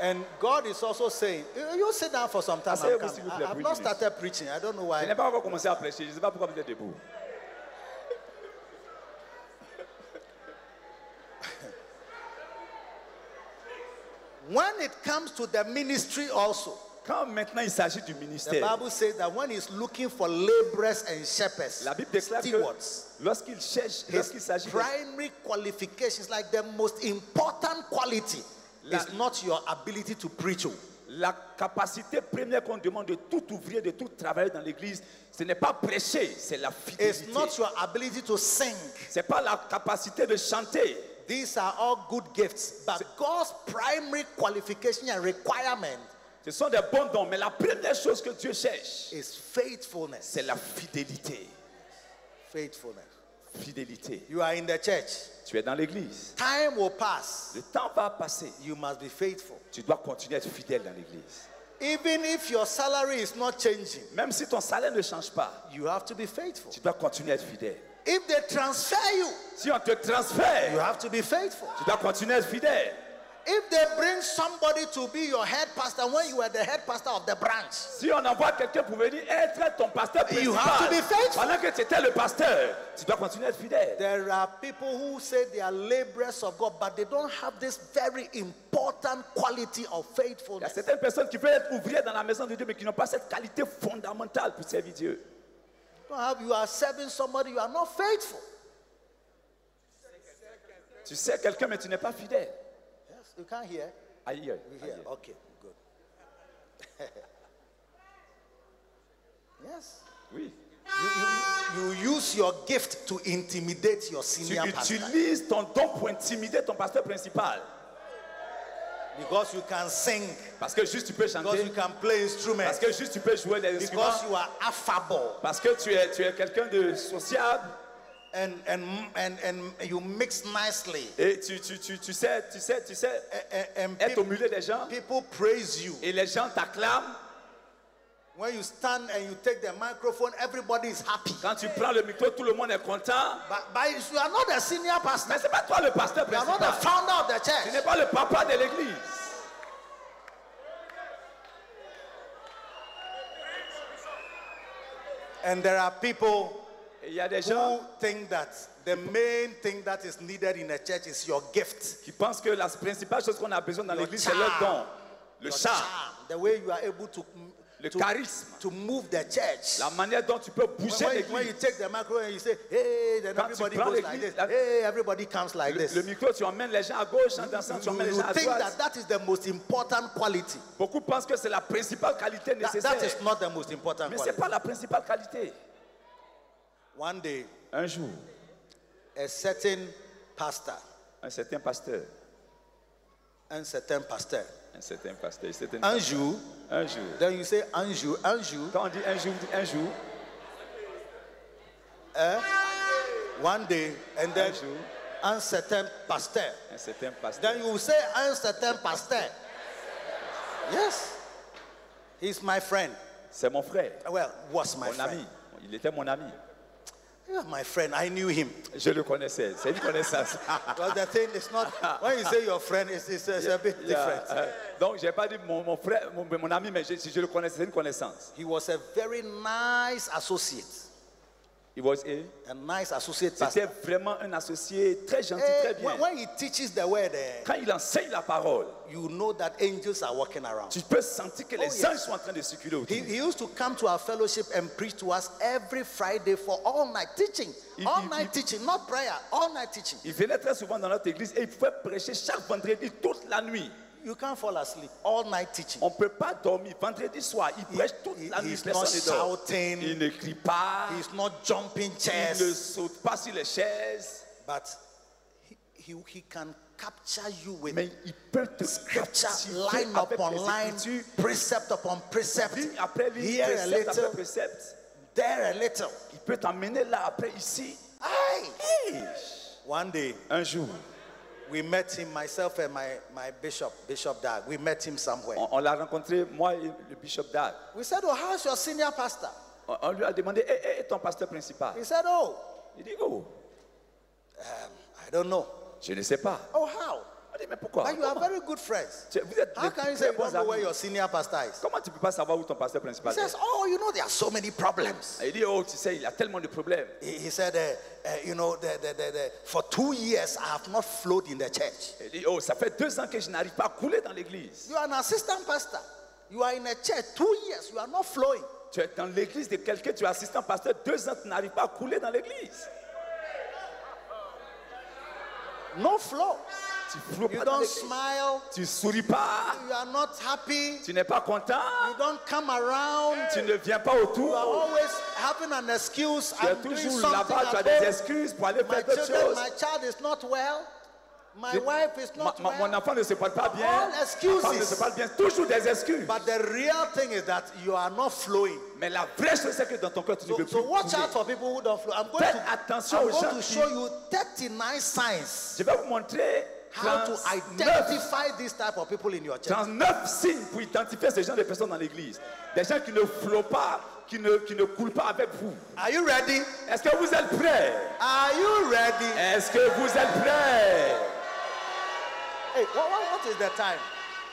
Speaker 2: And God is also saying, you you sit down for some time.
Speaker 3: Asseyez-vous,
Speaker 2: I'm
Speaker 3: s'il
Speaker 2: coming.
Speaker 3: vous
Speaker 2: I
Speaker 3: plaît,
Speaker 2: have
Speaker 3: pour
Speaker 2: not
Speaker 3: une minute.
Speaker 2: started preaching. I don't know
Speaker 3: Je
Speaker 2: why.
Speaker 3: n'ai pas encore commencé à prêcher, je ne sais pas pourquoi vous êtes debout.
Speaker 2: When it comes to the ministry, also,
Speaker 3: Quand maintenant il s'agit du
Speaker 2: the
Speaker 3: ministère,
Speaker 2: Bible says that when He's looking for laborers and shepherds,
Speaker 3: la Bible déclare
Speaker 2: stewards,
Speaker 3: que lorsqu'il cherche,
Speaker 2: His
Speaker 3: lorsqu'il s'agit de
Speaker 2: primary qualifications, like the most important quality,
Speaker 3: La-
Speaker 2: is not your ability to preach. oh.
Speaker 3: la capacité première qu'on demande de tout ouvrier, de tout travailler dans l'église, ce n'est pas prêcher, c'est la
Speaker 2: It's
Speaker 3: fidélité.
Speaker 2: not your ability to sing.
Speaker 3: Ce n'est pas la capacité de chanter.
Speaker 2: These are all good gifts, but God's primary qualification and requirement
Speaker 3: Ce sont des bons dons, mais la première chose que Dieu cherche,
Speaker 2: is faithfulness.
Speaker 3: c'est la fidélité.
Speaker 2: Faithfulness.
Speaker 3: Fidélité.
Speaker 2: You are in the church.
Speaker 3: Tu es dans l'église.
Speaker 2: Time will pass.
Speaker 3: Le temps va passer.
Speaker 2: You must be faithful.
Speaker 3: Tu dois continuer à être fidèle dans l'église.
Speaker 2: Even if your salary is not changing,
Speaker 3: Même si ton salaire ne change pas,
Speaker 2: you have to be faithful.
Speaker 3: tu dois continuer à être fidèle.
Speaker 2: If they transfer you,
Speaker 3: Si on te
Speaker 2: you
Speaker 3: transfère,
Speaker 2: have to be faithful.
Speaker 3: tu dois continuer à être fidèle.
Speaker 2: If they bring somebody to be your head pastor when you were the head pastor of the branch,
Speaker 3: Si on envoie quelqu'un pour venir être ton pasteur
Speaker 2: You
Speaker 3: principal,
Speaker 2: have to be faithful.
Speaker 3: pendant que tu étais le pasteur, tu dois continuer à être fidèle.
Speaker 2: there are people who say they are laborers of God, but they don't have this very important quality of
Speaker 3: Il y a
Speaker 2: faithfulness.
Speaker 3: certaines personnes qui peuvent être ouvrières dans la maison de Dieu, mais qui n'ont pas cette qualité fondamentale pour servir Dieu.
Speaker 2: You, don't have, you are serving somebody, you are not faithful.
Speaker 3: Tu sais quelqu'un, mais tu n'es pas fidèle.
Speaker 2: Yes, you can't hear.
Speaker 3: Aïe, aïe,
Speaker 2: You hear?
Speaker 3: aïe.
Speaker 2: Okay, good. yes.
Speaker 3: Oui.
Speaker 2: You, you, you use your gift to intimidate your
Speaker 3: Tu
Speaker 2: senior pastor
Speaker 3: utilises ton don pour intimider ton pasteur principal.
Speaker 2: because you can sing,
Speaker 3: Parce que juste tu peux
Speaker 2: because you
Speaker 3: chanter,
Speaker 2: can play
Speaker 3: parce
Speaker 2: instruments,
Speaker 3: que juste tu peux jouer les instruments,
Speaker 2: because you are affable.
Speaker 3: parce que tu es, tu es quelqu'un de sociable
Speaker 2: and and and and you mix nicely
Speaker 3: et tu, tu, tu, tu sais, tu sais, tu sais
Speaker 2: and, and
Speaker 3: être au
Speaker 2: peop-
Speaker 3: milieu des gens
Speaker 2: people praise you
Speaker 3: et les gens t'acclament.
Speaker 2: when you stand and you take the microphone everybody is happy
Speaker 3: Quand tu prends le micro, tout le monde est content.
Speaker 2: but, but you are not a senior pastor
Speaker 3: Mais c'est pas toi le pasteur
Speaker 2: you are not the
Speaker 3: principal.
Speaker 2: founder of the
Speaker 3: Tu
Speaker 2: church
Speaker 3: n'es pas le papa de l'église.
Speaker 2: and there are people
Speaker 3: Et Il y a des gens
Speaker 2: who think that the main thing that is needed in a church is your gift
Speaker 3: qui pensent que la principale chose qu'on a besoin dans
Speaker 2: Your
Speaker 3: l'église, c'est le don,
Speaker 2: charme.
Speaker 3: le
Speaker 2: your
Speaker 3: charme,
Speaker 2: the way you are able to
Speaker 3: le
Speaker 2: to,
Speaker 3: charisme,
Speaker 2: to move the church
Speaker 3: la manière dont tu peux
Speaker 2: When-
Speaker 3: bouger
Speaker 2: when, you- when you
Speaker 3: l'église.
Speaker 2: take the microphone and you say hey then
Speaker 3: Quand tu
Speaker 2: everybody
Speaker 3: prends
Speaker 2: goes like
Speaker 3: l'église,
Speaker 2: this
Speaker 3: la-
Speaker 2: hey everybody comes like
Speaker 3: Le,
Speaker 2: this
Speaker 3: le micro, tu emmènes les gens à gauche, hein, en dansant, tu
Speaker 2: You,
Speaker 3: emmènes les
Speaker 2: you
Speaker 3: gens à
Speaker 2: think that
Speaker 3: droite.
Speaker 2: that is the most important quality.
Speaker 3: Beaucoup pensent que c'est la principale qualité
Speaker 2: That, that is
Speaker 3: nécessaire.
Speaker 2: not the most important
Speaker 3: Mais ce n'est
Speaker 2: quality.
Speaker 3: pas la principale qualité.
Speaker 2: One day,
Speaker 3: Un jour,
Speaker 2: a certain pastor,
Speaker 3: un certain pasteur,
Speaker 2: un certain pasteur,
Speaker 3: un certain pasteur, un certain-
Speaker 2: un jour,
Speaker 3: un jour.
Speaker 2: then you say un jour, un jour,
Speaker 3: Quand on dit un jour, on dit un jour,
Speaker 2: one day, and
Speaker 3: un
Speaker 2: then
Speaker 3: jour,
Speaker 2: un certain pasteur.
Speaker 3: un certain pasteur.
Speaker 2: Then you say un certain pasteur. Yes, he's my friend.
Speaker 3: C'est mon frère,
Speaker 2: Well, was my
Speaker 3: mon ami.
Speaker 2: friend.
Speaker 3: Il était mon ami.
Speaker 2: Yeah, my friend. I knew him.
Speaker 3: Je le connaissais. C'est une connaissance.
Speaker 2: Because the thing is not when you say your friend, it's, it's, it's a bit different.
Speaker 3: Yeah, euh, donc, je n'ai pas dit mon, mon frère, mon, mon ami, mais je, je le connaissais. C'est une connaissance.
Speaker 2: He was a very nice associate.
Speaker 3: Il was a-
Speaker 2: a nice associate
Speaker 3: C'était
Speaker 2: pastor.
Speaker 3: vraiment un associé très gentil,
Speaker 2: Eh,
Speaker 3: très bien.
Speaker 2: when, when he teaches the word, eh,
Speaker 3: Quand il enseigne la parole,
Speaker 2: you know that angels are walking around.
Speaker 3: tu peux sentir que les
Speaker 2: Oh, yes.
Speaker 3: anges sont en train de circuler autour.
Speaker 2: He, he used to come to our fellowship and preach to us every Friday for all night teaching,
Speaker 3: He-
Speaker 2: all
Speaker 3: he-
Speaker 2: night
Speaker 3: he-
Speaker 2: teaching, not prayer, all night teaching.
Speaker 3: Il venait très souvent dans notre église et il pouvait prêcher chaque vendredi toute la nuit.
Speaker 2: You can't fall asleep, all night teaching.
Speaker 3: On ne peut pas dormir. Vendredi soir, il prêche toute
Speaker 2: he-
Speaker 3: la nuit.
Speaker 2: he's
Speaker 3: Personne
Speaker 2: not
Speaker 3: ne dort.
Speaker 2: shouting.
Speaker 3: Il ne crie pas.
Speaker 2: He's not jumping
Speaker 3: Il ne
Speaker 2: chairs,
Speaker 3: saute pas sur les chaises.
Speaker 2: but he, he, he can capture you with
Speaker 3: Mais il peut te
Speaker 2: scripture,
Speaker 3: captiver
Speaker 2: line
Speaker 3: avec
Speaker 2: upon
Speaker 3: les
Speaker 2: line,
Speaker 3: Écritures.
Speaker 2: precept upon precept,
Speaker 3: Ligne après ligne,
Speaker 2: here a
Speaker 3: précepte après
Speaker 2: little,
Speaker 3: précepte.
Speaker 2: there a little.
Speaker 3: Il peut t'emmener là, après ici.
Speaker 2: Aye.
Speaker 3: Hey!
Speaker 2: One day,
Speaker 3: Un jour,
Speaker 2: We met him, myself and my, my bishop, Bishop Dag. We met him somewhere.
Speaker 3: on, on l'a rencontré, moi et le bishop Dad.
Speaker 2: We said, Oh, how's your senior pastor?
Speaker 3: On, on lui a demandé, hé, hé, ton pasteur principal.
Speaker 2: He said, Oh,
Speaker 3: Il dit, oh,
Speaker 2: I don't know.
Speaker 3: je ne sais pas.
Speaker 2: Oh, how?
Speaker 3: On dit, mais pourquoi
Speaker 2: But you are
Speaker 3: Comment
Speaker 2: very good friends.
Speaker 3: Tu- Vous êtes
Speaker 2: How
Speaker 3: de
Speaker 2: can you
Speaker 3: très
Speaker 2: say you
Speaker 3: bons
Speaker 2: don't know where
Speaker 3: amis.
Speaker 2: your senior pastor is?
Speaker 3: Comment tu ne peux pas savoir où ton pasteur
Speaker 2: He
Speaker 3: principal
Speaker 2: says,
Speaker 3: est
Speaker 2: Oh, you know, there are so many problems.
Speaker 3: Il dit, oh, tu sais, il y a tellement de problèmes.
Speaker 2: He, he said, uh, uh, You know, the, the, the, the, for two years I have not flowed in the church.
Speaker 3: Il dit, oh, ça fait deux ans que je n'arrive pas à couler dans l'église.
Speaker 2: You are an assistant pastor. You are in a church two years, you are not flowing.
Speaker 3: Tu es dans l'église de quelqu'un, tu es assistant pasteur, deux ans, tu n'arrives pas à couler dans l'église.
Speaker 2: No flow.
Speaker 3: Tu floues
Speaker 2: You
Speaker 3: pas dans
Speaker 2: don't
Speaker 3: l'église.
Speaker 2: smile.
Speaker 3: Tu souris pas.
Speaker 2: You are not happy.
Speaker 3: Tu n'es pas content.
Speaker 2: You don't come around.
Speaker 3: Tu ne viens pas
Speaker 2: You are
Speaker 3: autour.
Speaker 2: always having an excuse.
Speaker 3: Tu es
Speaker 2: I'm doing
Speaker 3: toujours
Speaker 2: something
Speaker 3: là-bas, tu as
Speaker 2: at
Speaker 3: des
Speaker 2: home.
Speaker 3: excuses pour aller
Speaker 2: My
Speaker 3: faire d'autres
Speaker 2: children,
Speaker 3: choses.
Speaker 2: my child is not well. My wife is
Speaker 3: Ma-
Speaker 2: not
Speaker 3: ma-
Speaker 2: well.
Speaker 3: mon enfant ne se porte pas bien.
Speaker 2: All excuses.
Speaker 3: Mon femme ne se porte bien. Toujours des excuses.
Speaker 2: But the real thing is that you are not flowing.
Speaker 3: Mais la vraie chose, c'est que dans ton cœur, tu ne
Speaker 2: So,
Speaker 3: veux
Speaker 2: so
Speaker 3: plus
Speaker 2: watch
Speaker 3: couler.
Speaker 2: out for people who don't flow. I'm going
Speaker 3: Faites
Speaker 2: to,
Speaker 3: attention
Speaker 2: I'm
Speaker 3: aux
Speaker 2: going
Speaker 3: gens
Speaker 2: to
Speaker 3: qui-
Speaker 2: show you 39 signs
Speaker 3: Je vais vous montrer
Speaker 2: how to
Speaker 3: 39,
Speaker 2: identify this type of people in your church.
Speaker 3: 39 signes pour identifier ce genre de personnes dans l'église. Des gens qui ne flottent pas, qui ne, qui ne coulent pas avec vous.
Speaker 2: Are you ready?
Speaker 3: Est-ce que vous êtes prêts Eh.
Speaker 2: Are you ready?
Speaker 3: Est-ce que vous êtes prêts
Speaker 2: Hey, what, what- what is the time?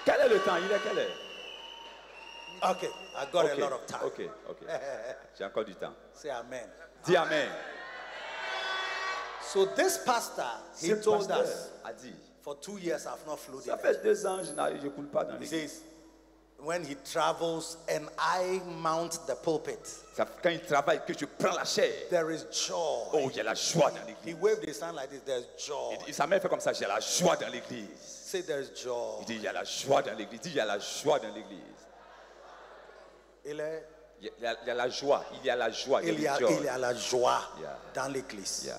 Speaker 3: Quel est le temps Il est quelle heure
Speaker 2: Okay, I got
Speaker 3: Ok,
Speaker 2: a lot of time.
Speaker 3: Ok, ok. J'ai encore du temps.
Speaker 2: Say amen.
Speaker 3: Dis Amen.
Speaker 2: So this pastor, he
Speaker 3: Ce
Speaker 2: told
Speaker 3: pasteur
Speaker 2: us,
Speaker 3: a dit
Speaker 2: for two years I've not flown
Speaker 3: Ça
Speaker 2: yet.
Speaker 3: fait deux ans, je n'arrive- je ne coule pas dans
Speaker 2: He
Speaker 3: l'église.
Speaker 2: says, when he travels and I mount the pulpit,
Speaker 3: Ça fait- Quand il travaille, que je prends la chair.
Speaker 2: there is joy.
Speaker 3: Oh, il y a la joie dans
Speaker 2: He
Speaker 3: l'église.
Speaker 2: waved his hand like this, there's joy.
Speaker 3: Il- Sa mère fait comme ça j'ai la joie dans l'église.
Speaker 2: Say there's joy.
Speaker 3: Il dit il y a la joie dans l'église. Il dit il y a la joie dans l'église.
Speaker 2: Ele-
Speaker 3: Il y, a, il y a la joie, il y a la joie, il
Speaker 2: Il
Speaker 3: y
Speaker 2: y
Speaker 3: a
Speaker 2: a,
Speaker 3: la joie.
Speaker 2: il y a la joie
Speaker 3: Yeah.
Speaker 2: dans l'église.
Speaker 3: Yeah.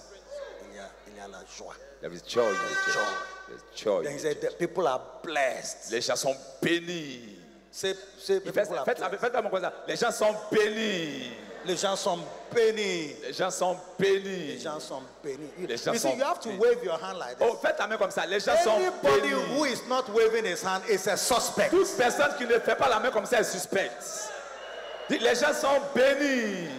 Speaker 2: Il, y a, il y a la joie.
Speaker 3: There is joy in the church. There's joy
Speaker 2: Then he
Speaker 3: in the
Speaker 2: said,
Speaker 3: church.
Speaker 2: the people are blessed.
Speaker 3: Les gens sont bénis.
Speaker 2: Say, say
Speaker 3: Il
Speaker 2: people
Speaker 3: fait-
Speaker 2: are
Speaker 3: Faites la-
Speaker 2: blessed.
Speaker 3: faites la mon voisin. Les gens sont bénis.
Speaker 2: Les gens sont bénis.
Speaker 3: Les gens sont
Speaker 2: Les
Speaker 3: bénis.
Speaker 2: gens sont bénis. You,
Speaker 3: Les gens
Speaker 2: you see,
Speaker 3: sont
Speaker 2: you have to
Speaker 3: bénis.
Speaker 2: wave your hand like this.
Speaker 3: Oh, faites la main comme ça. Les gens sont
Speaker 2: Anybody who
Speaker 3: bénis.
Speaker 2: is not waving his hand is a suspect.
Speaker 3: Toute personne qui ne fait pas la main comme ça est suspecte. Dites, Les gens sont bénis.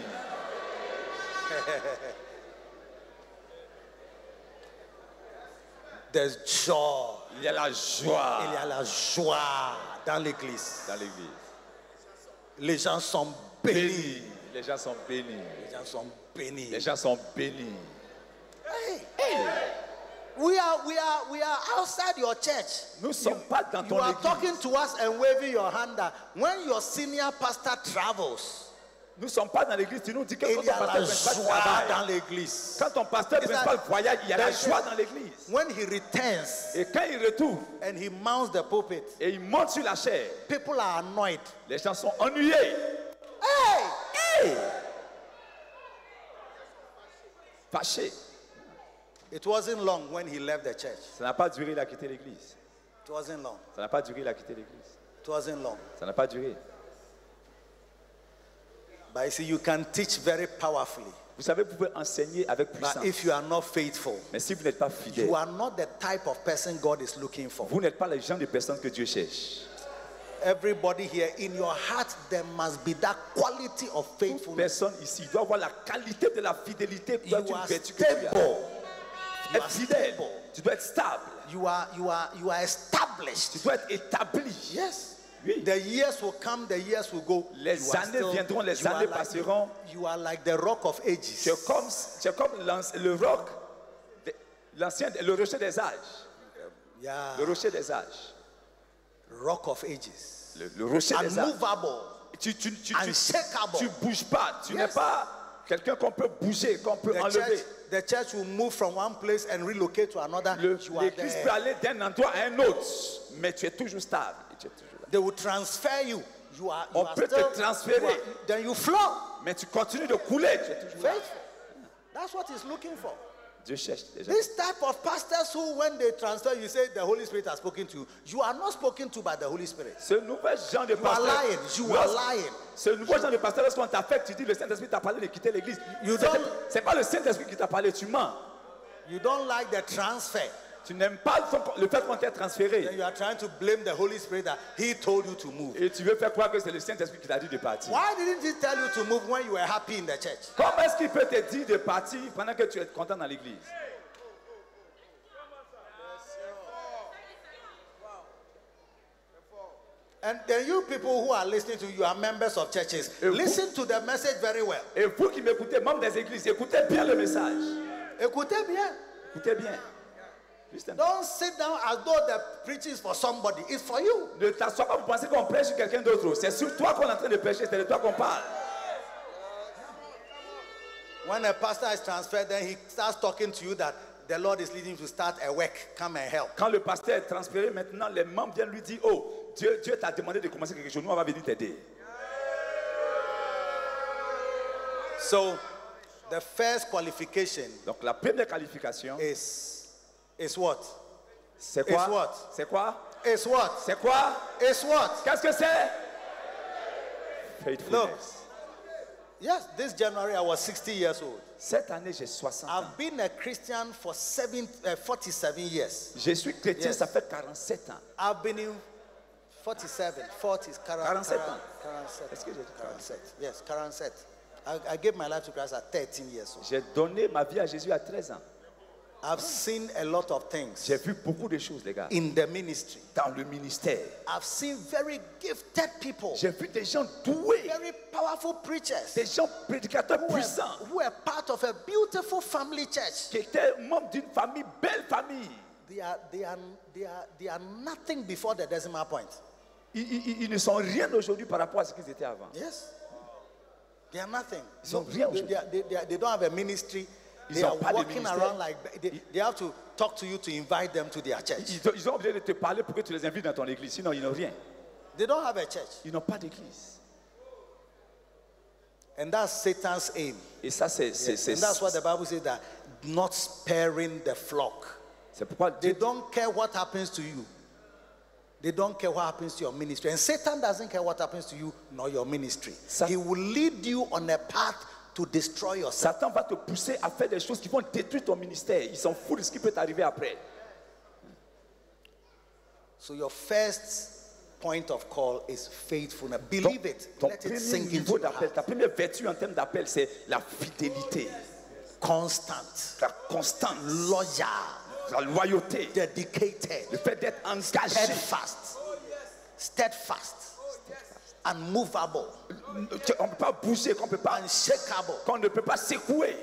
Speaker 2: There's joy.
Speaker 3: Il y a la joie
Speaker 2: Il y a la joie dans l'église.
Speaker 3: dans l'église.
Speaker 2: Les gens sont bénis.
Speaker 3: Bénis. Les gens sont bénis.
Speaker 2: Les gens sont bénis.
Speaker 3: Les gens sont bénis.
Speaker 2: We are, we are, we are outside your church.
Speaker 3: Nous ne sommes pas dans
Speaker 2: You
Speaker 3: ton
Speaker 2: are
Speaker 3: église.
Speaker 2: talking to us and waving your hand that when your senior pastor travels,
Speaker 3: Nous ne sommes pas dans l'église. Tu nous dis que quand
Speaker 2: il
Speaker 3: ton
Speaker 2: y a la
Speaker 3: pasteur principal
Speaker 2: joie
Speaker 3: travaille,
Speaker 2: dans l'église.
Speaker 3: quand ton pasteur
Speaker 2: It's
Speaker 3: principal
Speaker 2: like-
Speaker 3: voyage, il y a la
Speaker 2: That's it.
Speaker 3: joie dans l'église.
Speaker 2: When he returns
Speaker 3: Et quand il retourne
Speaker 2: and he mounts the pulpit,
Speaker 3: et il monte sur la chair,
Speaker 2: people are annoyed.
Speaker 3: les gens sont ennuyés,
Speaker 2: Hey!
Speaker 3: fâchés.
Speaker 2: It wasn't long when he left the church.
Speaker 3: Ça n'a pas duré, il a quitté l'église.
Speaker 2: It wasn't long.
Speaker 3: Ça n'a pas duré, il a quitté l'église.
Speaker 2: It wasn't long.
Speaker 3: Ça n'a pas duré.
Speaker 2: But you see, you can teach very powerfully.
Speaker 3: Vous savez, vous pouvez enseigner avec
Speaker 2: But
Speaker 3: puissance.
Speaker 2: if you are not faithful,
Speaker 3: Mais si vous n'êtes pas fidèle,
Speaker 2: you are not the type of person God is looking for.
Speaker 3: vous n'êtes pas les gens de personnes que Dieu cherche.
Speaker 2: Everybody here, in your heart, there must be that quality of faithfulness.
Speaker 3: Personne ici doit avoir la qualité de la fidélité.
Speaker 2: You
Speaker 3: Tu dois être une
Speaker 2: are
Speaker 3: vertu que tu as.
Speaker 2: stable. You
Speaker 3: Être
Speaker 2: are
Speaker 3: fidèle.
Speaker 2: stable.
Speaker 3: Tu dois être stable.
Speaker 2: You are you are you are
Speaker 3: Tu
Speaker 2: established.
Speaker 3: dois être établi.
Speaker 2: Yes.
Speaker 3: Oui.
Speaker 2: The years will come, the years will go.
Speaker 3: Les
Speaker 2: You are
Speaker 3: années viendront, les
Speaker 2: you are
Speaker 3: années
Speaker 2: like-
Speaker 3: passeront.
Speaker 2: You are like the rock of ages.
Speaker 3: Tu es comme, tu es comme l'anci- le roc, de- l'ancien, le rocher des âges.
Speaker 2: Yeah.
Speaker 3: Le rocher des âges.
Speaker 2: Rock of ages.
Speaker 3: Le, le rocher des âges.
Speaker 2: Unmovable.
Speaker 3: Tu, tu, tu, tu,
Speaker 2: Unshakable.
Speaker 3: tu bouges pas. Tu
Speaker 2: Yes.
Speaker 3: n'es pas quelqu'un qu'on peut bouger, qu'on peut
Speaker 2: The
Speaker 3: enlever.
Speaker 2: church, the church will move from one place and relocate to another.
Speaker 3: Le-
Speaker 2: You are
Speaker 3: L'église
Speaker 2: there.
Speaker 3: peut aller d'un endroit à un autre, mais tu es toujours stable. et tu es toujours là.
Speaker 2: They will transfer you. You are, you
Speaker 3: On
Speaker 2: are
Speaker 3: peut te
Speaker 2: still,
Speaker 3: transférer.
Speaker 2: you are- then you flow.
Speaker 3: Mais tu continues de couler. tu es toujours là.
Speaker 2: Faithful. That's what he's looking for.
Speaker 3: Dieu cherche les gens.
Speaker 2: This type of pastors who, when they transfer, you say the Holy Spirit has spoken to you. You are not spoken to by the Holy Spirit.
Speaker 3: Ce nouvel genre de
Speaker 2: You are
Speaker 3: pasteur.
Speaker 2: lying. You are
Speaker 3: lorsque-
Speaker 2: lying.
Speaker 3: Ce nouveau genre de pasteur, lorsqu'on t'affecte, tu dis le Saint-Esprit t'a parlé de quitter l'église.
Speaker 2: You
Speaker 3: C'est-
Speaker 2: don't-
Speaker 3: C'est pas le Saint-Esprit qui t'a parlé, tu mens.
Speaker 2: You don't like the transfer.
Speaker 3: Tu n'aimes pas ton- le fait qu'on t'ait
Speaker 2: Then
Speaker 3: transféré.
Speaker 2: you are trying to blame the Holy Spirit that He told you to move.
Speaker 3: Et tu veux faire croire que c'est le Saint-Esprit qui t'a dit de partir.
Speaker 2: Why didn't He tell you to move when you were happy in the church?
Speaker 3: Comment est-ce qu'il peut te dire de partir pendant que tu es content dans l'église
Speaker 2: And then you people who are listening to you are members of churches.
Speaker 3: Et vous-
Speaker 2: Listen to the message very well.
Speaker 3: Et vous qui m'écoutez, membres des églises, écoutez bien le message.
Speaker 2: Écoutez bien.
Speaker 3: Écoutez bien. Juste un peu.
Speaker 2: Don't sit down as though the preaching is for somebody. It's for you.
Speaker 3: Ne t'assois pas, vous pensez qu'on prêche sur quelqu'un d'autre. C'est sur toi qu'on est en train de prêcher, c'est de toi qu'on parle.
Speaker 2: When a pastor is transferred, then he starts talking to you that the Lord is leading you to start a work. Come and help.
Speaker 3: Quand le pasteur est transféré, maintenant les membres viennent lui dire Oh, Dieu, Dieu t'a demandé de commencer quelque chose, nous on va venir t'aider.
Speaker 2: So, the first qualification
Speaker 3: Donc la première qualification,
Speaker 2: is is what?
Speaker 3: c'est
Speaker 2: It's
Speaker 3: quoi
Speaker 2: what?
Speaker 3: C'est quoi
Speaker 2: Is what?
Speaker 3: C'est quoi
Speaker 2: Is what?
Speaker 3: Qu'est-ce que c'est Faithfulness.
Speaker 2: Yes, this January I was 60 years old.
Speaker 3: Cette année, j'ai 60 ans.
Speaker 2: I've been a Christian for seven, uh, 47 years.
Speaker 3: Je suis chrétien,
Speaker 2: Yes.
Speaker 3: ça fait 47 ans.
Speaker 2: I've been in 47, 40, 40
Speaker 3: 47.
Speaker 2: 47.
Speaker 3: Est-ce que j'ai dit
Speaker 2: 47? Yes, 47. I, I gave my life to Christ at 13 years old.
Speaker 3: J'ai donné ma vie à Jésus à 13 ans.
Speaker 2: I've seen a lot of things
Speaker 3: J'ai vu beaucoup de choses, les gars.
Speaker 2: in the ministry.
Speaker 3: Dans le ministère,
Speaker 2: I've seen very gifted people,
Speaker 3: j'ai vu des gens doués,
Speaker 2: very powerful preachers
Speaker 3: des gens prédicateurs
Speaker 2: who are,
Speaker 3: puissants,
Speaker 2: who are part of a beautiful family church.
Speaker 3: qui étaient membres d'une famille, belle famille.
Speaker 2: They are, they are, they are, they are nothing before the decimal point.
Speaker 3: Ils, ils- ils- ils ne sont rien aujourd'hui par rapport à ce qu'ils étaient avant.
Speaker 2: Yes. They are nothing.
Speaker 3: Ils ont rien
Speaker 2: they,
Speaker 3: aujourd'hui.
Speaker 2: they are- they- they are- they don't have a ministry.
Speaker 3: Ils
Speaker 2: They
Speaker 3: ont
Speaker 2: are
Speaker 3: pas de
Speaker 2: walking
Speaker 3: ministère.
Speaker 2: around like they, they have to talk to you to invite them to their church.
Speaker 3: Ils, ont- ils ont obligé de te parler pour que tu les invites dans ton église, sinon ils n'ont rien.
Speaker 2: They don't have a church.
Speaker 3: Ils n'ont pas d'église.
Speaker 2: And that's Satan's aim.
Speaker 3: Et ça, c'est c'est- c'est-
Speaker 2: And that's what the Bible says that not sparing the flock.
Speaker 3: c'est pourquoi
Speaker 2: They
Speaker 3: Dieu
Speaker 2: don't care what happens to you. They don't care what happens to your ministry. And Satan doesn't care what happens to you nor your ministry.
Speaker 3: Sa-
Speaker 2: he will lead you on a path to destroy yourself.
Speaker 3: Satan va te pousser à faire des choses qui vont détruire ton ministère. Il s'en fout de ce qui peut t'arriver après.
Speaker 2: So your first point of call is faithfulness. Believe it.
Speaker 3: ton
Speaker 2: Let it
Speaker 3: premier
Speaker 2: sink
Speaker 3: niveau
Speaker 2: into your
Speaker 3: d'appel,
Speaker 2: heart.
Speaker 3: ta première vertu en termes d'appel, c'est la fidélité,
Speaker 2: Constant,
Speaker 3: la constance,
Speaker 2: loyal,
Speaker 3: la loyauté, le
Speaker 2: dedicated,
Speaker 3: fait d'être engagé,
Speaker 2: steadfast, steadfast, unmovable,
Speaker 3: qu'on ne peut pas bouger, qu'on ne peut pas,
Speaker 2: unshakable.
Speaker 3: qu'on ne peut pas secouer.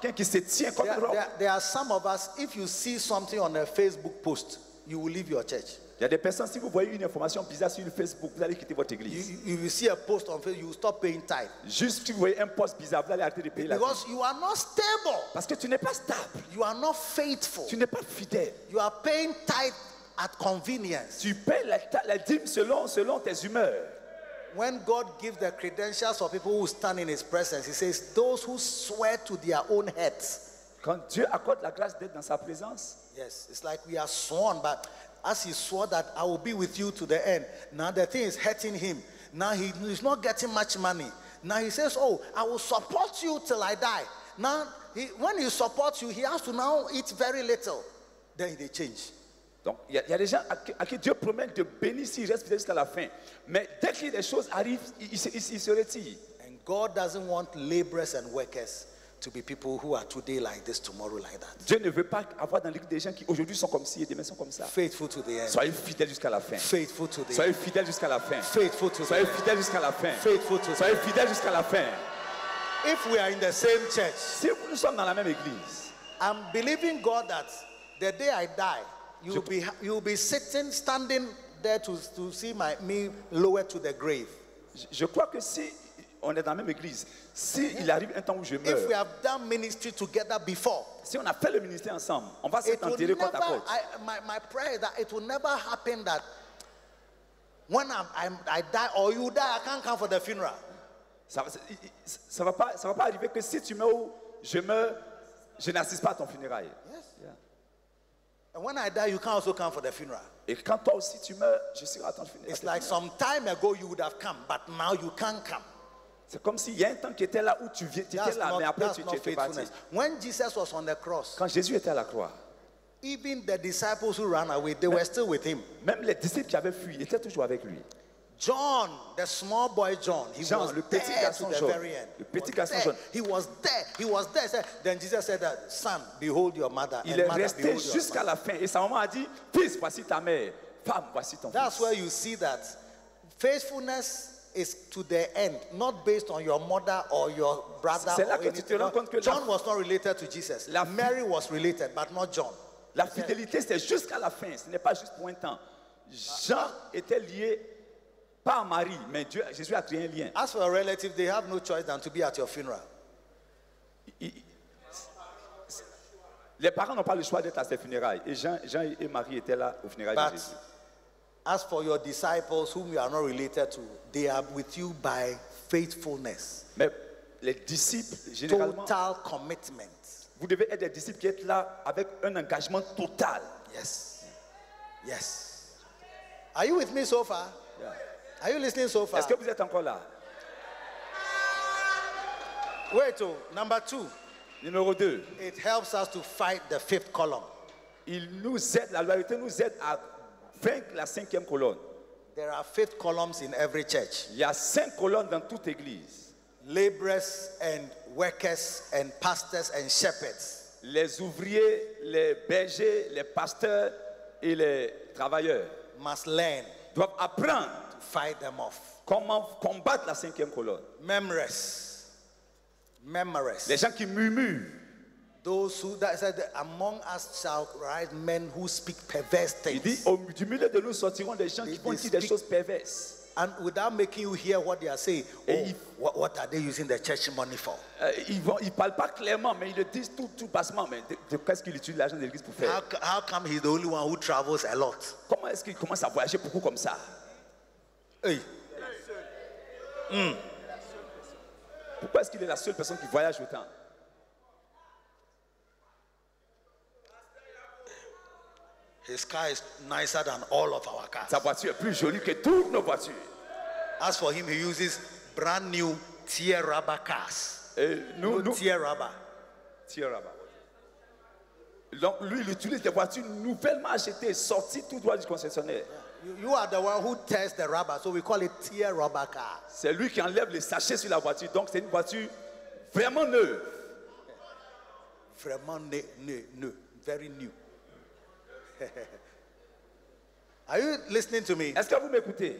Speaker 3: Quelqu'un qui se tient comme un
Speaker 2: There,
Speaker 3: roc.
Speaker 2: there- there are some of us, if you see something on a Facebook post, you will leave your church.
Speaker 3: Il y a des personnes, si vous voyez une information bizarre sur Facebook, vous allez quitter votre
Speaker 2: You,
Speaker 3: église.
Speaker 2: you, you see a post on Facebook, you will stop paying tithe.
Speaker 3: Juste si vous voyez un poste bizarre, vous allez arrêter de payer la vie.
Speaker 2: Because you are not stable.
Speaker 3: Parce que tu n'es pas stable,
Speaker 2: You are not faithful.
Speaker 3: tu n'es pas fidèle.
Speaker 2: You are paying tithe at convenience.
Speaker 3: Tu payes la, ta- la dîme selon, selon tes humeurs.
Speaker 2: When God gives the credentials for people who stand in His presence, He says, Those who swear to their own heads.
Speaker 3: Quand Dieu accorde la grâce d'être dans sa présence,
Speaker 2: Yes, it's like we are sworn, but as He swore that I will be with you to the end. Now the thing is hurting Him. Now He is not getting much money. Now He says, Oh, I will support you till I die. Now, he, when He supports you, He has to now eat very little. Then they change.
Speaker 3: donc il y, a- il y a des gens à, qui- à qui Dieu promet de bénir s'ils restent fidèles jusqu'à la fin. Mais dès que les choses arrivent, ils il, se- il se- il se retirent.
Speaker 2: And God doesn't want laborers and workers to be people who are today like this, tomorrow like that.
Speaker 3: Dieu ne veut pas avoir dans l'église des gens qui aujourd'hui sont comme ci et demain sont comme ça.
Speaker 2: Faithful to the end.
Speaker 3: Soyez fidèles jusqu'à la fin.
Speaker 2: Faithful to the
Speaker 3: Soyez
Speaker 2: end.
Speaker 3: fidèles jusqu'à la fin.
Speaker 2: Faithful to the
Speaker 3: Soyez
Speaker 2: end.
Speaker 3: fidèles jusqu'à la fin.
Speaker 2: Faithful to the
Speaker 3: Soyez fidèles jusqu'à la fin.
Speaker 2: If we are in the same church,
Speaker 3: Si nous sommes dans la même église,
Speaker 2: I'm believing God that the day I die, you'll be you'll be sitting, standing there to, to see my me lowered to the grave.
Speaker 3: je, je crois que si on est dans la même église, si il arrive un temps où je
Speaker 2: If we
Speaker 3: meurs,
Speaker 2: have done ministry together before,
Speaker 3: si on a fait le ministère ensemble, on va
Speaker 2: it will
Speaker 3: s'enterrer
Speaker 2: never.
Speaker 3: côte à côte.
Speaker 2: I, my, my prayer is that it will never happen that when I'm, I'm, I die or you die, I can't come for the funeral.
Speaker 3: Ça va- ça- il- il- ça va pas, ça va pas arriver que si tu meurs ou je meurs, je n'assiste pas à ton funérail.
Speaker 2: Yes.
Speaker 3: Yeah.
Speaker 2: And when I die, you can also come for the funeral.
Speaker 3: Et quand toi aussi tu meurs, je serai à ton funérail.
Speaker 2: It's like some time ago you would have come, but now you can't come.
Speaker 3: C'est comme s'il y a un temps qui était là où tu viens, tu étais
Speaker 2: That's
Speaker 3: là, mais
Speaker 2: not,
Speaker 3: après
Speaker 2: that's
Speaker 3: tu, tu
Speaker 2: not
Speaker 3: étais parti.
Speaker 2: faithfulness. When Jesus was on the cross,
Speaker 3: Quand Jésus était à la croix,
Speaker 2: even the disciples who ran away, they were still with him.
Speaker 3: même les disciples qui avaient fui étaient toujours avec lui.
Speaker 2: John, the small boy John, he
Speaker 3: Jean,
Speaker 2: was
Speaker 3: le petit
Speaker 2: there to
Speaker 3: garçon
Speaker 2: the
Speaker 3: Jean.
Speaker 2: very end.
Speaker 3: Le
Speaker 2: He
Speaker 3: petit
Speaker 2: was
Speaker 3: garçon
Speaker 2: there.
Speaker 3: Jean.
Speaker 2: He was there. He was there. He said- Then Jesus said, that, "Son, behold your mother."
Speaker 3: Il
Speaker 2: and
Speaker 3: est
Speaker 2: mother,
Speaker 3: resté
Speaker 2: behold your
Speaker 3: jusqu'à
Speaker 2: son."
Speaker 3: la fin. Et sa maman a dit Fils, voici ta mère. Femme, voici ton
Speaker 2: That's
Speaker 3: fils.
Speaker 2: where you see that faithfulness is to the end, not based on your mother or your brother.
Speaker 3: C'est là
Speaker 2: or
Speaker 3: que tu te
Speaker 2: anything.
Speaker 3: rends compte que la-
Speaker 2: John was not related to Jesus.
Speaker 3: La-
Speaker 2: Mary was related, but not John.
Speaker 3: La fidélité, c'est jusqu'à la fin. Ce n'est pas juste pour un temps. Jean était lié pas à Marie, mais Dieu, Jésus a créé un lien.
Speaker 2: As for a relative, they have no choice than to be at your funeral.
Speaker 3: Il- il- les parents n'ont pas le choix d'être à ses funérailles. Et Jean, Jean et Marie étaient là au funérailles de
Speaker 2: But
Speaker 3: Jésus.
Speaker 2: as for your disciples, whom you are not related to, they are with you by faithfulness,
Speaker 3: Mais les disciples, généralement,
Speaker 2: total commitment.
Speaker 3: vous devez être des disciples qui êtes là avec un engagement total.
Speaker 2: Yes. Yes. Are you with me so far?
Speaker 3: Yeah.
Speaker 2: Are you listening so far?
Speaker 3: Est-ce que vous êtes encore là
Speaker 2: Wait, oh, number two.
Speaker 3: Numéro 2.
Speaker 2: It helps us to fight the fifth column.
Speaker 3: Il nous aide, la loyauté nous aide à vaincre la cinquième colonne.
Speaker 2: There are fifth columns in every church
Speaker 3: Il y a cinq colonnes dans toute église.
Speaker 2: laborers and workers and pastors and shepherds.
Speaker 3: les ouvriers, les bergers, les pasteurs et les travailleurs
Speaker 2: must learn
Speaker 3: doivent apprendre
Speaker 2: to fight them off.
Speaker 3: comment combattre la cinquième colonne.
Speaker 2: Memories. Memories.
Speaker 3: Les gens qui murmurent,
Speaker 2: Those who that said that among us shall rise men who speak perverse
Speaker 3: il dit,
Speaker 2: things.
Speaker 3: au, du milieu de nous sortiront des gens qui
Speaker 2: They-
Speaker 3: vont
Speaker 2: they
Speaker 3: dire des
Speaker 2: speak-
Speaker 3: choses perverses.
Speaker 2: And without making you hear what they are saying, oh,
Speaker 3: Et if-
Speaker 2: what, what are they using the church money for?
Speaker 3: Euh, ils ne ils parlent pas clairement, mais ils le disent tout, tout bassement. Mais de, de- qu'est-ce qu'il utilise l'argent de l'église pour
Speaker 2: How,
Speaker 3: faire
Speaker 2: c- how come he's the only one who travels a lot?
Speaker 3: Comment est-ce qu'il commence à voyager beaucoup comme ça
Speaker 2: Hey,
Speaker 3: Pourquoi est-ce qu'il est la seule personne qui voyage autant
Speaker 2: his car is nicer than all of our cars.
Speaker 3: Sa voiture est plus jolie que toutes nos voitures.
Speaker 2: As for him, he uses brand new tear rubber cars.
Speaker 3: Et nous, nous,
Speaker 2: Tear rubber.
Speaker 3: Tiens, là-bas. Donc lui, il utilise des voitures nouvellement achetées, sorties tout droit du concessionnaire.
Speaker 2: You, you are the one who tears the rubber, so we call it tear rubber car.
Speaker 3: C'est lui qui enlève les sachets sur la voiture. Donc c'est une voiture vraiment neuve.
Speaker 2: Vraiment ne, ne, ne, very new. are you listening to me?
Speaker 3: Est-ce que vous m'écoutez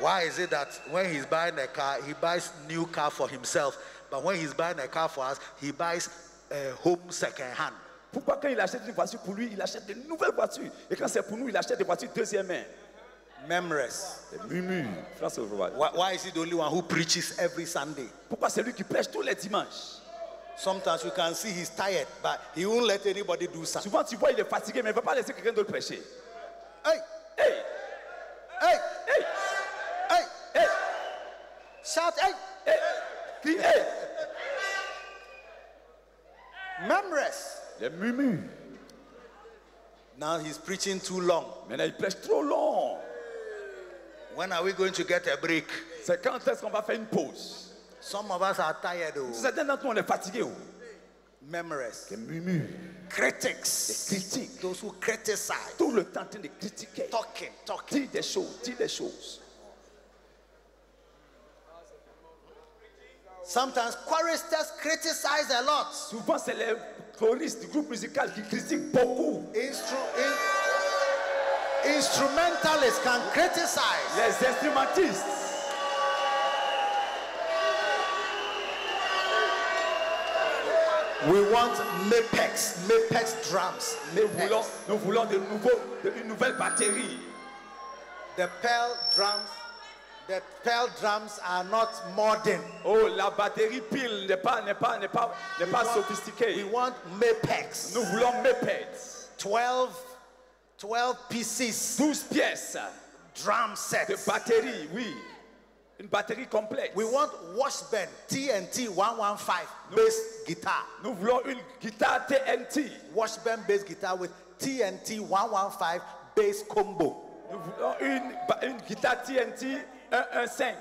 Speaker 2: Why is it that when he's buying a car, he buys new car for himself, but when he's buying a car for us, he buys a home second hand?
Speaker 3: Pourquoi quand il achète une voiture pour lui, il achète de nouvelles voitures Et quand c'est pour nous, il achète des voitures deuxième main.
Speaker 2: Memories.
Speaker 3: C'est murmure. France Overwatch.
Speaker 2: Why, why is he the only one who preaches every Sunday?
Speaker 3: Pourquoi c'est lui qui prêche tous les dimanches
Speaker 2: Sometimes you can see he's tired, but he won't let anybody do something.
Speaker 3: Souvent, tu vois, il est fatigué, mais il ne va pas laisser quelqu'un d'autre prêcher.
Speaker 2: Hey,
Speaker 3: Hey,
Speaker 2: hey,
Speaker 3: hey,
Speaker 2: hey,
Speaker 3: hey,
Speaker 2: shout, hey,
Speaker 3: hey, crie, hey.
Speaker 2: memories.
Speaker 3: Les murmures.
Speaker 2: Now he's preaching too long.
Speaker 3: Maintenant, il prêche trop long.
Speaker 2: When are we going to get a break?
Speaker 3: C'est quand est-ce qu'on va faire une pause
Speaker 2: Some of us are tired. Oh.
Speaker 3: Certains d'entre nous, on est fatigués. oh.
Speaker 2: Memories.
Speaker 3: Des murmures, des
Speaker 2: Critics.
Speaker 3: critiques.
Speaker 2: Those who criticize.
Speaker 3: Tout le temps en train de critiquer.
Speaker 2: Talking, talking.
Speaker 3: Dis des choses, dis des choses.
Speaker 2: Sometimes choristers criticize a lot.
Speaker 3: Souvent, c'est les choristes du groupe musical qui critiquent beaucoup.
Speaker 2: Instru- in- instrumentalists can criticize.
Speaker 3: Les instrumentistes.
Speaker 2: We want Mapex, Mapex drums.
Speaker 3: Nous voulons, nous voulons de nouveau, de- une nouvelle batterie.
Speaker 2: The pearl drums, the pearl drums are not modern.
Speaker 3: Oh, la batterie pile n'est pas, n'est pas, n'est pas, n'est pas
Speaker 2: We
Speaker 3: sophistiquée.
Speaker 2: want Mapex.
Speaker 3: Nous voulons Meped.
Speaker 2: 12, 12 pieces
Speaker 3: 12 pièces
Speaker 2: drum
Speaker 3: de
Speaker 2: sets.
Speaker 3: batterie, oui. Une batterie complète.
Speaker 2: We want Washburn TNT 115 bass guitar.
Speaker 3: Nous voulons une guitare TNT.
Speaker 2: Washburn bass guitar with TNT 115 bass combo.
Speaker 3: Nous voulons une, ba- une guitare TNT 115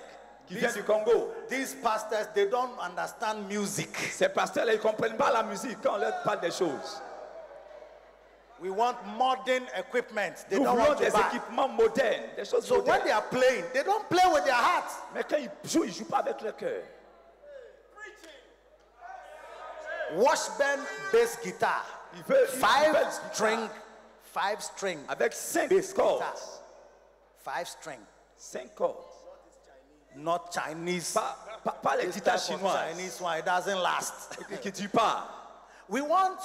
Speaker 3: qui vient du Congo.
Speaker 2: These pastors, they don't understand music.
Speaker 3: Ces pasteurs-là, ils ne comprennent pas la musique quand on leur parle des choses.
Speaker 2: We want modern equipment. They
Speaker 3: Nous
Speaker 2: don't
Speaker 3: voulons
Speaker 2: want to
Speaker 3: des
Speaker 2: buy.
Speaker 3: équipements modernes, des choses
Speaker 2: So when
Speaker 3: modernes.
Speaker 2: they are playing, they don't play with their hearts.
Speaker 3: Mais quand ils jouent, ils ne jouent pas avec le cœur.
Speaker 2: Washburn bass guitar.
Speaker 3: Ils veulent une
Speaker 2: Five
Speaker 3: nouvelle
Speaker 2: string,
Speaker 3: guitare
Speaker 2: five string,
Speaker 3: avec cinq
Speaker 2: Bass
Speaker 3: cordes.
Speaker 2: guitar. five string.
Speaker 3: Cinq cordes.
Speaker 2: Not Chinese.
Speaker 3: Pas, pas, pas les
Speaker 2: This
Speaker 3: guitares
Speaker 2: type of
Speaker 3: chinoises
Speaker 2: Chinese one, it doesn't last.
Speaker 3: qui- qui ne tuent pas.
Speaker 2: We want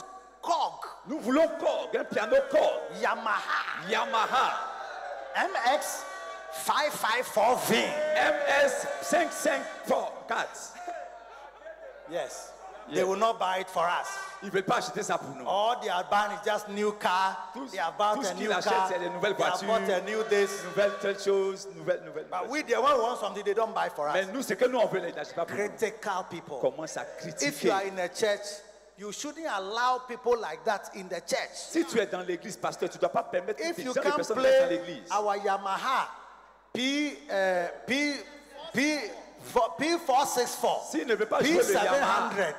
Speaker 2: Korg,
Speaker 3: Nous voulons cordes, un piano cordes.
Speaker 2: Yamaha,
Speaker 3: Yamaha
Speaker 2: MX 554V.
Speaker 3: MS5544.
Speaker 2: Yes. They
Speaker 3: Yeah.
Speaker 2: will not buy it for us.
Speaker 3: Ils ne veulent pas acheter ça pour nous.
Speaker 2: All they are buying is just new car.
Speaker 3: Tout ce-
Speaker 2: Oh. they have bought
Speaker 3: tout ce
Speaker 2: a new
Speaker 3: qu'il achète,
Speaker 2: car.
Speaker 3: c'est des nouvelles
Speaker 2: they have bought a
Speaker 3: voitures.
Speaker 2: new this. Bah
Speaker 3: Nouvelle telle chose, nouvelle, nouvelle.
Speaker 2: But
Speaker 3: nouvelle.
Speaker 2: we, the one who wants something, they don't buy for us.
Speaker 3: Mais nous, c'est que nous, on veut les pas pour nous.
Speaker 2: Critical people.
Speaker 3: Commence à
Speaker 2: If you
Speaker 3: critiquer.
Speaker 2: are in a church, you shouldn't allow people like that in the church.
Speaker 3: Si tu es dans l'église, pasteur, tu ne dois pas permettre
Speaker 2: If
Speaker 3: que
Speaker 2: you
Speaker 3: genre de
Speaker 2: can't
Speaker 3: personnes restent dans
Speaker 2: play
Speaker 3: l'église.
Speaker 2: our Yamaha P uh, P P P four six four
Speaker 3: S'il ne veut pas jouer
Speaker 2: P
Speaker 3: le
Speaker 2: seven
Speaker 3: Yamaha.
Speaker 2: hundred,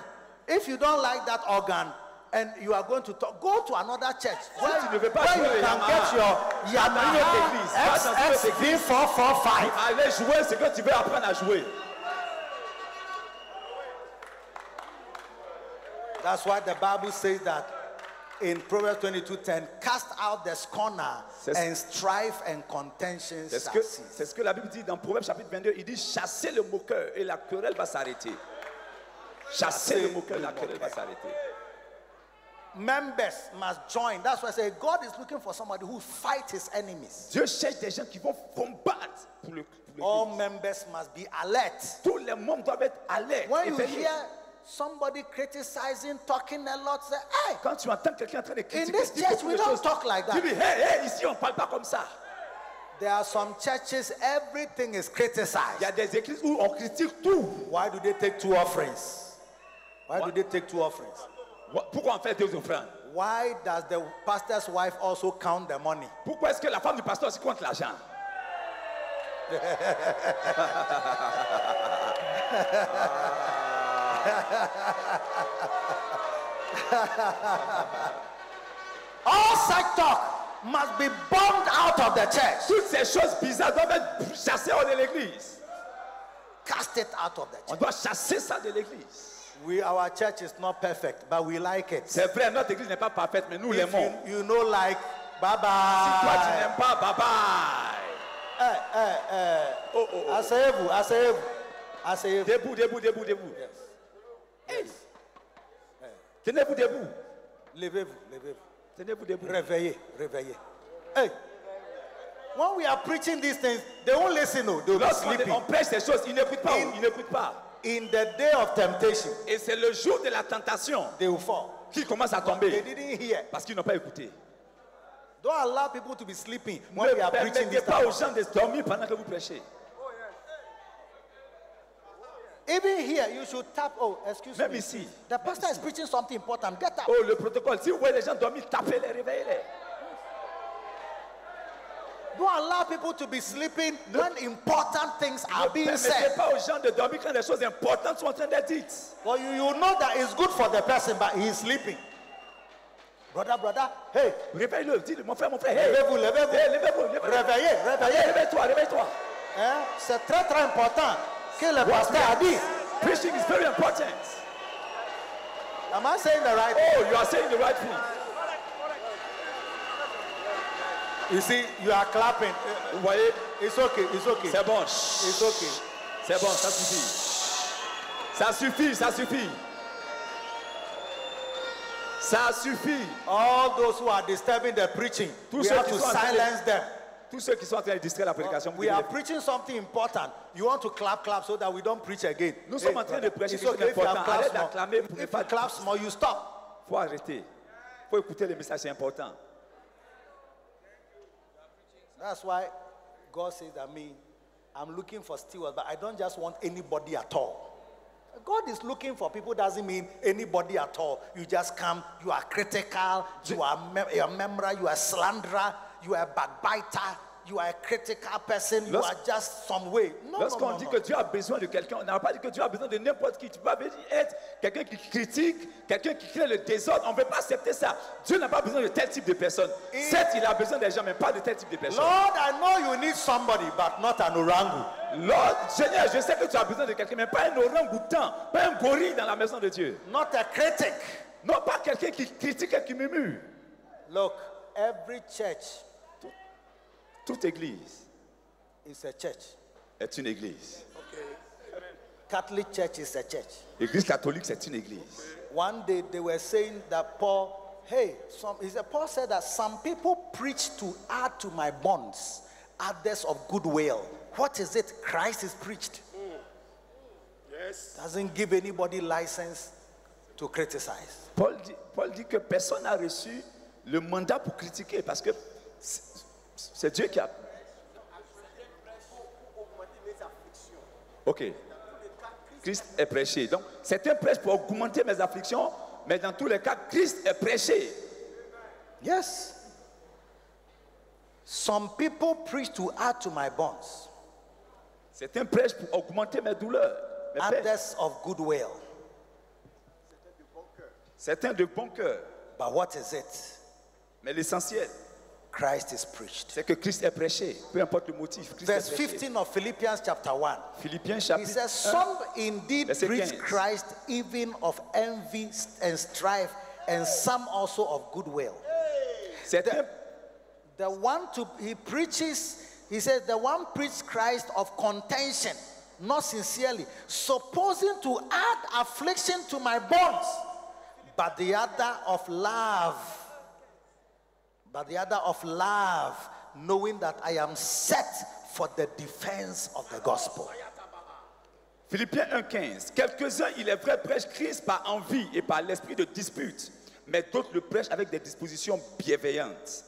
Speaker 2: if you don't like that organ and you are going to talk, go to another church where,
Speaker 3: tu ne veux pas
Speaker 2: where
Speaker 3: jouer
Speaker 2: you
Speaker 3: le
Speaker 2: can
Speaker 3: Yamaha,
Speaker 2: get your
Speaker 3: va dans une autre
Speaker 2: Yamaha
Speaker 3: église, va dans une autre
Speaker 2: XX V four four five.
Speaker 3: Allez jouer ce que tu veux apprendre à jouer.
Speaker 2: That's why the Bible says that in Proverbs 22:10, cast out the scorner
Speaker 3: C'est-
Speaker 2: and strife and contention
Speaker 3: C'est ce,
Speaker 2: shall
Speaker 3: que,
Speaker 2: cease."
Speaker 3: c'est ce que la Bible dit dans Proverbe chapitre 22. Il dit chassez le moqueur et la querelle va s'arrêter. Chassez le moqueur et la querelle va s'arrêter.
Speaker 2: Members must join. That's why I say God is looking for somebody who fights his enemies.
Speaker 3: Dieu cherche des gens qui vont combattre pour le, pour le
Speaker 2: All members must be alert.
Speaker 3: Tous les membres doivent être alertes.
Speaker 2: When you
Speaker 3: éveillés.
Speaker 2: hear somebody criticizing, talking a lot, say, hey,
Speaker 3: Quand tu entends quelqu'un en train de critiquer,
Speaker 2: this
Speaker 3: dire
Speaker 2: church,
Speaker 3: beaucoup
Speaker 2: we
Speaker 3: de
Speaker 2: don't
Speaker 3: choses,
Speaker 2: talk like that.
Speaker 3: tu dis, hey, hey, ici on ne parle pas comme ça.
Speaker 2: there are some churches, everything is
Speaker 3: Il y a
Speaker 2: criticized.
Speaker 3: des églises où on critique tout.
Speaker 2: Why do they take two offerings? Why
Speaker 3: What?
Speaker 2: do they take two offerings?
Speaker 3: Pourquoi on fait deux offrandes
Speaker 2: Why does the pastor's wife also count the money?
Speaker 3: Pourquoi est-ce que la femme du pasteur aussi compte l'argent
Speaker 2: All such talk must be bombed out of the church.
Speaker 3: Toutes ces choses bizarres doivent être chassées hors de l'église.
Speaker 2: Cast it out of the
Speaker 3: On
Speaker 2: church.
Speaker 3: doit chasser ça de l'église.
Speaker 2: We, our church is not perfect, but we like it.
Speaker 3: C'est vrai, notre église n'est pas parfaite, mais nous
Speaker 2: If
Speaker 3: l'aimons.
Speaker 2: you, you know, like, bye
Speaker 3: Si toi tu
Speaker 2: bye.
Speaker 3: n'aimes pas, bye bye. Oh, oh, oh.
Speaker 2: Asseyez-vous, asseyez-vous, asseyez-vous.
Speaker 3: Debout, debout, debout, debout. Hey. Tenez-vous debout.
Speaker 2: Levez-vous, levez-vous.
Speaker 3: Tenez-vous debout.
Speaker 2: Réveillez, réveillez. Hey. When we are preaching these things, they won't listen, no. They'll be
Speaker 3: Lorsqu'on
Speaker 2: sleeping.
Speaker 3: on prêche ces choses, ils n'écoutent pas.
Speaker 2: In-
Speaker 3: Ils n'écoutent pas.
Speaker 2: In the day of temptation,
Speaker 3: Et c'est le jour de la tentation
Speaker 2: they will fall.
Speaker 3: qu'ils commencent à
Speaker 2: They
Speaker 3: tomber
Speaker 2: didn't hear.
Speaker 3: parce qu'ils n'ont pas écouté.
Speaker 2: Don't allow people to be sleeping when we
Speaker 3: Ne
Speaker 2: are preaching
Speaker 3: permettez
Speaker 2: this
Speaker 3: pas
Speaker 2: time.
Speaker 3: aux gens de dormir pendant que vous prêchez.
Speaker 2: Even here, you should tap. Oh, excuse
Speaker 3: Même
Speaker 2: me.
Speaker 3: ici.
Speaker 2: The pastor is preaching something important. Get up.
Speaker 3: Oh, le protocole. Si vous voyez les gens dormir, tapez-les, réveillez-les.
Speaker 2: Don't allow people to be sleeping when important things are
Speaker 3: Ne
Speaker 2: being
Speaker 3: permettez
Speaker 2: said.
Speaker 3: pas aux gens de dormir quand des choses importantes sont en train d'être dites.
Speaker 2: Well, you, you know that it's good for the person, but he's sleeping. Brother, brother, hey,
Speaker 3: Réveille-le, dis-le, mon frère, mon frère. hey.
Speaker 2: levez-vous, levez-vous.
Speaker 3: Hey, levez-vous, levez-vous.
Speaker 2: Réveillez,
Speaker 3: Hey,
Speaker 2: réveillez.
Speaker 3: Réveille-toi, réveille-toi.
Speaker 2: Hein? eh? C'est très très important que le pasteur a dit.
Speaker 3: Preaching is very important.
Speaker 2: Am I saying the right
Speaker 3: Oh, you are saying the right thing.
Speaker 2: You see, you are clapping. Eh,
Speaker 3: Vous voyez,
Speaker 2: It's okay, it's okay.
Speaker 3: c'est bon.
Speaker 2: It's okay.
Speaker 3: C'est bon, ça suffit. Ça suffit, ça suffit. Ça suffit.
Speaker 2: All those who are disturbing the preaching,
Speaker 3: Tous
Speaker 2: we
Speaker 3: ceux
Speaker 2: have
Speaker 3: qui
Speaker 2: to
Speaker 3: sont en train de-
Speaker 2: silence them.
Speaker 3: Tous ceux qui sont en train de distraire la prédication, vous
Speaker 2: We are
Speaker 3: devez-
Speaker 2: preaching something important. You want to clap, clap so that we don't preach again.
Speaker 3: Nous sommes en train de prêcher
Speaker 2: it's
Speaker 3: quelque chose
Speaker 2: okay if you
Speaker 3: d'important.
Speaker 2: have claps
Speaker 3: Arrête
Speaker 2: more.
Speaker 3: d'acclamer pour ne
Speaker 2: If
Speaker 3: pas-
Speaker 2: you clap more, you stop.
Speaker 3: faut arrêter. faut écouter les messages, c'est important.
Speaker 2: That's why God says that me, I'm looking for stewards, but I don't just want anybody at all. God is looking for people doesn't mean anybody at all. You just come, you are critical, you are mem- a member, you are slanderer, you are a backbiter, you are a critical person, you
Speaker 3: Lors-
Speaker 2: are just some way. No, no,
Speaker 3: Lorsqu'on
Speaker 2: no,
Speaker 3: dit
Speaker 2: no.
Speaker 3: que Dieu a besoin de quelqu'un, on n'a pas dit que Dieu a besoin de n'importe qui. Tu vas venir être quelqu'un qui critique, quelqu'un qui crée le désordre. On ne peut pas accepter ça. Dieu n'a pas besoin de tel type de personne.
Speaker 2: Et-
Speaker 3: Certes, il a besoin des gens, mais pas de tel type de personne.
Speaker 2: Lord, I know you need somebody, but not an orangu.
Speaker 3: Lord, Seigneur, je sais que tu as besoin de quelqu'un, mais pas un orang-outan, pas un gorille dans la maison de Dieu.
Speaker 2: Not a critic.
Speaker 3: Non, pas quelqu'un qui critique et qui murmure.
Speaker 2: Look, every church
Speaker 3: Toute église
Speaker 2: is a church.
Speaker 3: est une église.
Speaker 2: Catholic church is a church.
Speaker 3: L'église catholique, c'est une église.
Speaker 2: One day they were saying that Paul, hey, some, he said, Paul said that some people preach to add to my bonds, others of goodwill. What is it? Christ is preached. Yes. Doesn't give anybody license to criticize.
Speaker 3: Paul dit, Paul dit que personne n'a reçu le mandat pour critiquer parce que c'est c'est Dieu qui a. Ok. Christ est prêché. Donc, certains prêchent pour augmenter mes afflictions, mais dans tous les cas, Christ est prêché.
Speaker 2: Yes. Some people preach to add to my bonds,
Speaker 3: Certains prêchent pour augmenter mes douleurs. Mes peines.
Speaker 2: others of goodwill.
Speaker 3: Certains de bon cœur.
Speaker 2: But what is it?
Speaker 3: Mais l'essentiel,
Speaker 2: Christ is preached.
Speaker 3: c'est que Christ est prêché, peu importe le motif. Christ
Speaker 2: Verse
Speaker 3: est prêché.
Speaker 2: 15 of Philippians chapter 1.
Speaker 3: Philippiens
Speaker 2: He
Speaker 3: chapitre
Speaker 2: says,
Speaker 3: 1.
Speaker 2: Some indeed
Speaker 3: Verset
Speaker 2: preach
Speaker 3: 15.
Speaker 2: Christ even of envy and strife, and some also of goodwill.
Speaker 3: Certains,
Speaker 2: The one to he preaches, he says, the one preached Christ of contention, not sincerely, supposing to add affliction to my bonds, but the other of love, but the other of love, knowing that I am set for the defense of the gospel.
Speaker 3: Philippiens 1.15. Quelques-uns, il est vrai, prêchent Christ par envie et par l'esprit de dispute, mais d'autres le prêchent avec des dispositions bienveillantes.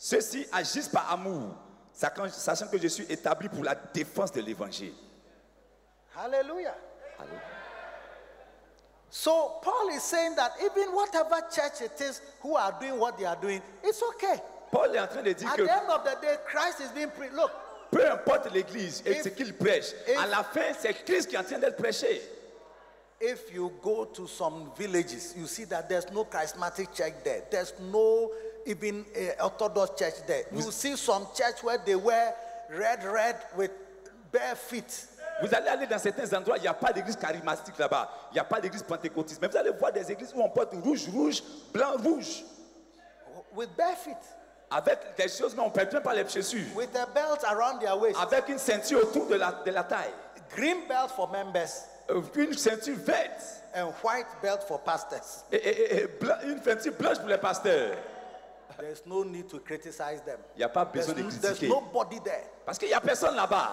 Speaker 3: Ceux-ci agissent par amour, sachant- sachant que je suis établi pour la défense de l'évangile.
Speaker 2: Hallelujah. So Paul is saying that even whatever church it is who are doing what they are doing, it's okay.
Speaker 3: Paul est en train de dire
Speaker 2: At
Speaker 3: que
Speaker 2: the end of the day, Christ is being preached. Look,
Speaker 3: peu importe l'église et
Speaker 2: If-
Speaker 3: ce qu'il prêche,
Speaker 2: if-
Speaker 3: à la fin, c'est Christ qui est en train d'être prêché.
Speaker 2: if you go to some villages, you see that there's no charismatic church there. There's no even uh, Orthodox church there. You see some church where they wear red, red with bare feet.
Speaker 3: Vous allez aller dans certains endroits, il n'y a pas d'église charismatique là-bas, il n'y a pas d'église pentecôtiste, mais vous allez voir des églises où on porte rouge, rouge, blanc, rouge,
Speaker 2: With bare feet,
Speaker 3: avec des choses, mais on ne perd bien pas les chaussures,
Speaker 2: with a belt around their waist,
Speaker 3: avec une ceinture autour de la, de la taille,
Speaker 2: green belt for members
Speaker 3: Euh, une ceinture verte
Speaker 2: and white belt for pastors.
Speaker 3: et, et- et- et blan- une ceinture blanche pour les pasteurs.
Speaker 2: There's no need to criticize them.
Speaker 3: Il n'y a pas
Speaker 2: There's,
Speaker 3: besoin de
Speaker 2: there's
Speaker 3: critiquer,
Speaker 2: nobody there.
Speaker 3: parce qu'il n'y a personne là-bas.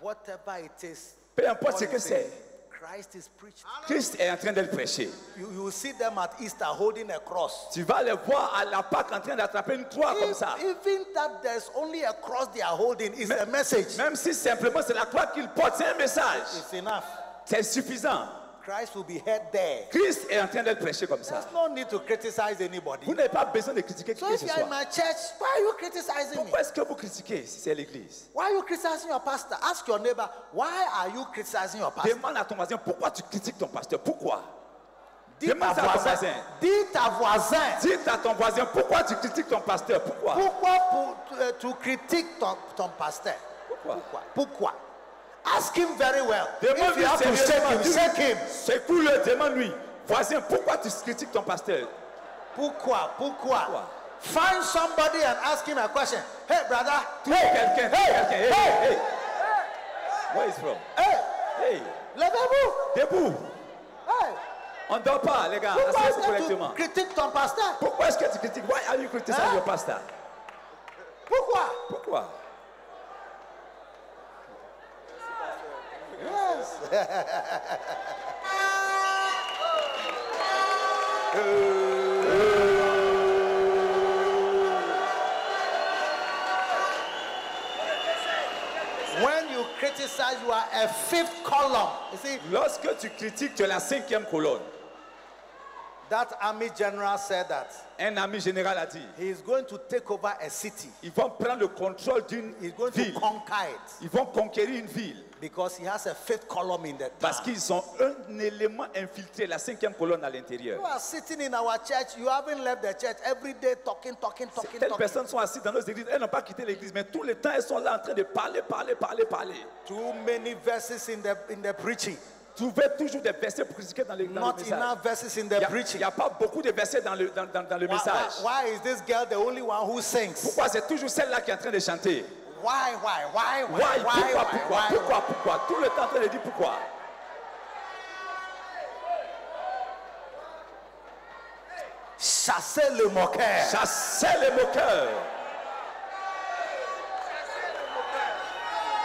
Speaker 2: Whatever it is,
Speaker 3: Peu importe ce
Speaker 2: Paul
Speaker 3: que
Speaker 2: is saying,
Speaker 3: c'est,
Speaker 2: Christ is preached.
Speaker 3: Christ est en train d'être prêché.
Speaker 2: You, you will see them at Easter holding a cross.
Speaker 3: Tu vas les voir à la Pâque en train d'attraper une croix comme
Speaker 2: If-
Speaker 3: ça.
Speaker 2: even that there's only a cross they are holding is a message.
Speaker 3: Même si simplement c'est la croix qu'il porte, c'est un message.
Speaker 2: It's enough.
Speaker 3: C'est suffisant.
Speaker 2: Christ will be heard there.
Speaker 3: Christ est en train d'être prêché comme ça.
Speaker 2: There's no need to criticize anybody.
Speaker 3: Vous n'avez pas besoin de critiquer qui
Speaker 2: So
Speaker 3: que
Speaker 2: if
Speaker 3: ce
Speaker 2: you are in
Speaker 3: soit.
Speaker 2: my church, why are you criticizing me?
Speaker 3: Pourquoi est-ce que vous critiquez si c'est l'église
Speaker 2: Why are you criticizing your pastor? Ask your neighbor, why are you criticizing your pastor?
Speaker 3: Demande à ton voisin pourquoi tu critiques ton pasteur. Pourquoi
Speaker 2: Dis ta
Speaker 3: demande ça à ton
Speaker 2: voisin.
Speaker 3: voisin.
Speaker 2: Dis ta voisin.
Speaker 3: Dis à ton voisin pourquoi tu critiques ton pasteur. Pourquoi
Speaker 2: Pourquoi pour- tu, euh, tu critiques ton, ton pasteur?
Speaker 3: Pourquoi?
Speaker 2: Pourquoi? Pourquoi? Ask him very well. If
Speaker 3: Demande-lui
Speaker 2: you have to shake him, shake him.
Speaker 3: sérieusement. Secoue-le, demande-lui. Voisin, pourquoi tu critiques ton pasteur
Speaker 2: Pourquoi? Pourquoi?
Speaker 3: Pourquoi?
Speaker 2: Find somebody and ask him a question. Hey, brother.
Speaker 3: Trouve quelqu'un, trouve quelqu'un. Hey, hey, hey. Where is from
Speaker 2: Hey,
Speaker 3: Hey,
Speaker 2: levez-vous.
Speaker 3: debout.
Speaker 2: Hey,
Speaker 3: On ne dort pas, les gars.
Speaker 2: pourquoi
Speaker 3: Asseyez-vous
Speaker 2: est-ce que
Speaker 3: correctement.
Speaker 2: tu critiques ton pasteur?
Speaker 3: Pourquoi est-ce que tu critiques Why are you criticizing
Speaker 2: Hein?
Speaker 3: your pastor
Speaker 2: Pourquoi?
Speaker 3: Pourquoi
Speaker 2: Yes. When you criticize, you are a fifth column. You see,
Speaker 3: Lorsque tu critiques, tu es la cinquième colonne.
Speaker 2: that army general said that
Speaker 3: Un ami général a dit,
Speaker 2: he is going to take over a city.
Speaker 3: ils vont prendre le contrôle d'une
Speaker 2: He's going to
Speaker 3: ville.
Speaker 2: conquer it
Speaker 3: Ils vont conquérir une ville
Speaker 2: because he has a fifth column in the town.
Speaker 3: parce qu'ils ont un élément infiltré, la cinquième colonne à l'intérieur.
Speaker 2: You are sitting in our church. You haven't left the church every day talking, talking, talking,
Speaker 3: Telles
Speaker 2: talking.
Speaker 3: personnes sont assises dans nos églises, elles n'ont pas quitté l'église, mais tout le temps elles sont là en train de parler, parler, parler, parler.
Speaker 2: Too many verses in the in the preaching.
Speaker 3: Trouvez toujours des versets pour critiquer dans les- dans le
Speaker 2: Not
Speaker 3: message.
Speaker 2: enough verses in
Speaker 3: Il
Speaker 2: the
Speaker 3: n'y a- il
Speaker 2: preaching.
Speaker 3: n'y a, pas beaucoup de versets dans le, dans- dans- dans le
Speaker 2: Why, why,
Speaker 3: message.
Speaker 2: why is this girl the only one who sings?
Speaker 3: Pourquoi c'est toujours celle-là qui est en train de chanter
Speaker 2: Why, why, why, why,
Speaker 3: Why,
Speaker 2: why,
Speaker 3: pourquoi,
Speaker 2: why,
Speaker 3: pourquoi,
Speaker 2: why,
Speaker 3: pourquoi, pourquoi Tout le temps en train de dire pourquoi.
Speaker 2: Chassez le moqueur.
Speaker 3: Chassez les moqueurs.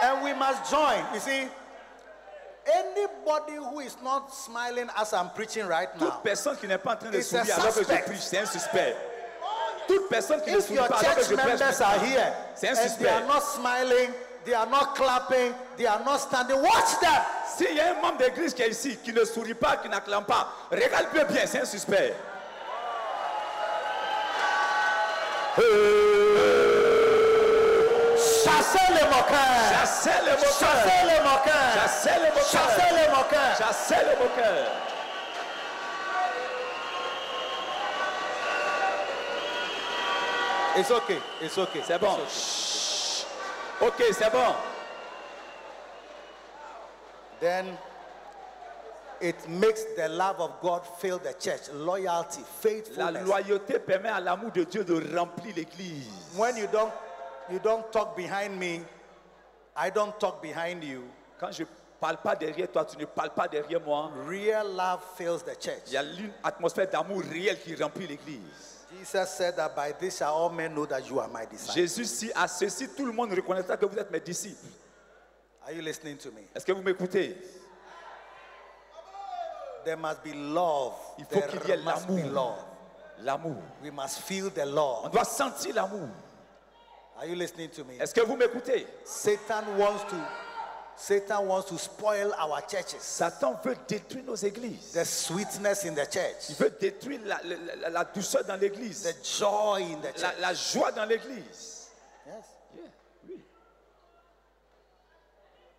Speaker 2: And we must join. You see, anybody who is not smiling as I'm preaching right
Speaker 3: Toute
Speaker 2: now,
Speaker 3: personne qui n'est pas en train de
Speaker 2: It's a
Speaker 3: sourire alors que je
Speaker 2: suspect.
Speaker 3: prêche, c'est un suspect. Toute personne qui ne
Speaker 2: if
Speaker 3: sourit
Speaker 2: your
Speaker 3: pas alors que
Speaker 2: church
Speaker 3: je prêche,
Speaker 2: members are
Speaker 3: maintenant,
Speaker 2: here
Speaker 3: c'est un
Speaker 2: and they
Speaker 3: suspect.
Speaker 2: are not smiling, they are not clapping, they are not standing, watch them.
Speaker 3: S'il y a un membre d'église qui est ici, qui ne sourit pas, qui n'acclame pas, regarde bien bien, c'est un suspect.
Speaker 2: Chassez les moqueurs.
Speaker 3: Chassez les moqueurs.
Speaker 2: Chassez les moqueurs.
Speaker 3: Chassez les
Speaker 2: Chassez
Speaker 3: moqueurs.
Speaker 2: les moqueurs.
Speaker 3: Chassez les moqueurs.
Speaker 2: It's okay. It's okay.
Speaker 3: C'est bon.
Speaker 2: It's okay.
Speaker 3: Ok, c'est bon.
Speaker 2: Then it makes the love of God fill the church. Loyalty,
Speaker 3: La
Speaker 2: faithfulness.
Speaker 3: loyauté permet à l'amour de Dieu de remplir l'église.
Speaker 2: when you don't you don't talk behind me, I don't talk behind you.
Speaker 3: Quand je parle pas derrière toi, tu ne parles pas derrière moi. hein.
Speaker 2: Real love fills the
Speaker 3: Il y a
Speaker 2: church.
Speaker 3: une atmosphère d'amour réel qui remplit l'église.
Speaker 2: Jesus said that by this shall all men know that you are my disciples.
Speaker 3: Jésus, si à ceci, tout le monde reconnaîtra que vous êtes mes disciples.
Speaker 2: Are you listening to me?
Speaker 3: Est-ce que vous m'écoutez
Speaker 2: There must be love.
Speaker 3: Il faut qu'il y ait
Speaker 2: There must be love.
Speaker 3: l'amour. L'amour.
Speaker 2: We must feel the
Speaker 3: On
Speaker 2: love.
Speaker 3: doit sentir l'amour.
Speaker 2: Are you listening to me?
Speaker 3: Est-ce que vous m'écoutez
Speaker 2: Satan wants to Satan wants to spoil our churches.
Speaker 3: Satan veut détruire nos églises.
Speaker 2: The sweetness in the
Speaker 3: Il
Speaker 2: church,
Speaker 3: veut détruire la, la- la- la douceur dans
Speaker 2: the
Speaker 3: l'église,
Speaker 2: joy in the
Speaker 3: la,
Speaker 2: church.
Speaker 3: la joie dans l'église.
Speaker 2: Yes.
Speaker 3: Oui.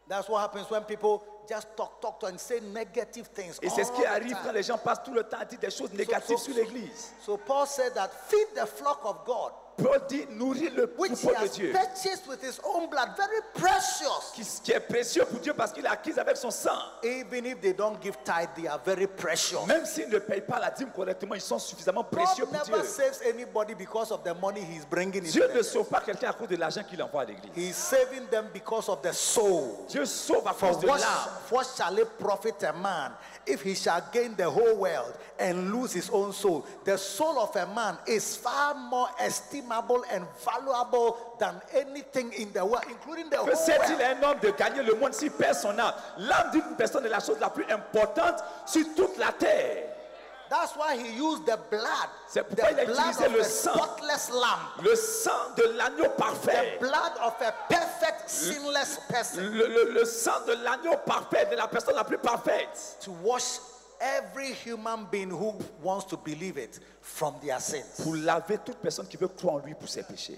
Speaker 2: That's what happens when people just talk, talk, talk, and say negative things.
Speaker 3: Et c'est ce
Speaker 2: all
Speaker 3: qui
Speaker 2: the
Speaker 3: arrive
Speaker 2: time.
Speaker 3: quand les gens passent tout le temps à dire des choses négatives sur l'église.
Speaker 2: So Paul said that feed the flock of God,
Speaker 3: Paul dit nourrir le
Speaker 2: which he
Speaker 3: troupeau de
Speaker 2: has
Speaker 3: Dieu,
Speaker 2: purchased with his own blood, very precious.
Speaker 3: qui, qui est précieux pour Dieu parce qu'il l'a acquis avec son sang.
Speaker 2: Even if they don't give tithe, they are very precious.
Speaker 3: Même s'ils ne payent pas la dîme correctement, ils sont suffisamment
Speaker 2: God
Speaker 3: précieux pour Dieu.
Speaker 2: never saves anybody because of the money he's bringing in.
Speaker 3: Dieu ne sauve pas quelqu'un à cause de l'argent qu'il envoie à l'église.
Speaker 2: He's saving them because of the soul.
Speaker 3: Dieu sauve à
Speaker 2: For
Speaker 3: cause de
Speaker 2: what,
Speaker 3: l'âme.
Speaker 2: what shall it profit a man if he shall gain the whole world and lose his own soul? The soul of a man is far more estimable and valuable than anything in the world, including the
Speaker 3: Que
Speaker 2: whole
Speaker 3: sait-il
Speaker 2: world.
Speaker 3: à un homme de gagner le monde s'il perd son âme L'âme d'une personne est la chose la plus importante sur toute la terre.
Speaker 2: That's why he used the blood,
Speaker 3: C'est
Speaker 2: the
Speaker 3: pourquoi il a
Speaker 2: blood
Speaker 3: utilisé
Speaker 2: of
Speaker 3: le
Speaker 2: a
Speaker 3: sang.
Speaker 2: spotless lamb,
Speaker 3: Le sang de l'agneau
Speaker 2: the
Speaker 3: parfait.
Speaker 2: blood of a perfect, sinless person
Speaker 3: Le, le- le sang de l'agneau parfait, de la personne la plus parfaite.
Speaker 2: to wash every human being who wants to believe it from their sins.
Speaker 3: Pour laver toute personne qui veut croire en lui pour ses péchés.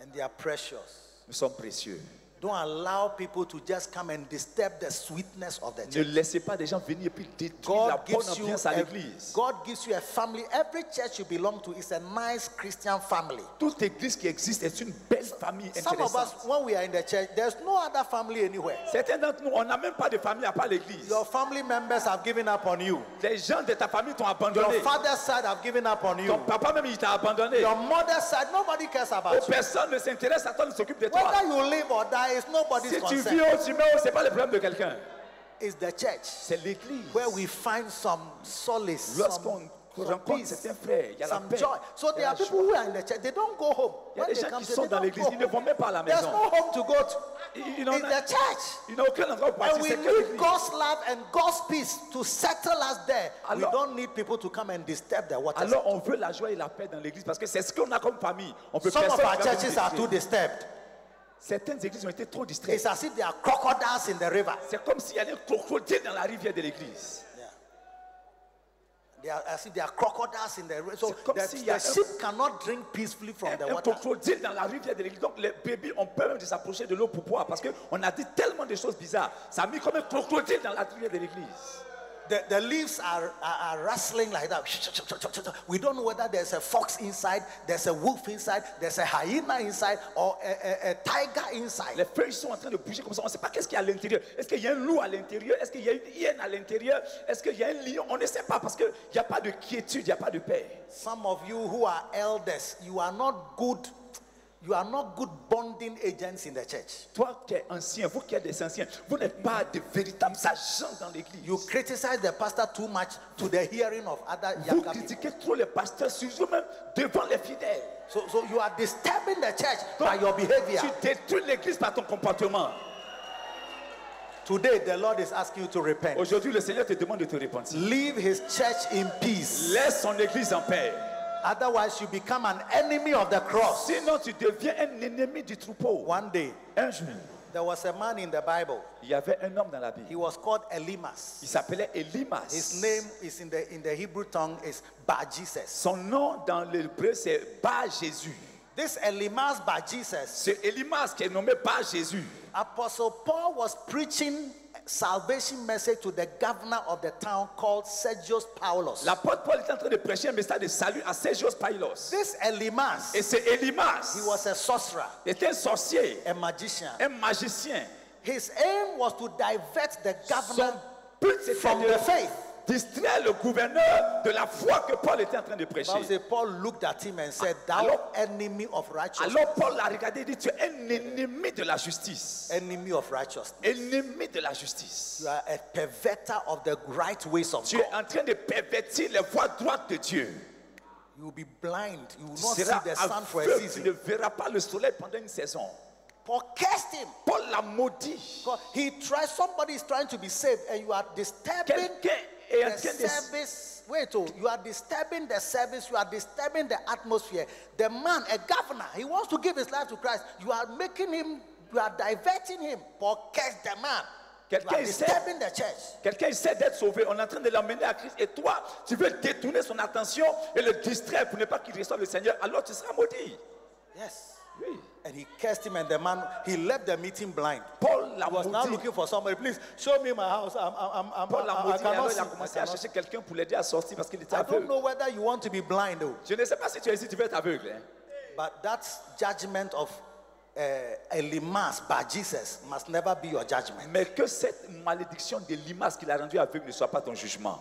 Speaker 2: And they are precious.
Speaker 3: Nous sommes précieux.
Speaker 2: Don't allow people to just come and disturb the sweetness of the
Speaker 3: Ne
Speaker 2: church.
Speaker 3: laissez pas des gens venir et puis détruire la
Speaker 2: God
Speaker 3: bonne
Speaker 2: gives, you
Speaker 3: ambiance à
Speaker 2: a,
Speaker 3: l'église.
Speaker 2: God gives you a family. Every church you belong to is a nice Christian family.
Speaker 3: Toute église qui existe est une belle famille
Speaker 2: Some of us,
Speaker 3: intéressante.
Speaker 2: when we are in the church, there's no other family anywhere.
Speaker 3: Certains d'entre nous, on n'a même pas de famille à part l'église.
Speaker 2: Your family members have given up on you.
Speaker 3: Les gens de ta famille t'ont
Speaker 2: Your
Speaker 3: abandonné.
Speaker 2: father's side have given up on you.
Speaker 3: Ton papa même, il t'a abandonné. Oh,
Speaker 2: Your mother's side, nobody cares about you.
Speaker 3: Personne ne s'intéresse à toi, ne s'occupe de toi.
Speaker 2: Whether you live or die is nobody's
Speaker 3: Si tu vis
Speaker 2: concern.
Speaker 3: haut, tu meurs haut, c'est pas le problème de quelqu'un.
Speaker 2: It's the church
Speaker 3: C'est l'église.
Speaker 2: where we find some solace, some,
Speaker 3: Lorsqu'on
Speaker 2: some
Speaker 3: rencontre
Speaker 2: peace.
Speaker 3: certains frères, il y a la
Speaker 2: Some
Speaker 3: paix.
Speaker 2: joy. So
Speaker 3: il y
Speaker 2: there
Speaker 3: a
Speaker 2: are
Speaker 3: la joie.
Speaker 2: people who are in the church. They don't go home.
Speaker 3: Il y a
Speaker 2: When
Speaker 3: des
Speaker 2: they
Speaker 3: gens
Speaker 2: come
Speaker 3: qui
Speaker 2: to-
Speaker 3: sont
Speaker 2: they
Speaker 3: dans
Speaker 2: don't
Speaker 3: l'église,
Speaker 2: go
Speaker 3: ils ne
Speaker 2: home.
Speaker 3: vont même pas à la
Speaker 2: There's
Speaker 3: maison.
Speaker 2: no home to go to.
Speaker 3: Il- Il n'en
Speaker 2: It's
Speaker 3: a-
Speaker 2: the church.
Speaker 3: il n'a aucun endroit où
Speaker 2: And
Speaker 3: partir.
Speaker 2: we
Speaker 3: C'est que
Speaker 2: need
Speaker 3: l'église.
Speaker 2: God's love and God's peace to settle us there. We
Speaker 3: Alors-
Speaker 2: don't need people to come and disturb the waters.
Speaker 3: Alors on veut la joie et la paix dans l'église parce que c'est ce qu'on a comme famille. On peut
Speaker 2: Some of
Speaker 3: personne
Speaker 2: our
Speaker 3: qui va venir
Speaker 2: churches are
Speaker 3: détruire.
Speaker 2: too disturbed.
Speaker 3: Certaines églises ont été trop distraites.
Speaker 2: It's as if there are crocodiles in the river.
Speaker 3: C'est comme s'il y avait un crocodile dans la rivière de l'église.
Speaker 2: They are, as if there are crocodiles in the river. So
Speaker 3: C'est comme
Speaker 2: the,
Speaker 3: s'il y
Speaker 2: the
Speaker 3: a un-
Speaker 2: sheep cannot drink peacefully from the
Speaker 3: Un un
Speaker 2: water.
Speaker 3: crocodile dans la rivière de l'église. Donc les bébés, on peut même de s'approcher de l'eau pour boire parce qu'on a dit tellement de choses bizarres. Ça a mis comme un crocodile dans la rivière de l'église.
Speaker 2: The, the leaves are, are, are rustling like that. We don't know whether there's a fox inside, there's a wolf inside, there's a hyena inside, or a, a, a tiger
Speaker 3: Les
Speaker 2: inside.
Speaker 3: feuilles sont en train de bouger comme ça. On ne sait pas qu'est-ce qu'il y a à l'intérieur. Est-ce qu'il y a un loup à l'intérieur Est-ce qu'il y a une hyène à l'intérieur Est-ce qu'il y a un lion On ne sait pas parce qu'il n'y a pas de quiétude, il n'y a pas de paix.
Speaker 2: Some of you who are elders, you are not good. You are not good bonding agents in the church.
Speaker 3: Toi qui es ancien, vous qui êtes des anciens, vous n'êtes pas de véritables agents dans l'église.
Speaker 2: You criticize the pastor too much to the hearing of other
Speaker 3: Vous
Speaker 2: younger people.
Speaker 3: critiquez trop les pasteurs, surtout même devant les fidèles.
Speaker 2: So, so you are disturbing the church by your behavior.
Speaker 3: Tu détruis l'église par ton comportement.
Speaker 2: Today, the Lord is asking you to repent.
Speaker 3: Aujourd'hui, le Seigneur te demande de te repentir.
Speaker 2: Leave his church in peace.
Speaker 3: Laisse son église en paix.
Speaker 2: Otherwise, you become an enemy of the cross.
Speaker 3: Sinon, tu deviens un ennemi du troupeau.
Speaker 2: One day,
Speaker 3: Un jour,
Speaker 2: there was a man in the Bible.
Speaker 3: il y avait un homme dans la
Speaker 2: He
Speaker 3: Bible.
Speaker 2: was called Elimas.
Speaker 3: Il s'appelait Elimas.
Speaker 2: His name is in the in the Hebrew tongue is Bar Jesus.
Speaker 3: Son nom dans l'hébreu, c'est Bar Jésus.
Speaker 2: This Elimas Bar Jesus,
Speaker 3: C'est Elimas qui est nommé Bar Jésus.
Speaker 2: Apostle Paul was preaching salvation message to the governor of the town called Sergius Paulus.
Speaker 3: L'apôtre Paul est en train de prêcher un message de salut à Sergius Pylos.
Speaker 2: This Elimas,
Speaker 3: Et c'est Elimas.
Speaker 2: he was a sorcerer,
Speaker 3: Il était un sorcier,
Speaker 2: a magician.
Speaker 3: un magicien.
Speaker 2: His aim was to divert the
Speaker 3: Son
Speaker 2: governor
Speaker 3: but c'était
Speaker 2: from
Speaker 3: de
Speaker 2: the faith.
Speaker 3: distraire le gouverneur de la foi que Paul était en train de prêcher.
Speaker 2: Bible says Paul looked at him and said, Thou
Speaker 3: Alors-
Speaker 2: enemy of righteousness,
Speaker 3: Alors Paul l'a regardé et dit, tu es un ennemi de la justice.
Speaker 2: enemy of righteousness.
Speaker 3: Ennemi de la justice.
Speaker 2: You are a perverter of the right ways of
Speaker 3: Tu es
Speaker 2: God.
Speaker 3: en train de pervertir les voies droites de Dieu.
Speaker 2: You will be blind. You will
Speaker 3: Tu
Speaker 2: not see
Speaker 3: seras
Speaker 2: the sun for a
Speaker 3: aveugle, tu ne
Speaker 2: season.
Speaker 3: verras pas le soleil pendant une saison.
Speaker 2: Paul cursed him.
Speaker 3: Paul l'a maudit.
Speaker 2: God, he tries, somebody is trying to be saved and you are disturbing
Speaker 3: Quelqu'un est en
Speaker 2: the
Speaker 3: train de
Speaker 2: service. Wait, oh, you are disturbing the service. You are disturbing the atmosphere. The man, a governor, he wants to give his life to Christ. You are making him, you are diverting him. Paul cursed the man.
Speaker 3: Quelqu'un
Speaker 2: You are
Speaker 3: est saved.
Speaker 2: disturbing the church.
Speaker 3: Quelqu'un essaie d'être sauvé, on est en train de l'emmener à Christ et toi, tu veux détourner son attention et le distraire pour ne pas qu'il reçoive le Seigneur, alors tu seras maudit.
Speaker 2: Yes.
Speaker 3: Oui.
Speaker 2: And he cursed him, and the man he left the meeting blind.
Speaker 3: Paul l'a
Speaker 2: I was now
Speaker 3: maudit.
Speaker 2: looking Ah, for somebody. Please show me my house. I'm, I'm, I'm, I'm,
Speaker 3: Paul l'a
Speaker 2: I- I- I
Speaker 3: maudit et
Speaker 2: cannot
Speaker 3: alors
Speaker 2: see.
Speaker 3: il
Speaker 2: I
Speaker 3: a commencé à
Speaker 2: cannot
Speaker 3: chercher quelqu'un pour l'aider à sortir parce qu'il était
Speaker 2: see. I don't
Speaker 3: aveugle.
Speaker 2: know whether you want to be blind, though.
Speaker 3: Je ne sais pas si tu es ici, tu veux être aveugle. hein.
Speaker 2: But that judgment of uh, Elimas by Jesus must never be your judgment.
Speaker 3: Mais que cette malédiction de limace qu'il a rendu aveugle ne soit pas ton jugement.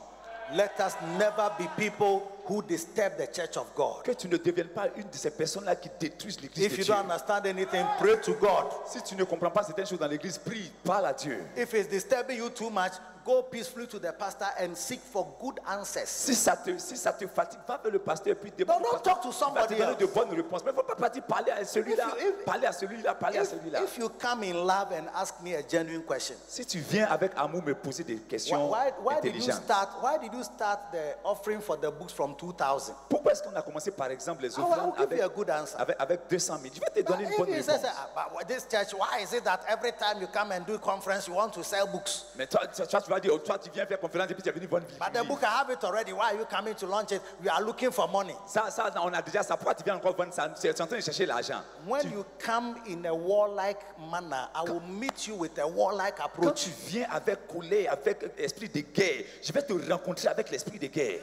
Speaker 2: Let us never be people who disturb the church of God.
Speaker 3: Que tu ne deviennes pas une de ces personnes-là qui détruisent l'église
Speaker 2: If
Speaker 3: de
Speaker 2: you
Speaker 3: Dieu.
Speaker 2: don't understand anything, pray to God.
Speaker 3: Si tu ne comprends pas certaines choses dans l'église, prie, parle à Dieu.
Speaker 2: If it's disturbing you too much, go peacefully to the pastor and seek for good answers.
Speaker 3: Si ça te, si ça te fatigue, va vers le pasteur et puis demande.
Speaker 2: Non, non, talk to somebody
Speaker 3: Il va te donner
Speaker 2: else.
Speaker 3: de bonnes réponses. Mais il ne faut pas partir parler à celui-là,
Speaker 2: If you- if-
Speaker 3: parler à celui-là, parler à
Speaker 2: If,
Speaker 3: celui-là.
Speaker 2: if you come in love and ask me a genuine question,
Speaker 3: Si tu viens avec amour me poser des
Speaker 2: why,
Speaker 3: questions
Speaker 2: why, why did you
Speaker 3: intelligentes.
Speaker 2: start? Why did you start the offering for the books from 2000?
Speaker 3: Pourquoi est-ce qu'on a commencé par exemple les
Speaker 2: I will
Speaker 3: offrandes
Speaker 2: give
Speaker 3: avec,
Speaker 2: you a good answer.
Speaker 3: avec, avec 200 000 Je vais te
Speaker 2: But
Speaker 3: donner une
Speaker 2: if
Speaker 3: bonne
Speaker 2: you
Speaker 3: réponse.
Speaker 2: say, say, "Ah, but this church, why is it that every time you come and do conference, you want to sell books?
Speaker 3: Mais toi, toi, toi, tu vas dire, oh, toi tu viens faire conférence et puis tu es venu voir une
Speaker 2: But the
Speaker 3: vidéo.
Speaker 2: book, I have it already. Why are you coming to launch it? We are looking for money.
Speaker 3: Ça, ça, on a déjà ça. Pourquoi tu viens encore vendre ça Tu es en train de chercher l'argent.
Speaker 2: When you come in a warlike manner, I will meet you with a warlike
Speaker 3: Quand
Speaker 2: approach.
Speaker 3: tu viens avec colère, avec euh, esprit de guerre, je vais te rencontrer avec l'esprit de guerre.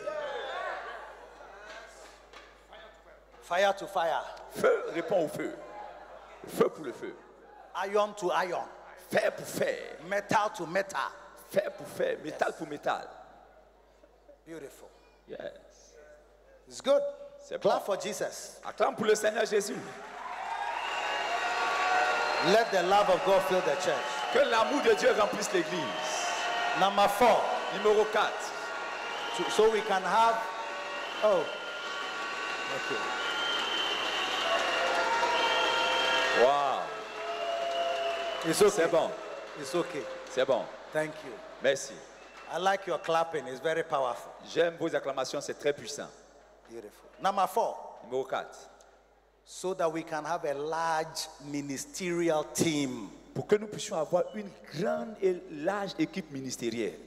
Speaker 2: Fire to fire,
Speaker 3: Feu répond au feu. Feu pour le feu.
Speaker 2: iron to iron,
Speaker 3: Fer pour fer.
Speaker 2: metal to metal.
Speaker 3: Fer pour fer. Métal pour métal.
Speaker 2: Beautiful.
Speaker 3: Yes.
Speaker 2: It's good.
Speaker 3: C'est
Speaker 2: Clap
Speaker 3: bon.
Speaker 2: for Jesus.
Speaker 3: Acclame pour le Seigneur Jésus.
Speaker 2: Let the love of God fill the church.
Speaker 3: Que l'amour de Dieu remplisse l'église.
Speaker 2: Number four,
Speaker 3: Numéro 4.
Speaker 2: to- so we can have. Oh, okay.
Speaker 3: Wow.
Speaker 2: It's okay.
Speaker 3: C'est bon.
Speaker 2: It's okay.
Speaker 3: C'est bon.
Speaker 2: Thank you.
Speaker 3: Merci.
Speaker 2: I like your clapping. It's very powerful.
Speaker 3: J'aime vos acclamations, c'est très puissant.
Speaker 2: Beautiful. Number four.
Speaker 3: Numéro 4.
Speaker 2: So that we can have a large ministerial team.
Speaker 3: Pour que nous puissions avoir une grande et large équipe ministérielle.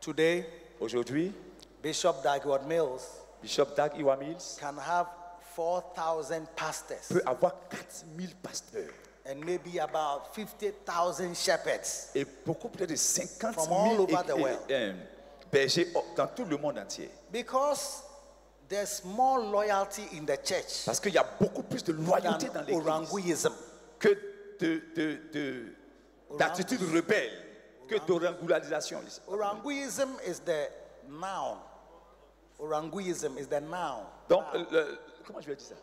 Speaker 2: Today,
Speaker 3: Aujourd'hui,
Speaker 2: Bishop Dagwood Mills
Speaker 3: Bishop Dag Iwa Mills
Speaker 2: can have 4,000 pastors
Speaker 3: peut avoir 4000 pasteurs
Speaker 2: and maybe about 50,000 shepherds.
Speaker 3: et beaucoup plus de 50
Speaker 2: From all
Speaker 3: 000
Speaker 2: over the
Speaker 3: é-
Speaker 2: world.
Speaker 3: é- euh, bergers oh, dans tout le monde entier.
Speaker 2: Because there's more loyalty in the church
Speaker 3: Parce qu'il y a beaucoup plus de
Speaker 2: than
Speaker 3: loyauté dans l'église
Speaker 2: Oranguism.
Speaker 3: que de, de, de- d'attitude rebelle, que d'orangulalisation.
Speaker 2: Oranguism is the noun. Oranguism is the noun.
Speaker 3: Donc, le- comment je vais dire ça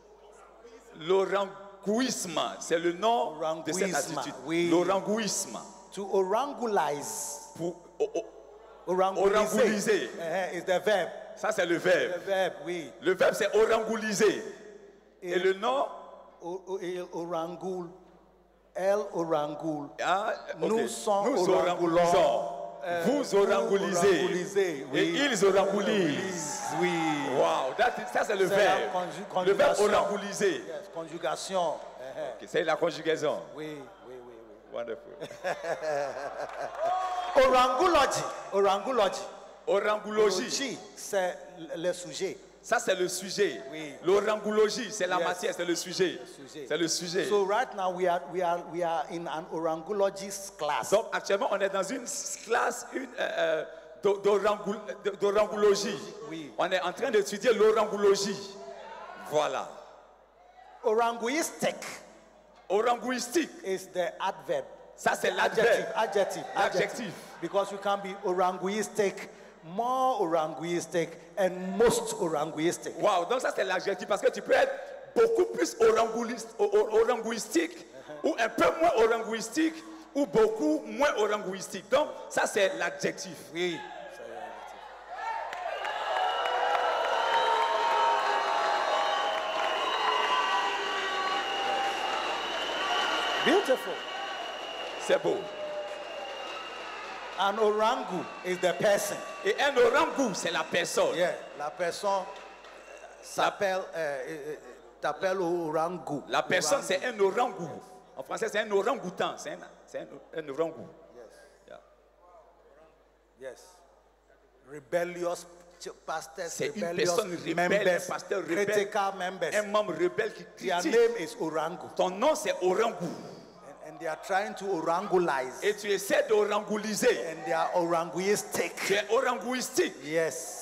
Speaker 3: L'orangouisme, c'est le nom de cette
Speaker 2: Orangouisme,
Speaker 3: attitude.
Speaker 2: oui.
Speaker 3: L'orangouisme.
Speaker 2: To orangulize
Speaker 3: Pour, oh, oh,
Speaker 2: Oranguliser.
Speaker 3: Oranguliser.
Speaker 2: Eh, eh, is the verb.
Speaker 3: ça, c'est le
Speaker 2: The
Speaker 3: verbe.
Speaker 2: verb, oui.
Speaker 3: Le verbe, c'est orangouliser. Et le nom
Speaker 2: O- o- il orangul. El orangul.
Speaker 3: Ah, ok.
Speaker 2: Nous sommes
Speaker 3: orangulisons.
Speaker 2: Euh,
Speaker 3: vous
Speaker 2: vous
Speaker 3: orangulisez.
Speaker 2: orangulisez, oui.
Speaker 3: Et ils orangulisent.
Speaker 2: Orangulis, Oui.
Speaker 3: Wow, that is- ça c'est le
Speaker 2: C'est
Speaker 3: verbe.
Speaker 2: la conju-
Speaker 3: le verbe
Speaker 2: conjugation.
Speaker 3: oranguliser.
Speaker 2: Yes, conjugation. Eh, eh,
Speaker 3: Ok, c'est la conjugaison.
Speaker 2: Oui, oui, oui. oui.
Speaker 3: Wonderful.
Speaker 2: Orangology. Orangology.
Speaker 3: Orangologie.
Speaker 2: Logie, c'est le sujet.
Speaker 3: Ça, c'est le sujet.
Speaker 2: Oui.
Speaker 3: L'orangologie, c'est la
Speaker 2: Yes.
Speaker 3: matière, c'est le sujet.
Speaker 2: Sujet.
Speaker 3: C'est le sujet.
Speaker 2: So right now we are we are we are in an orangologist class.
Speaker 3: Donc, actuellement, on est dans une classe une, euh, euh, d'o- d'orangou- d'o- d'orangologie.
Speaker 2: Oui.
Speaker 3: On est en train d'étudier l'orangologie. Voilà.
Speaker 2: Oranguistic
Speaker 3: Orangouistique,
Speaker 2: is the adverb.
Speaker 3: ça, c'est
Speaker 2: Adjective,
Speaker 3: l'adverbe.
Speaker 2: adjective,
Speaker 3: Adjective.
Speaker 2: Because you can be oranguistic, more oranguistic, and most oranguistic.
Speaker 3: Wow, donc ça c'est l'adjectif parce que tu peux être beaucoup plus oranguliste- o- o- orangouistique ou un peu moins orangouistique ou beaucoup moins orangouistique. Donc ça c'est l'adjectif.
Speaker 2: Oui. Beautiful.
Speaker 3: C'est beau.
Speaker 2: An orangu is the person.
Speaker 3: Et un orangou, c'est la personne.
Speaker 2: Yeah, la personne s'appelle euh, euh, euh, t'appelles orangu.
Speaker 3: La personne c'est un orangou. En français c'est un orangoutan. C'est un, c'est un- un orangou. Yeah.
Speaker 2: Yes. Rebellious ch- pastors,
Speaker 3: C'est une
Speaker 2: rebellious
Speaker 3: personne rebelle,
Speaker 2: members,
Speaker 3: un pasteur rebelle.
Speaker 2: critical members.
Speaker 3: Un membre rebelle qui
Speaker 2: Their
Speaker 3: critique.
Speaker 2: name is orangu.
Speaker 3: Ton nom c'est orangou.
Speaker 2: And, and they are trying to orangulize.
Speaker 3: Et tu essaies d'orangouliser.
Speaker 2: and they are oranguistic.
Speaker 3: Tu es orangouistique
Speaker 2: Yes.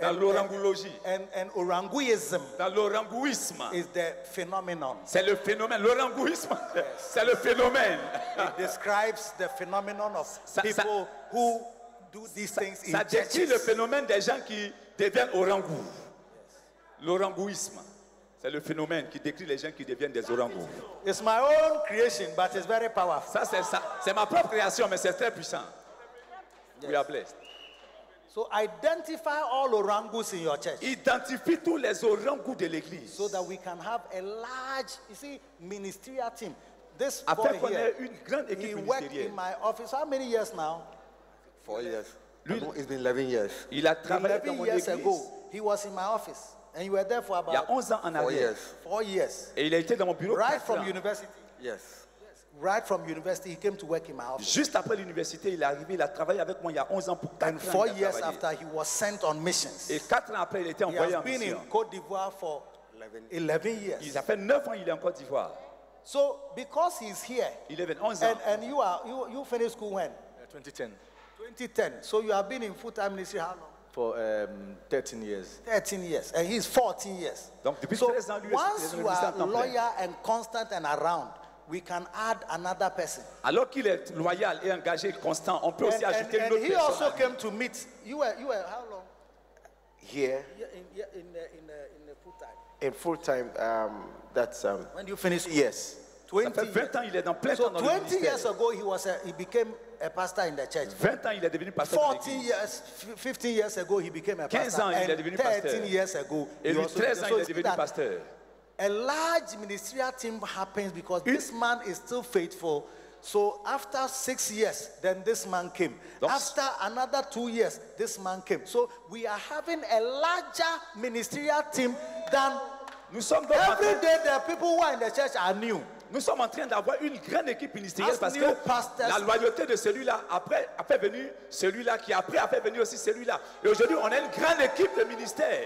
Speaker 3: dans l'orangologie.
Speaker 2: And, and oranguism
Speaker 3: Dans l'orangouisme.
Speaker 2: is the phenomenon.
Speaker 3: C'est le phénomène, l'orangouisme, c'est le phénomène.
Speaker 2: It describes the phenomenon of
Speaker 3: Ça- ça-
Speaker 2: people who do these things in
Speaker 3: Ça décrit le
Speaker 2: churches.
Speaker 3: phénomène des gens qui deviennent orangous. L'orangouisme, c'est le phénomène qui décrit les gens qui deviennent des orangous.
Speaker 2: It's my own creation, but it's very powerful.
Speaker 3: Ça, c'est ça. C'est ma propre création, mais c'est très puissant. We are blessed.
Speaker 2: So identify all orangus in your church
Speaker 3: Identifie tous les orangous de l'église
Speaker 2: so that we can have a large, you see, ministerial team. This boy
Speaker 3: afin qu'on
Speaker 2: here,
Speaker 3: ait une grande
Speaker 2: he
Speaker 3: équipe
Speaker 2: worked
Speaker 3: ministérielle.
Speaker 2: in my office. How many years now?
Speaker 5: Four years.
Speaker 3: Lui-
Speaker 5: Pardon, it's been 11 years.
Speaker 3: Il a travaillé dans
Speaker 2: 11
Speaker 3: mon
Speaker 2: years
Speaker 3: église
Speaker 2: ago, he was in my office, and you were there for
Speaker 3: il y a
Speaker 2: about
Speaker 3: 11 ans en
Speaker 5: Four
Speaker 3: arrière.
Speaker 5: years.
Speaker 2: four years.
Speaker 3: Et il a été dans mon bureau
Speaker 2: Oh, Right
Speaker 3: quatre ans.
Speaker 2: from university,
Speaker 5: Yes.
Speaker 2: right from university, he came to work in my office.
Speaker 3: Juste après l'université, il est arrivé, il a travaillé avec moi il y a 11 ans pour 4
Speaker 2: And
Speaker 3: ans.
Speaker 2: four
Speaker 3: il a
Speaker 2: years
Speaker 3: travaillé.
Speaker 2: after, he was sent on missions.
Speaker 3: Et 4 ans après, il était
Speaker 2: He
Speaker 3: envoyé
Speaker 2: has
Speaker 3: en
Speaker 2: been in
Speaker 3: Eh, mission.
Speaker 2: Cote d'Ivoire for
Speaker 5: 11.
Speaker 2: 11 years.
Speaker 3: Il a fait 9 ans, il est en Côte d'Ivoire.
Speaker 2: So because he's here,
Speaker 3: Il est 11 ans.
Speaker 2: and, and you are you, you finished school when?
Speaker 6: 2010
Speaker 2: 2010. So you have been in full-time ministry how long?
Speaker 6: for um, 13 years.
Speaker 2: 13 years, and he's 14 years.
Speaker 3: Donc, depuis
Speaker 2: so
Speaker 3: 13 ans, lui,
Speaker 2: once
Speaker 3: c'est un
Speaker 2: you are
Speaker 3: ministère en temps plein.
Speaker 2: loyal and constant and around, we can add another person.
Speaker 3: Alors qu'il est loyal et engagé, constant, on peut
Speaker 2: And,
Speaker 3: aussi
Speaker 2: and-
Speaker 3: ajouter une
Speaker 2: and
Speaker 3: autre
Speaker 2: he
Speaker 3: personne.
Speaker 2: also came to meet you. Were you were how long?
Speaker 5: Here,
Speaker 2: Yeah, in yeah, in the, in the, in the full time.
Speaker 5: in full time, um, that's um,
Speaker 2: When you finish? Yes. 20
Speaker 3: Ça fait 20 ans, il est dans plein
Speaker 2: So
Speaker 3: temps dans le
Speaker 2: 20
Speaker 3: ministère.
Speaker 2: years ago, he was a, he became a pastor in the church.
Speaker 3: 20 ans, il est devenu pasteur dans
Speaker 2: 14
Speaker 3: l'église.
Speaker 2: years, f- 15 years ago, he became a
Speaker 3: 15
Speaker 2: pastor.
Speaker 3: ans, il est
Speaker 2: and
Speaker 3: devenu
Speaker 2: 13
Speaker 3: pasteur.
Speaker 2: years ago,
Speaker 3: Et
Speaker 2: he
Speaker 3: lui,
Speaker 2: also
Speaker 3: 13 ans,
Speaker 2: became-
Speaker 3: il
Speaker 2: so
Speaker 3: est
Speaker 2: see
Speaker 3: devenu
Speaker 2: that
Speaker 3: pasteur.
Speaker 2: A large ministerial team happens because this man is still faithful. So after six years, then this man came.
Speaker 3: Donc-
Speaker 2: after another two years, this man came. So we are having a larger ministerial team than
Speaker 3: Nous sommes donc en
Speaker 2: every
Speaker 3: train,
Speaker 2: day. The people who are in the church are new.
Speaker 3: nous sommes en train d'avoir une grande équipe ministérielle
Speaker 2: As
Speaker 3: parce
Speaker 2: new
Speaker 3: que
Speaker 2: pastors-
Speaker 3: la loyauté de celui-là après a fait venir celui-là qui après a fait venir aussi celui-là. Et aujourd'hui, on a une grande équipe de ministère.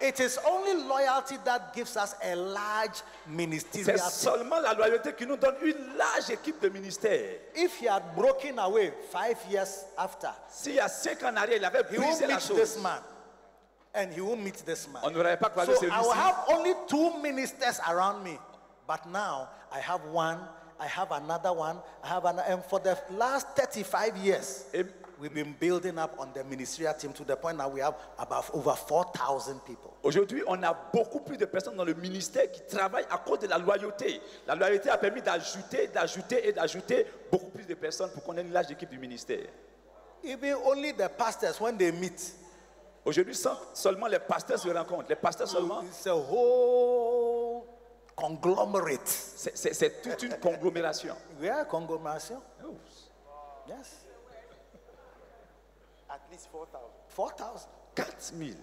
Speaker 2: It is only loyalty that gives us a large ministerial
Speaker 3: C'est
Speaker 2: team.
Speaker 3: seulement la loyauté qui nous donne une large équipe de ministère.
Speaker 2: If he had broken away five years after,
Speaker 3: S'il y a 5 ans en arrière, il avait
Speaker 2: he will
Speaker 3: brisé la
Speaker 2: meet this
Speaker 3: chose.
Speaker 2: man. And he will meet this man.
Speaker 3: On n'aurait pas croisé
Speaker 2: So I will
Speaker 3: celui-ci.
Speaker 2: have only two ministers around me. But now I have one, I have another one, I have another. And for the last 35 years,
Speaker 3: Et
Speaker 2: we've been building up on the ministerial team to the point that we have about over 4,000 people.
Speaker 3: Aujourd'hui, on a beaucoup plus de personnes dans le ministère qui travaillent à cause de la loyauté. La loyauté a permis d'ajouter, d'ajouter et d'ajouter beaucoup plus de personnes pour qu'on ait une large équipe du ministère.
Speaker 2: Even only the pastors, when they meet,
Speaker 3: Aujourd'hui, sans- seulement les pasteurs se rencontrent. Les pasteurs seulement,
Speaker 2: it's a whole conglomerate.
Speaker 3: c'est- c'est c'est toute une conglomération.
Speaker 2: We are a conglomeration.
Speaker 3: Oh.
Speaker 2: Yes. At least 4,000. 4,000.
Speaker 3: 4 000.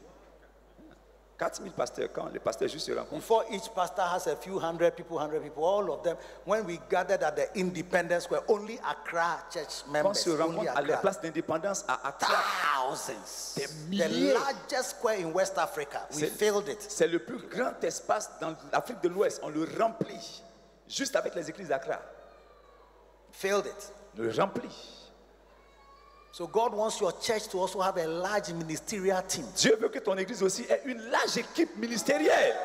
Speaker 3: 4000 pasteurs, quand les pasteurs juste se rencontrent.
Speaker 2: Before each pastor has a few hundred people, hundred people, all of them, when we gathered at the Independence Square, only Accra church
Speaker 3: Quand on
Speaker 2: members,
Speaker 3: se
Speaker 2: only
Speaker 3: rencontre à la
Speaker 2: Accra, Ah,
Speaker 3: place d'indépendance à Accra,
Speaker 2: thousands. The
Speaker 3: milliers.
Speaker 2: largest square in West Africa. We
Speaker 3: C'est-
Speaker 2: filled it.
Speaker 3: c'est le plus grand espace dans l'Afrique de l'Ouest. On le remplit juste avec les églises d'Accra.
Speaker 2: Filled it.
Speaker 3: On le remplit.
Speaker 2: So God wants your church to also have a large ministerial team.
Speaker 3: Dieu veut que ton église aussi ait une large équipe ministérielle.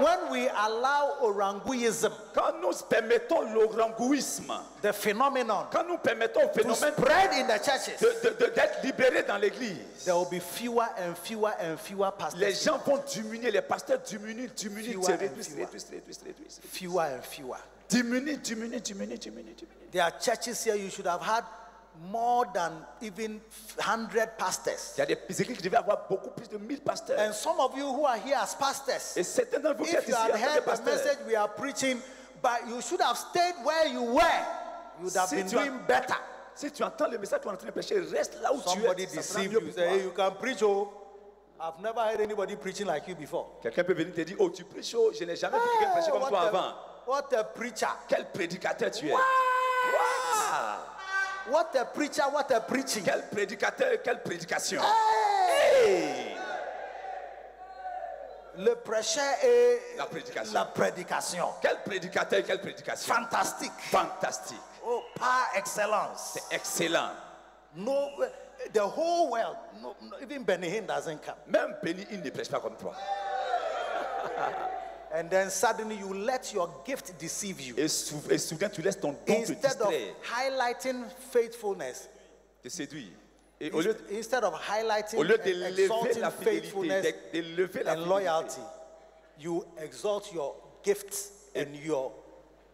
Speaker 2: When we allow oranguism,
Speaker 3: Quand nous permettons l'orangouisme,
Speaker 2: the phenomenon,
Speaker 3: quand nous permettons au
Speaker 2: to
Speaker 3: phénomène
Speaker 2: spread in the churches,
Speaker 3: de- de- de- d'être libéré dans l'église,
Speaker 2: there will be fewer and fewer and fewer
Speaker 3: les
Speaker 2: pastors.
Speaker 3: gens vont diminuer, les pasteurs diminuent, diminuent,
Speaker 2: Fewer
Speaker 3: se
Speaker 2: and
Speaker 3: réduisent,
Speaker 2: fewer.
Speaker 3: réduisent, réduisent, réduisent.
Speaker 2: Fewer and fewer.
Speaker 3: Diminuent, diminuent, diminuent, diminuent, diminuent.
Speaker 2: There are churches here you should have had more than even 100 pastors.
Speaker 3: Il y a des églises qui devaient avoir beaucoup plus de 1000
Speaker 2: And
Speaker 3: pasteurs.
Speaker 2: some of you who are here as pastors,
Speaker 3: Et certains d'entre vous qui êtes
Speaker 2: if you
Speaker 3: ici en
Speaker 2: had
Speaker 3: tant que
Speaker 2: heard the
Speaker 3: pasteurs,
Speaker 2: message we are preaching, but you should have stayed where you were, you would have
Speaker 3: Si
Speaker 2: been
Speaker 3: tu as-
Speaker 2: doing better.
Speaker 3: si tu entends le message qu'on est en train de prêcher, reste là où
Speaker 2: Somebody
Speaker 3: tu es. ça sera
Speaker 2: deceived
Speaker 3: mieux
Speaker 2: you,
Speaker 3: pour
Speaker 2: say,
Speaker 3: toi.
Speaker 2: hey, you can preach, oh. I've never heard anybody preaching like you before.
Speaker 3: Quelqu'un peut venir te dire, oh tu prêches, oh je n'ai jamais vu
Speaker 2: Hey,
Speaker 3: quelqu'un prêcher comme
Speaker 2: what,
Speaker 3: toi
Speaker 2: a,
Speaker 3: avant.
Speaker 2: what a preacher.
Speaker 3: Quel prédicateur tu es What?
Speaker 2: What a preacher, what a preaching.
Speaker 3: Quel prédicateur, quelle prédication Hey!
Speaker 2: Le prêcher est
Speaker 3: La prédication.
Speaker 2: la prédication.
Speaker 3: Quel prédicateur, quelle prédication
Speaker 2: Fantastique.
Speaker 3: Fantastique,
Speaker 2: Oh, par excellence.
Speaker 3: excellent.
Speaker 2: No, the whole world, no, no, even Benihin doesn't come.
Speaker 3: Même Béni, il ne prêche pas comme toi.
Speaker 2: And then suddenly you let your gift deceive you.
Speaker 3: Et, sou- et souviens, tu laisses ton don te
Speaker 2: Instead of
Speaker 3: distraire,
Speaker 2: highlighting faithfulness,
Speaker 3: te séduire. Et au lieu,
Speaker 2: instead of highlighting
Speaker 3: au lieu
Speaker 2: and
Speaker 3: d'élever
Speaker 2: exalting
Speaker 3: la
Speaker 2: faithfulness
Speaker 3: fidélité, d'é- d'élever la
Speaker 2: and
Speaker 3: loyauté
Speaker 2: loyalty, you exalt your gifts and your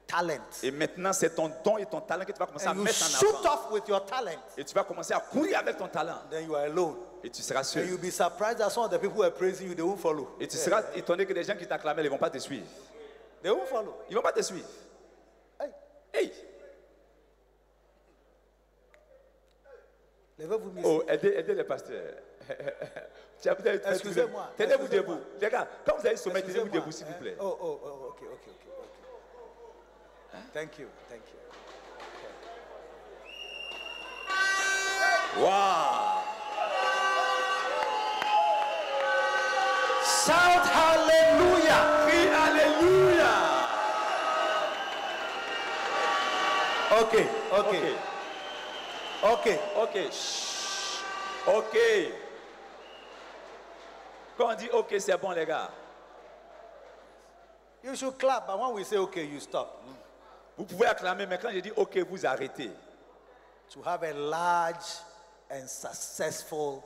Speaker 2: talent.
Speaker 3: Et maintenant, c'est ton don et ton talent que tu vas commencer à
Speaker 2: And you
Speaker 3: mettre
Speaker 2: shoot
Speaker 3: en avant.
Speaker 2: off with your talent,
Speaker 3: Et tu vas commencer à courir avec ton talent.
Speaker 2: then you are alone.
Speaker 3: Et tu seras
Speaker 2: And
Speaker 3: seul.
Speaker 2: you'll be surprised that some of the people who are praising you, they won't follow.
Speaker 3: Et tu seras étonné que les gens qui t'acclamaient ne vont pas te suivre.
Speaker 2: They won't follow.
Speaker 3: Ils ne vont pas te suivre.
Speaker 2: Hey,
Speaker 3: Hey!
Speaker 2: levez-vous, messieurs.
Speaker 3: Oh, aidez, aidez les pasteurs. Tu as peut-être-
Speaker 2: Excusez-moi.
Speaker 3: Tenez-vous
Speaker 2: Excusez-moi.
Speaker 3: debout. Les gars, quand vous allez sommet, tenez-vous
Speaker 2: Excusez-moi,
Speaker 3: debout, s'il vous
Speaker 2: hein.
Speaker 3: plaît.
Speaker 2: Oh, oh, oh, ok, ok, ok. ok. Thank you, thank you.
Speaker 3: Waouh!
Speaker 2: Shout hallelujah.
Speaker 3: Crie Alléluia!
Speaker 2: Ok, ok, ok.
Speaker 3: Ok. Chut. Ok. Quand on dit ok, c'est bon, les gars.
Speaker 2: You should clap, but when we say okay, you stop.
Speaker 3: Vous pouvez acclamer, mais quand je dis ok, vous arrêtez.
Speaker 2: To have a large and successful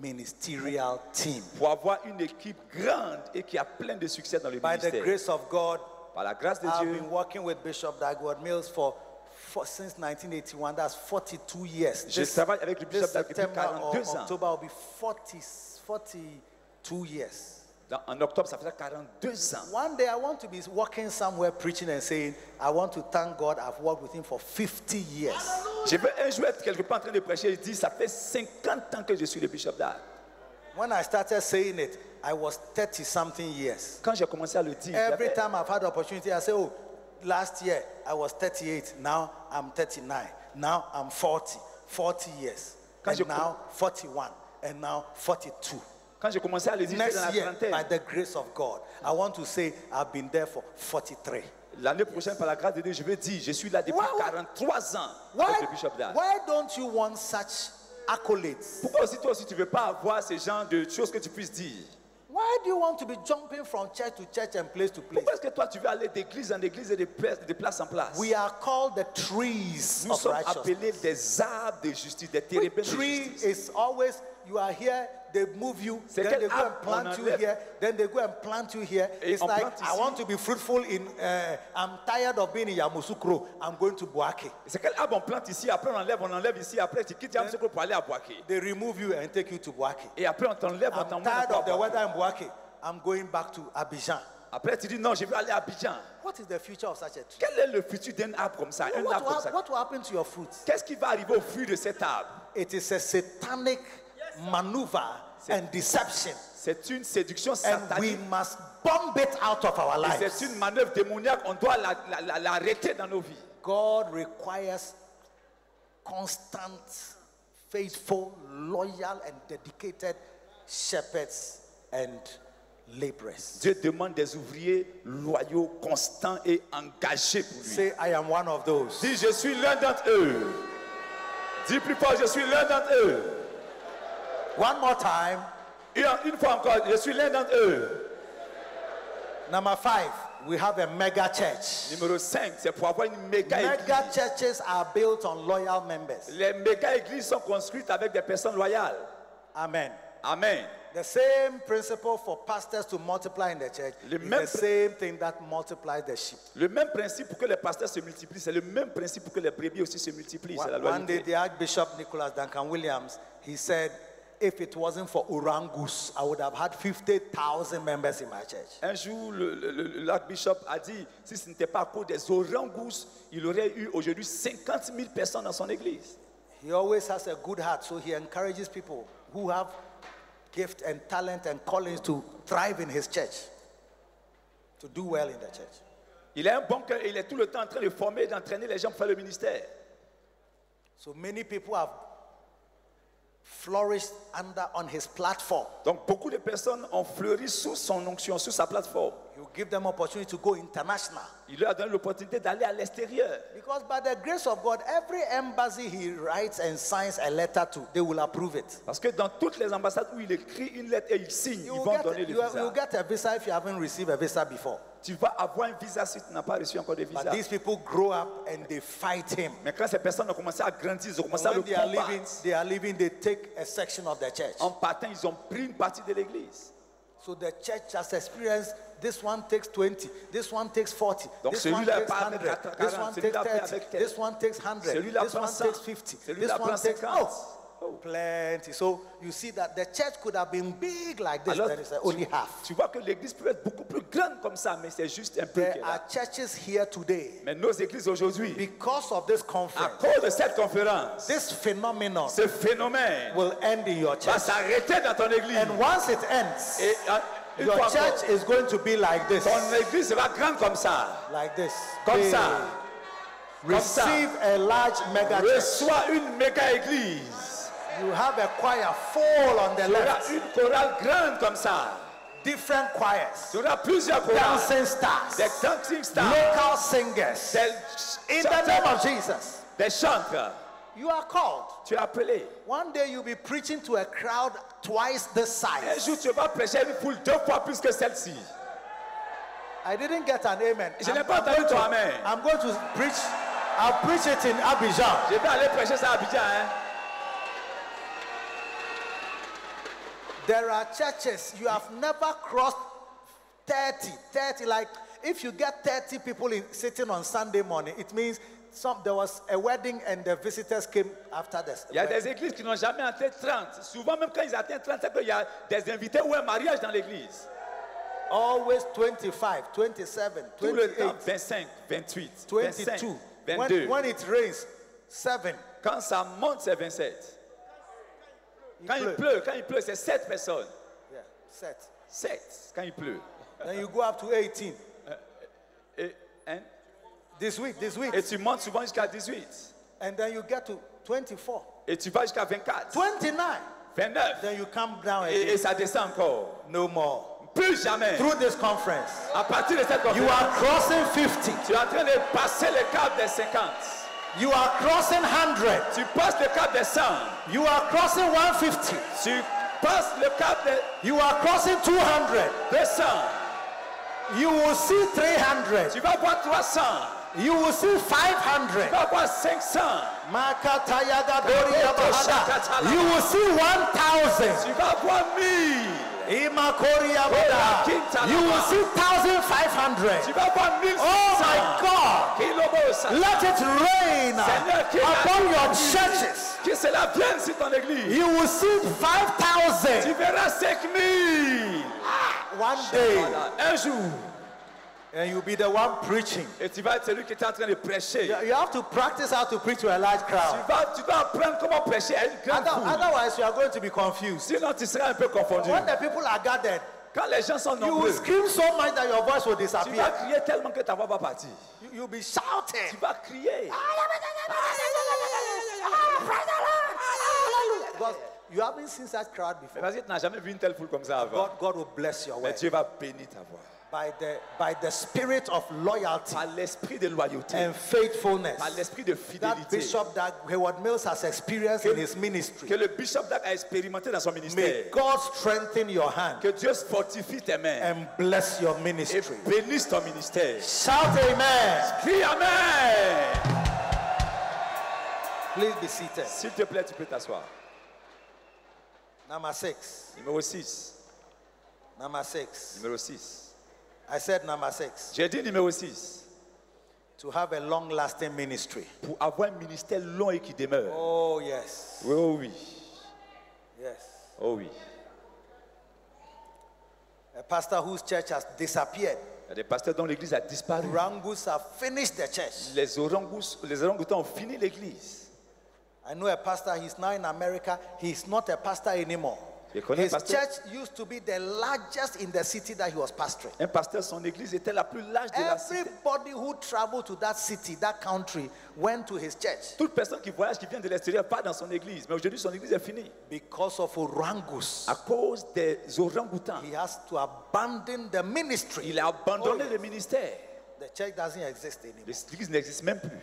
Speaker 2: ministerial team.
Speaker 3: Pour avoir une équipe grande et qui a plein de succès dans le
Speaker 2: By the
Speaker 3: ministère.
Speaker 2: grace Ah of God,
Speaker 3: Par la grâce de
Speaker 2: I've
Speaker 3: Dieu,
Speaker 2: been working with Bishop Dagwood Mills for, for since 1981. That's 42 years.
Speaker 3: Je travaille avec le
Speaker 2: this
Speaker 3: bishop Dagwood depuis
Speaker 2: September or
Speaker 3: 42 ans.
Speaker 2: October will be 40, 42 years.
Speaker 3: dans- en octobre, ça faisait 42 ans.
Speaker 2: One day I want to be walking somewhere preaching and saying, I want to thank God I've worked with him for 50 years.
Speaker 3: Je veux un jour être quelque part en train de prêcher et dire, ça fait 50 ans que je suis le bishop d'art.
Speaker 2: When I started saying it, I was 30 something years.
Speaker 3: Quand j'ai commencé à le dire,
Speaker 2: Every
Speaker 3: j'avais-
Speaker 2: time I've had the opportunity, I say, Oh, last year I was 38, now I'm 39, now I'm 40, 40 years,
Speaker 3: Quand je-
Speaker 2: and now 41, and now 42.
Speaker 3: quand j'ai commencé à le dire, c'était
Speaker 2: Next
Speaker 3: dans la
Speaker 2: year, by
Speaker 3: trentaine.
Speaker 2: the grace of God, I want to say I've been there for 43.
Speaker 3: L'année prochaine, par la grâce de Dieu, je vais dire, je suis là depuis
Speaker 2: Why- why-
Speaker 3: 43 ans avec
Speaker 2: Why,
Speaker 3: le bishop d'art.
Speaker 2: why don't you want such accolades?
Speaker 3: Pourquoi aussi toi aussi tu ne veux pas avoir ce genre de choses que tu puisses dire
Speaker 2: Why do you want to be jumping from church to church and place to place?
Speaker 3: Pourquoi est-ce que toi tu veux aller d'église en église et de place, de place en place
Speaker 2: We are called the trees
Speaker 3: Nous
Speaker 2: of
Speaker 3: sommes
Speaker 2: righteousness.
Speaker 3: appelés des arbres de justice, des
Speaker 2: Which
Speaker 3: térébins de
Speaker 2: tree
Speaker 3: justice.
Speaker 2: is always you are here, they move you,
Speaker 3: C'est
Speaker 2: then
Speaker 3: quel
Speaker 2: they go and
Speaker 3: arbre
Speaker 2: plant
Speaker 3: qu'on
Speaker 2: you
Speaker 3: enlève?
Speaker 2: here, then they go and plant you here.
Speaker 3: Et
Speaker 2: It's
Speaker 3: on
Speaker 2: like
Speaker 3: plante
Speaker 2: I
Speaker 3: ici.
Speaker 2: want to be fruitful in. Uh, I'm tired of being in Yamoussoukro. I'm going to Boake.
Speaker 3: C'est quel arbre on plante ici, après on enlève, on enlève ici, après tu quittes Yamsoko pour aller à Boaké.
Speaker 2: They remove you and take you to Boake.
Speaker 3: Et après on t'enlève, on
Speaker 2: I'm
Speaker 3: t'envoie
Speaker 2: tired
Speaker 3: encore à
Speaker 2: of the
Speaker 3: Boaké.
Speaker 2: weather in Boake. I'm going back to Abidjan.
Speaker 3: Après tu dis non, je veux aller à Abidjan.
Speaker 2: What is the future of such a tree?
Speaker 3: Quel est le futur d'un arbre comme ça, un
Speaker 2: What
Speaker 3: arbre
Speaker 2: will,
Speaker 3: comme
Speaker 2: hap-
Speaker 3: ça
Speaker 2: what will happen to your fruits?
Speaker 3: Qu'est-ce qui va arriver au fruit de cet arbre
Speaker 2: It is a satanic maneuver and deception
Speaker 3: C'est une séduction
Speaker 2: And we
Speaker 3: satanique.
Speaker 2: must bomb it out of our
Speaker 3: Et
Speaker 2: lives.
Speaker 3: c'est une manœuvre démoniaque. On doit la- la- la- l'arrêter dans nos vies.
Speaker 2: God requires constant, faithful, loyal, and dedicated shepherds and laborers.
Speaker 3: Dieu demande des ouvriers loyaux, constants et engagés pour lui.
Speaker 2: Say, I am one of those.
Speaker 3: Dis, je suis l'un d'entre eux. Dis plus fort, je suis l'un d'entre eux.
Speaker 2: One more time.
Speaker 3: Et en- une fois encore, je suis l'un d'entre eux.
Speaker 2: Number five, we have a mega church.
Speaker 3: Numéro 5, c'est pour avoir une méga
Speaker 2: Mega
Speaker 3: église.
Speaker 2: churches are built on loyal members.
Speaker 3: Les méga églises sont construites avec des personnes loyales.
Speaker 2: Amen.
Speaker 3: Amen.
Speaker 2: The same principle for pastors to multiply in the church
Speaker 3: Le
Speaker 2: is
Speaker 3: même
Speaker 2: the same thing that multiplies the sheep.
Speaker 3: Le même principe pour que les pasteurs se multiplient, c'est le même principe pour que les brebis aussi se multiplient. C'est la
Speaker 2: One,
Speaker 3: loi
Speaker 2: one day,
Speaker 3: unitaire.
Speaker 2: the Archbishop Nicholas Duncan Williams, he said, if it wasn't for Orangus, I would have had 50,000 members in my church.
Speaker 3: Un jour, le- le- le- l'archbishop a dit, si ce n'était pas à cause des orangousses, il aurait eu aujourd'hui 50 000 personnes dans son église.
Speaker 2: He always has a good heart, so he encourages people who have gift and talent and callings to thrive in his church, to do well in the church.
Speaker 3: Il a un bon cœur et il est tout le temps en train de former et d'entraîner les gens pour faire le ministère.
Speaker 2: So many people have flourished under on his platform.
Speaker 3: Donc beaucoup de personnes ont fleuri sous son onction, sous sa plateforme.
Speaker 2: He will give them opportunity to go international.
Speaker 3: Il leur a donné l'opportunité d'aller à l'extérieur.
Speaker 2: Because by the grace of God, every embassy he writes and signs a letter to, they will approve it.
Speaker 3: Parce que dans toutes les ambassades où il écrit une lettre et il signe, ils
Speaker 2: You will
Speaker 3: vont
Speaker 2: get,
Speaker 3: donner
Speaker 2: you
Speaker 3: le
Speaker 2: will- you
Speaker 3: visa.
Speaker 2: will get a visa if you haven't received a visa before.
Speaker 3: Tu vas avoir un visa si tu n'as pas reçu encore de visa.
Speaker 2: But these people grow up and they fight him.
Speaker 3: Mais quand ces personnes ont commencé à grandir, ils ont commencé à
Speaker 2: And
Speaker 3: le
Speaker 2: when they are leaving,
Speaker 3: combattre.
Speaker 2: they are leaving, they take a section of the church.
Speaker 3: En partant, ils ont pris une partie de l'église.
Speaker 2: So the church has experienced this one takes 20, this one takes 40,
Speaker 3: Donc
Speaker 2: this one
Speaker 3: celui-là
Speaker 2: takes
Speaker 3: part
Speaker 2: 100,
Speaker 3: avec 40,
Speaker 2: this one takes
Speaker 3: celui-là part
Speaker 2: 30,
Speaker 3: avec 30,
Speaker 2: this one takes 100,
Speaker 3: Celui-là
Speaker 2: this
Speaker 3: prend
Speaker 2: one
Speaker 3: 100,
Speaker 2: takes 50, this
Speaker 3: celui-là prend
Speaker 2: one takes
Speaker 3: 50.
Speaker 2: oh,
Speaker 3: Oh.
Speaker 2: plenty. So you see that the church could have been big like this,
Speaker 3: Alors,
Speaker 2: there is only half.
Speaker 3: tu vois que l'église peut être beaucoup plus grande comme ça, mais c'est juste un peu.
Speaker 2: There
Speaker 3: qu'elle a.
Speaker 2: are churches here today
Speaker 3: Mais nos églises aujourd'hui,
Speaker 2: because of this
Speaker 3: à
Speaker 2: conference.
Speaker 3: cause de cette conférence,
Speaker 2: This phenomenon
Speaker 3: ce phénomène
Speaker 2: will end in your
Speaker 3: va
Speaker 2: church.
Speaker 3: s'arrêter dans ton église.
Speaker 2: And once it ends,
Speaker 3: Et euh, une
Speaker 2: your
Speaker 3: fois encore,
Speaker 2: church is going to be like this.
Speaker 3: ton église sera grande comme ça.
Speaker 2: Like this.
Speaker 3: Comme
Speaker 2: Big.
Speaker 3: ça. Comme ça.
Speaker 2: Receive a large mega church.
Speaker 3: Reçois une méga église.
Speaker 2: You have a choir full on the
Speaker 3: Il y aura
Speaker 2: left.
Speaker 3: une chorale grande comme ça.
Speaker 2: Different choirs.
Speaker 3: Il y aura plusieurs chorales.
Speaker 2: Dancing stars.
Speaker 3: Des dancing stars.
Speaker 2: Local singers.
Speaker 3: Des
Speaker 2: In the name
Speaker 3: chanteurs,
Speaker 2: of Jesus.
Speaker 3: Des chantres.
Speaker 2: You are called.
Speaker 3: Tu es appelé.
Speaker 2: One day you'll be preaching to a crowd twice this
Speaker 3: Un
Speaker 2: size.
Speaker 3: jour, tu vas prêcher à une foule deux fois plus que celle-ci.
Speaker 2: I didn't get an amen.
Speaker 3: Je
Speaker 2: I'm-
Speaker 3: n'ai pas entendu ton amen.
Speaker 2: I'm going to preach. I'll preach it in Abidjan.
Speaker 3: Je vais aller prêcher ça à Abidjan. hein.
Speaker 2: There are churches you have never crossed 30. 30, like if you get 30 people in, sitting on Sunday morning, it means some, there was a wedding and the visitors came after this.
Speaker 3: Il y a des églises qui n'ont jamais atteint 30. Souvent, même quand ils atteignent 30, c'est qu'il y a des invités ou un mariage dans l'église.
Speaker 2: Always 25, 27,
Speaker 3: Tout le
Speaker 2: 28,
Speaker 3: temps, 25, 28, 25,
Speaker 2: 22. When,
Speaker 3: 22.
Speaker 2: when it rains, 7.
Speaker 3: Quand ça monte, c'est 27. Quand il
Speaker 2: pleut.
Speaker 3: pleut, quand il pleut, c'est 7 personnes.
Speaker 2: Yeah, set.
Speaker 3: 7 quand il pleut.
Speaker 2: Then you go up to 18.
Speaker 3: Et, hein,
Speaker 2: This week, this week.
Speaker 3: et tu montes souvent jusqu'à 18.
Speaker 2: and then you get to 24.
Speaker 3: Et tu vas jusqu'à 24,
Speaker 2: 29.
Speaker 3: 29.
Speaker 2: Then you come down
Speaker 3: Et, et
Speaker 2: again.
Speaker 3: ça descend encore.
Speaker 2: No more.
Speaker 3: Plus jamais.
Speaker 2: Through this conference.
Speaker 3: À partir de cette
Speaker 2: You
Speaker 3: conférence,
Speaker 2: are crossing 50.
Speaker 3: tu es en train de passer le cap des 50.
Speaker 2: You are crossing 100.
Speaker 3: Tu passes le cap des 100.
Speaker 2: You are crossing 150.
Speaker 3: Tu passes le cap des
Speaker 2: You are crossing 200.
Speaker 3: 200.
Speaker 2: You will see
Speaker 3: Tu
Speaker 2: 300.
Speaker 3: vas voir 300.
Speaker 2: You will see
Speaker 3: Tu
Speaker 2: 500.
Speaker 3: vas voir 500.
Speaker 2: Makatayagaboriyabahada. You will see 1000.
Speaker 3: Tu vas voir 1000.
Speaker 2: Imakoriyabada. You will see 1500.
Speaker 3: Tu vas voir 1500.
Speaker 2: Oh my God.
Speaker 3: Kilobosa.
Speaker 2: Let it rain
Speaker 3: Seigneur, qu'il
Speaker 2: upon
Speaker 3: arrive.
Speaker 2: your churches.
Speaker 3: Que cela vienne sur ton église.
Speaker 2: You will see
Speaker 3: Tu
Speaker 2: 5000.
Speaker 3: verras 5000.
Speaker 2: One day.
Speaker 3: Voilà, un jour,
Speaker 2: and you'll be the one preaching.
Speaker 3: Et tu vas être celui qui est en train de prêcher.
Speaker 2: You you have to practice how to preach to a large
Speaker 3: Tu
Speaker 2: crowd.
Speaker 3: vas, tu vas apprendre comment prêcher à une grande
Speaker 2: Other-
Speaker 3: foule.
Speaker 2: Otherwise, you are going to be confused.
Speaker 3: Sinon, tu seras un peu confondu.
Speaker 2: When the people are gathered,
Speaker 3: Quand les gens sont
Speaker 2: you will
Speaker 3: nombreux,
Speaker 2: scream so much that your voice will
Speaker 3: tu vas
Speaker 2: disappear.
Speaker 3: crier tellement que ta voix va partir.
Speaker 2: You- You'll be shouting.
Speaker 3: Tu vas crier.
Speaker 2: Ah. Because you haven't seen such crowd
Speaker 3: Mais
Speaker 2: before.
Speaker 3: parce que tu n'as jamais vu une telle foule comme ça avant.
Speaker 2: God, God will bless your
Speaker 3: Mais
Speaker 2: word
Speaker 3: Dieu va bénir ta voix.
Speaker 2: by the, by the spirit of loyalty
Speaker 3: Par l'esprit de loyauté,
Speaker 2: and faithfulness
Speaker 3: par l'esprit de
Speaker 2: that
Speaker 3: fidélité
Speaker 2: Bishop Doug Hayward Mills has experienced in his
Speaker 3: que
Speaker 2: ministry.
Speaker 3: le bishop Dag a expérimenté dans son
Speaker 2: May
Speaker 3: ministère.
Speaker 2: God strengthen your hand
Speaker 3: Que Dieu fortifie tes mains
Speaker 2: and bless your
Speaker 3: et
Speaker 2: ministry.
Speaker 3: bénisse ton ministère.
Speaker 2: Shout amen.
Speaker 3: Crie Amen!
Speaker 2: Please be seated.
Speaker 3: S'il te plaît, tu peux t'asseoir.
Speaker 2: Number six.
Speaker 3: Numéro 6.
Speaker 2: Number six.
Speaker 3: Numéro 6.
Speaker 2: I said number six.
Speaker 3: J'ai dit numéro 6.
Speaker 2: To have a long lasting ministry.
Speaker 3: Pour avoir un ministère long et qui demeure.
Speaker 2: Oh, yes.
Speaker 3: Oui, oh oui.
Speaker 2: Yes.
Speaker 3: Oh oui.
Speaker 2: A pastor whose church has disappeared.
Speaker 3: Il y a des pasteurs dont l'église a disparu.
Speaker 2: Rangus have finished the church.
Speaker 3: Les orangous, les orangoutans ont fini l'église.
Speaker 2: I know a pastor, he's now in America. He's not a pastor anymore.
Speaker 3: Je connais un
Speaker 2: His
Speaker 3: pasteur.
Speaker 2: church used to be the largest in the city that he was pastoring.
Speaker 3: Un pasteur, son église était la plus large de la cité.
Speaker 2: Everybody who traveled to that city, that country, went to his church
Speaker 3: Toute personne qui voyage, qui vient de l'extérieur, part dans son église. Mais aujourd'hui, son église est finie.
Speaker 2: because of Orangus.
Speaker 3: À cause des orangoutans,
Speaker 2: He has to abandon the ministry.
Speaker 3: il a
Speaker 2: Oh.
Speaker 3: abandonné le ministère.
Speaker 2: The church doesn't exist anymore.
Speaker 3: L'église n'existe même plus.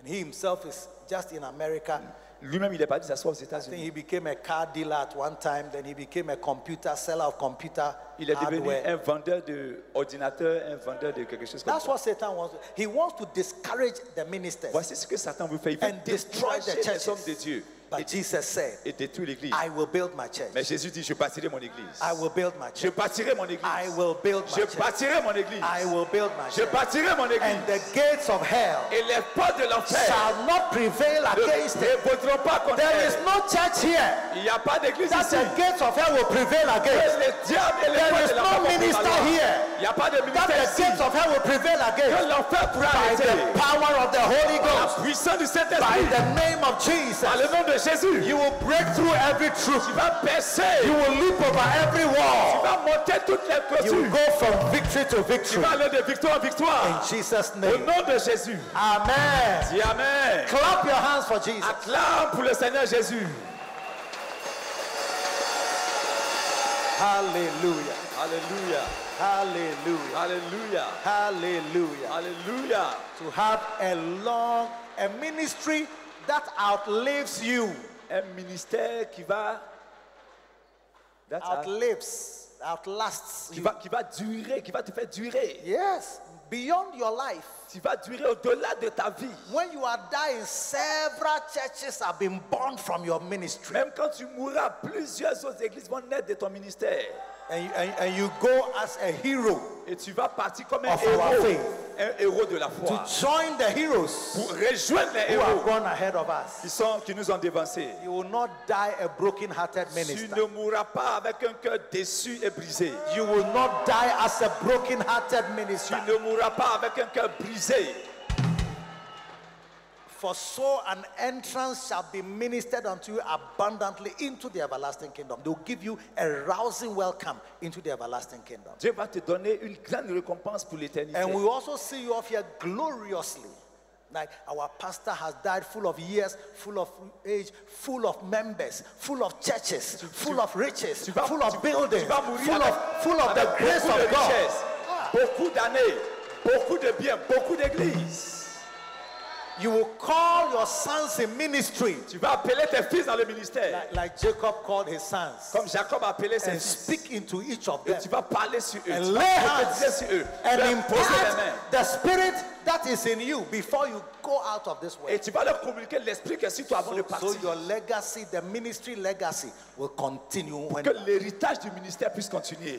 Speaker 2: And he himself is just in America.
Speaker 3: Lui-même, il est parti s'asseoir aux
Speaker 2: I think
Speaker 3: États-Unis.
Speaker 2: he became a car dealer at one time, then he became a computer seller of computer
Speaker 3: Il est devenu
Speaker 2: hardware.
Speaker 3: un vendeur d'ordinateurs, un vendeur de quelque chose comme
Speaker 2: That's
Speaker 3: ça.
Speaker 2: what Satan wants. to- He wants to discourage the ministers.
Speaker 3: Voici ce que Satan veut faire. Il
Speaker 2: And
Speaker 3: veut
Speaker 2: destroy
Speaker 3: détruire
Speaker 2: the churches.
Speaker 3: les hommes de Dieu
Speaker 2: But
Speaker 3: et,
Speaker 2: Jesus said,
Speaker 3: et détruire l'église.
Speaker 2: I will build my church.
Speaker 3: Mais Jésus dit, je bâtirai mon église.
Speaker 2: I will build my
Speaker 3: Je
Speaker 2: church.
Speaker 3: bâtirai mon église.
Speaker 2: I will build my
Speaker 3: Je
Speaker 2: church.
Speaker 3: bâtirai mon église.
Speaker 2: I will build my
Speaker 3: Je
Speaker 2: church.
Speaker 3: bâtirai mon
Speaker 2: And the
Speaker 3: église.
Speaker 2: gates of hell
Speaker 3: Et les portes de l'enfer
Speaker 2: shall not prevail
Speaker 3: ne
Speaker 2: against it.
Speaker 3: ne voudront pas contre
Speaker 2: There is
Speaker 3: elle.
Speaker 2: no church here
Speaker 3: Il n'y a pas d'église
Speaker 2: that
Speaker 3: ici.
Speaker 2: the gates of hell will prevail against.
Speaker 3: Le diable et les
Speaker 2: There
Speaker 3: portes
Speaker 2: is
Speaker 3: de
Speaker 2: no
Speaker 3: l'enfer vont
Speaker 2: minister
Speaker 3: valoir.
Speaker 2: here
Speaker 3: Il n'y a pas de
Speaker 2: That
Speaker 3: ministère
Speaker 2: the
Speaker 3: ici.
Speaker 2: gates of hell will prevail
Speaker 3: Que
Speaker 2: against.
Speaker 3: l'enfer pourra
Speaker 2: By
Speaker 3: arrêter.
Speaker 2: the power of the Holy
Speaker 3: La
Speaker 2: Ghost,
Speaker 3: puissance du
Speaker 2: by
Speaker 3: Saint-Esprit.
Speaker 2: the name of
Speaker 3: Par le
Speaker 2: Jesus,
Speaker 3: nom de Jésus.
Speaker 2: you will break through every troop.
Speaker 3: Tu vas
Speaker 2: You
Speaker 3: percer.
Speaker 2: will leap over every
Speaker 3: Tu
Speaker 2: wall.
Speaker 3: vas monter toutes les
Speaker 2: You will
Speaker 3: clôtures.
Speaker 2: go from victory to
Speaker 3: Tu
Speaker 2: victory.
Speaker 3: vas aller de victoire en
Speaker 2: In
Speaker 3: victoire.
Speaker 2: Jesus'
Speaker 3: Au
Speaker 2: name.
Speaker 3: nom de Jésus.
Speaker 2: Amen.
Speaker 3: Dis Amen.
Speaker 2: Clap your hands for Jesus.
Speaker 3: Acclame pour le Seigneur Jésus.
Speaker 2: Hallelujah.
Speaker 3: Alléluia.
Speaker 2: Hallelujah.
Speaker 3: Alléluia.
Speaker 2: Hallelujah.
Speaker 3: Alléluia.
Speaker 2: To have a long a ministry that outlives you.
Speaker 3: Un ministère qui va, That's all.
Speaker 2: Outlives. Outlasts
Speaker 3: qui
Speaker 2: you.
Speaker 3: va, qui va durer, qui va te faire durer.
Speaker 2: Yes. Beyond your life.
Speaker 3: Qui va durer au-delà de ta vie.
Speaker 2: When you are dying, several churches have been born from your ministry.
Speaker 3: Même quand tu mourras, plusieurs autres églises vont naître de ton ministère.
Speaker 2: And you, and, and you go as a hero
Speaker 3: Et tu vas partir comme un
Speaker 2: Of our
Speaker 3: héros.
Speaker 2: faith.
Speaker 3: Un héros de la foi.
Speaker 2: to join the heroes.
Speaker 3: Pour rejoindre les
Speaker 2: who have
Speaker 3: héros
Speaker 2: gone ahead of us.
Speaker 3: qui, sont, qui nous ont dévancés.
Speaker 2: You will not die a broken-hearted
Speaker 3: Tu ne
Speaker 2: minister.
Speaker 3: mourras pas avec un cœur déçu et brisé.
Speaker 2: You will not die as a broken-hearted
Speaker 3: Tu
Speaker 2: minister.
Speaker 3: ne mourras pas avec un cœur brisé.
Speaker 2: For so an entrance shall be ministered unto you abundantly into the everlasting kingdom. They'll give you a rousing welcome into the everlasting kingdom.
Speaker 3: Dieu va te donner une grande récompense pour l'éternité.
Speaker 2: And we also see you off here gloriously. Like our pastor has died full of years, full of age, full of members, full of churches, full of riches,
Speaker 3: Tu vas,
Speaker 2: full
Speaker 3: tu-
Speaker 2: of buildings,
Speaker 3: tu vas mourir
Speaker 2: full
Speaker 3: avec,
Speaker 2: of, full of the
Speaker 3: avec
Speaker 2: grace
Speaker 3: beaucoup
Speaker 2: of
Speaker 3: de
Speaker 2: God.
Speaker 3: richesses, beaucoup d'années, beaucoup de biens, beaucoup d'églises.
Speaker 2: You will call your sons in ministry,
Speaker 3: Tu vas appeler tes fils dans le ministère,
Speaker 2: like, like Jacob called his sons,
Speaker 3: comme Jacob a appelé ses
Speaker 2: and
Speaker 3: fils.
Speaker 2: speak into each of
Speaker 3: Et
Speaker 2: them,
Speaker 3: tu vas parler sur eux, tu
Speaker 2: and
Speaker 3: vas
Speaker 2: lay
Speaker 3: prophétiser
Speaker 2: hands,
Speaker 3: sur eux,
Speaker 2: and
Speaker 3: tu vas imposer les
Speaker 2: impart
Speaker 3: mains.
Speaker 2: the spirit that is in you before you go out of this
Speaker 3: Et
Speaker 2: world.
Speaker 3: tu vas leur communiquer l'esprit qui est sur toi avant de
Speaker 2: So,
Speaker 3: partir.
Speaker 2: so your legacy, the ministry legacy, will continue when
Speaker 3: que l'héritage du ministère puisse continuer.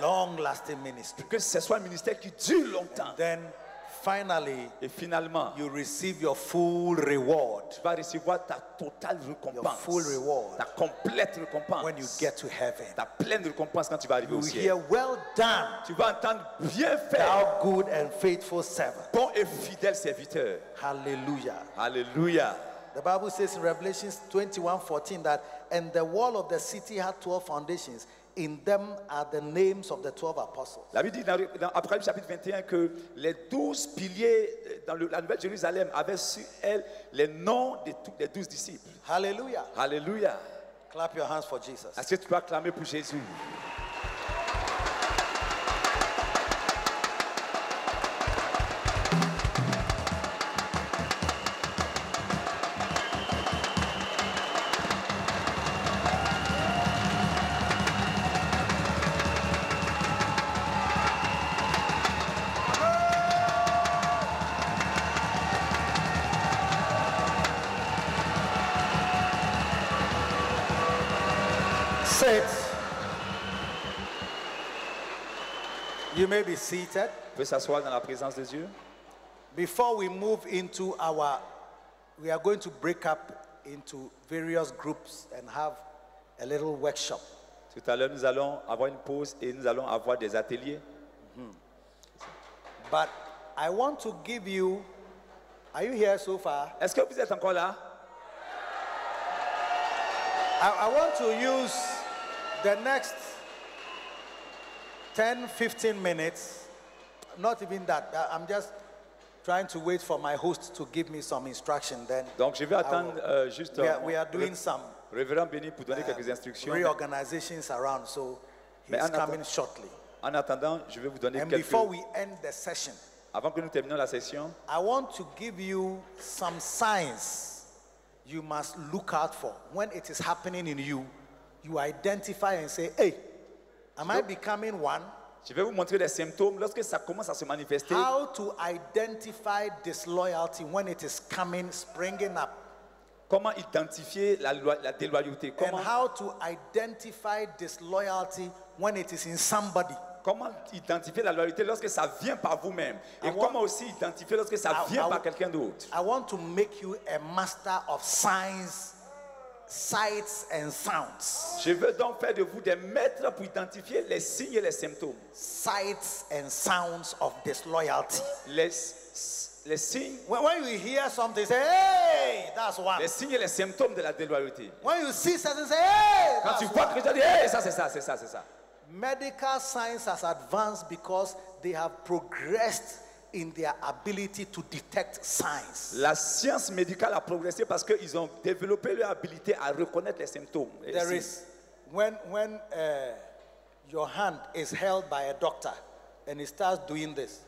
Speaker 2: long-lasting ministry.
Speaker 3: Que ce soit un ministère qui dure longtemps.
Speaker 2: Then Finally,
Speaker 3: Et finalement,
Speaker 2: you receive your full reward
Speaker 3: tu vas recevoir ta totale
Speaker 2: Your
Speaker 3: récompense.
Speaker 2: full reward.
Speaker 3: Ta complète récompense.
Speaker 2: when you get to heaven.
Speaker 3: ta pleine récompense quand tu vas arriver
Speaker 2: You
Speaker 3: au
Speaker 2: will
Speaker 3: ciel.
Speaker 2: hear, Well done,
Speaker 3: Tu vas entendre bien faire,
Speaker 2: thou good and faithful servant.
Speaker 3: bon et fidèle serviteur.
Speaker 2: Hallelujah.
Speaker 3: Alléluia.
Speaker 2: The Bible says in Revelation 21 14 that, and the wall of the city had 12 foundations. In them are the names of the 12 apostles.
Speaker 3: La Bible dit dans, dans Apocalypse chapitre 21 que les douze piliers euh, dans le- la Nouvelle Jérusalem avaient sur elles les noms de tous les douze disciples.
Speaker 2: Hallelujah.
Speaker 3: Alléluia.
Speaker 2: Clap your hands for Jesus.
Speaker 3: Est-ce que tu peux acclamer pour Jésus?
Speaker 2: Sit. You may be seated.
Speaker 3: Tu peux s'asseoir dans la présence de Dieu?
Speaker 2: Before we move into our, we are going to break up into various groups and have a little workshop.
Speaker 3: Tout à l'heure, nous allons avoir une pause et nous allons avoir des ateliers.
Speaker 2: But I want to give you, are you here so far?
Speaker 3: Est-ce que vous êtes encore là?
Speaker 2: I, I want to use the next 10, 15 minutes, not even that, I- I'm just trying to wait for my host to give me some instruction then.
Speaker 3: Donc, je vais attendre
Speaker 2: will-
Speaker 3: euh, juste.
Speaker 2: We
Speaker 3: euh,
Speaker 2: are, we are
Speaker 3: mon-
Speaker 2: doing some euh, uh,
Speaker 3: Révérend Béni pour donner quelques instructions.
Speaker 2: reorganizations around, so
Speaker 3: Mais
Speaker 2: he's
Speaker 3: en attend-
Speaker 2: coming shortly.
Speaker 3: En attendant, je vais vous donner
Speaker 2: And
Speaker 3: quelques.
Speaker 2: before we end the session,
Speaker 3: Avant que nous terminions la session,
Speaker 2: I want to give you some signs you must look out for. When it is happening in you, you identify and say, hey, am I becoming one?
Speaker 3: je vais vous montrer les symptômes lorsque ça commence à se manifester.
Speaker 2: How to identify disloyalty when it is coming, springing up,
Speaker 3: Comment identifier la, loi- la déloyauté
Speaker 2: and
Speaker 3: comment,
Speaker 2: how to identify disloyalty when it is in somebody.
Speaker 3: comment identifier la loyauté lorsque ça vient par vous-même Et
Speaker 2: I want-
Speaker 3: comment aussi identifier lorsque ça
Speaker 2: I-
Speaker 3: vient
Speaker 2: I-
Speaker 3: par quelqu'un d'autre
Speaker 2: I want to make you a master of signs, sights, and sounds.
Speaker 3: Je veux donc faire de vous des maîtres pour identifier les signes et les symptômes.
Speaker 2: Sights and sounds of disloyalty.
Speaker 3: Les, s- les signes,
Speaker 2: When, when you hear something, say, hey, that's one.
Speaker 3: les signes et les symptômes de la déloyauté.
Speaker 2: When you see something, say, hey,
Speaker 3: Quand tu
Speaker 2: that's
Speaker 3: vois
Speaker 2: one.
Speaker 3: que tu dis, hey, ça c'est ça, c'est ça, c'est ça.
Speaker 2: Medical science has advanced because they have progressed in their ability to detect signs.
Speaker 3: La science médicale a progressé parce qu'ils ont développé leur habilité à reconnaître les symptômes. et les
Speaker 2: There
Speaker 3: signes.
Speaker 2: is, when, when uh, your hand is held by a doctor and he starts doing this,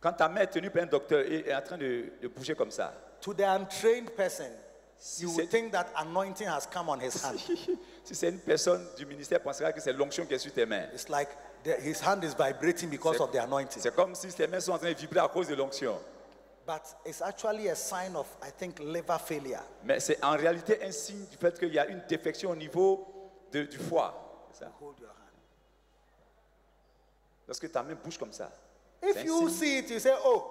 Speaker 3: Quand ta main est tenue par un docteur et est en train de, de bouger comme ça,
Speaker 2: to the untrained person,
Speaker 3: si
Speaker 2: you
Speaker 3: c'est
Speaker 2: would think that anointing has come on his hand.
Speaker 3: si c'est une personne du ministère, pensera que c'est l'onction qui est sur tes mains.
Speaker 2: It's like the, his hand is vibrating because
Speaker 3: C'est-
Speaker 2: of the anointing.
Speaker 3: C'est comme si tes mains sont en train de vibrer à cause de l'onction.
Speaker 2: But it's actually a sign of, I think, liver failure.
Speaker 3: Mais c'est en réalité un signe du fait qu'il y a une défection au niveau de- du foie. C'est ça.
Speaker 2: Hold your hand.
Speaker 3: Lorsque ta main bouge comme ça. c'est
Speaker 2: If
Speaker 3: un
Speaker 2: you
Speaker 3: signe.
Speaker 2: see it, you say, oh,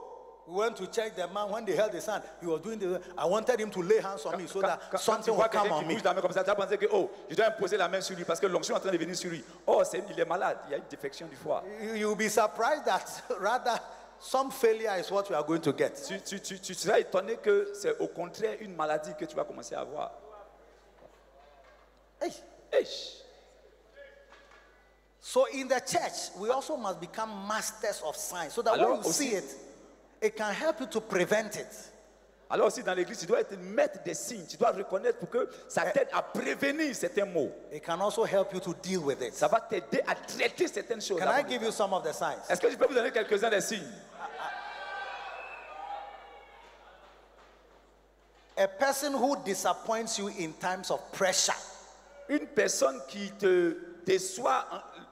Speaker 2: we went to check the man when they held his hand. He was doing the, I wanted him to lay hands on me so
Speaker 3: Quand-
Speaker 2: that
Speaker 3: quand- quand tu
Speaker 2: something will
Speaker 3: vois
Speaker 2: come
Speaker 3: quelqu'un qui
Speaker 2: on me.
Speaker 3: bouge ta main comme ça, tu vas penser que oh, je dois imposer la main sur lui parce que l'onction est en train de venir sur lui. Oh, c'est- il est malade, il y a une défection du foie.
Speaker 2: You- You'll be surprised that rather some failure is what you are going to get.
Speaker 3: Tu, tu- tu- tu seras étonné que c'est au contraire une maladie que tu vas commencer à avoir.
Speaker 2: Hey.
Speaker 3: Eish.
Speaker 2: So in the church, we also must become masters of science so that
Speaker 3: Alors
Speaker 2: when you see
Speaker 3: aussi-
Speaker 2: it, it can help you to prevent it.
Speaker 3: Alors aussi dans l'église, tu dois être maître des signes, tu dois reconnaître pour que
Speaker 2: Eh.
Speaker 3: ça t'aide à prévenir certains maux.
Speaker 2: It can also help you to deal with it.
Speaker 3: Ça va t'aider à traiter certaines choses.
Speaker 2: Can I
Speaker 3: avant de-
Speaker 2: give you some of the signs?
Speaker 3: Est-ce que je peux vous donner quelques-uns des signes
Speaker 2: A person who disappoints you in times of pressure.
Speaker 3: Une personne qui te déçoit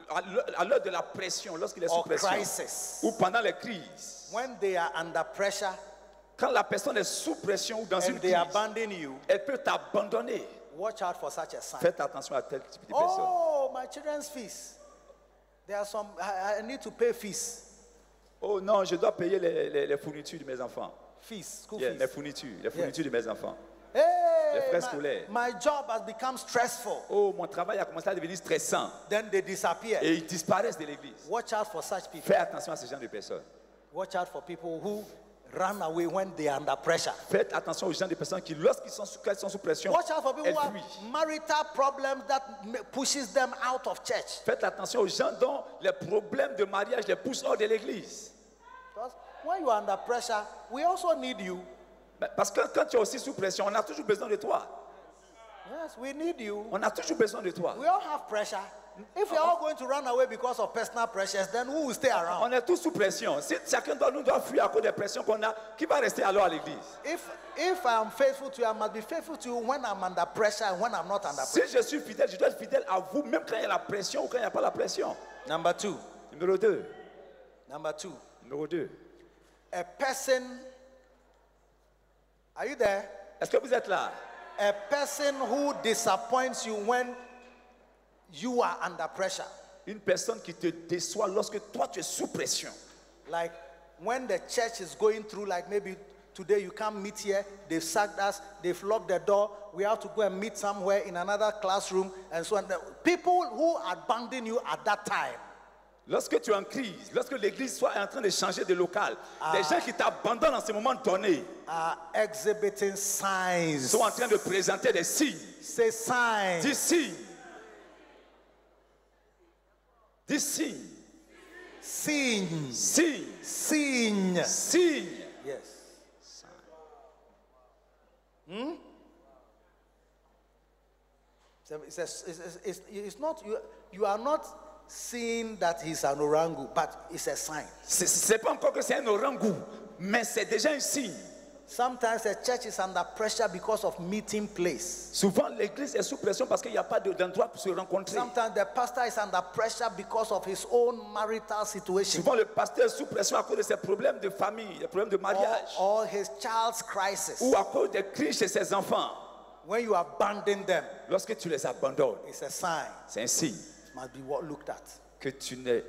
Speaker 3: en- à l'heure- à l'heure de la pression, lorsqu'il est sous
Speaker 2: Or
Speaker 3: pression,
Speaker 2: crisis.
Speaker 3: ou pendant les crises,
Speaker 2: When they are under pressure
Speaker 3: quand la personne est sous pression ou dans une
Speaker 2: and they
Speaker 3: crise,
Speaker 2: abandon you,
Speaker 3: elle peut t'abandonner.
Speaker 2: watch out for such a sign.
Speaker 3: Faites attention à tel type de personne.
Speaker 2: Oh, my children's fees. There are some, I, I need to pay fees.
Speaker 3: Oh non, je dois payer les, les- les fournitures de mes enfants.
Speaker 2: Fees, school
Speaker 3: Yeah,
Speaker 2: fees.
Speaker 3: les fournitures, les fournitures de mes enfants.
Speaker 2: Hey,
Speaker 3: Les frais
Speaker 2: my-
Speaker 3: scolaires.
Speaker 2: my, job has become stressful.
Speaker 3: Oh, mon travail a commencé à devenir stressant
Speaker 2: Then they disappear.
Speaker 3: et ils disparaissent de l'église.
Speaker 2: Watch out for such people.
Speaker 3: Fais attention à ce genre de personnes.
Speaker 2: Watch out for people who run away when they are under pressure.
Speaker 3: Faites attention aux gens de personnes qui, lorsqu'ils sont, sous- qu'elles sont sous pression,
Speaker 2: Watch out for people
Speaker 3: elles
Speaker 2: who have
Speaker 3: fuient.
Speaker 2: marital problems that ma- pushes them out of church.
Speaker 3: Faites attention aux gens dont les problèmes de mariage les poussent hors de l'église.
Speaker 2: Because when you are under pressure, we also need you.
Speaker 3: Ben, Parce que quand tu es aussi sous pression, on a toujours besoin de toi.
Speaker 2: Yes, we need you.
Speaker 3: On a toujours besoin de toi.
Speaker 2: We all have pressure. If we are all going to run away because of personal pressures, then who will stay around?
Speaker 3: On est tous sous pression. Si chacun doit, nous doit fuir à cause des pressions qu'on a, qui va rester alors à l'église
Speaker 2: If if I am faithful to you, I must be faithful to you when I'm under pressure and when I'm not under pressure.
Speaker 3: Si je suis fidèle, je dois être fidèle à vous, même quand il y a la pression ou quand il n'y a pas la pression.
Speaker 2: Number two.
Speaker 3: Numéro 2.
Speaker 2: Number two.
Speaker 3: Numéro 2.
Speaker 2: A person. Are you there?
Speaker 3: Est-ce que vous êtes là
Speaker 2: A person who disappoints you when you are under pressure.
Speaker 3: Une personne qui te déçoit lorsque toi tu es sous pression.
Speaker 2: Like when the church is going through, like maybe today you can't meet here, they've sacked us, they've locked the door, we have to go and meet somewhere in another classroom, and so on. The people who abandon you at that time,
Speaker 3: Lorsque tu es en crise, lorsque l'église soit en train de changer de local, les gens qui t'abandonnent en ce moment donné
Speaker 2: are exhibiting signs.
Speaker 3: sont en train de présenter des signes.
Speaker 2: Say signs.
Speaker 3: Dis signes. Dis signes.
Speaker 2: Signs.
Speaker 3: Signes.
Speaker 2: Signs.
Speaker 3: Signes.
Speaker 2: Yes. Hmm? It's, it's, it's, it's, it's not, you, you are not seeing that he's an orangu, but it's a sign.
Speaker 3: C'est- C'est pas encore que c'est un orangou, mais c'est déjà un signe.
Speaker 2: Sometimes the church is under pressure because of meeting place.
Speaker 3: Souvent, l'église est sous pression parce qu'il n'y a pas de- d'endroit pour se rencontrer.
Speaker 2: Sometimes the pastor is under pressure because of his own marital situation
Speaker 3: Souvent, le pasteur est sous pression à cause de ses problèmes de famille, des problèmes de
Speaker 2: or,
Speaker 3: mariage,
Speaker 2: or his child's crisis.
Speaker 3: ou à cause des crises chez ses enfants.
Speaker 2: When you abandon them,
Speaker 3: Lorsque tu les abandonnes,
Speaker 2: it's a sign.
Speaker 3: c'est un signe
Speaker 2: It must be what looked at.
Speaker 3: que tu n'es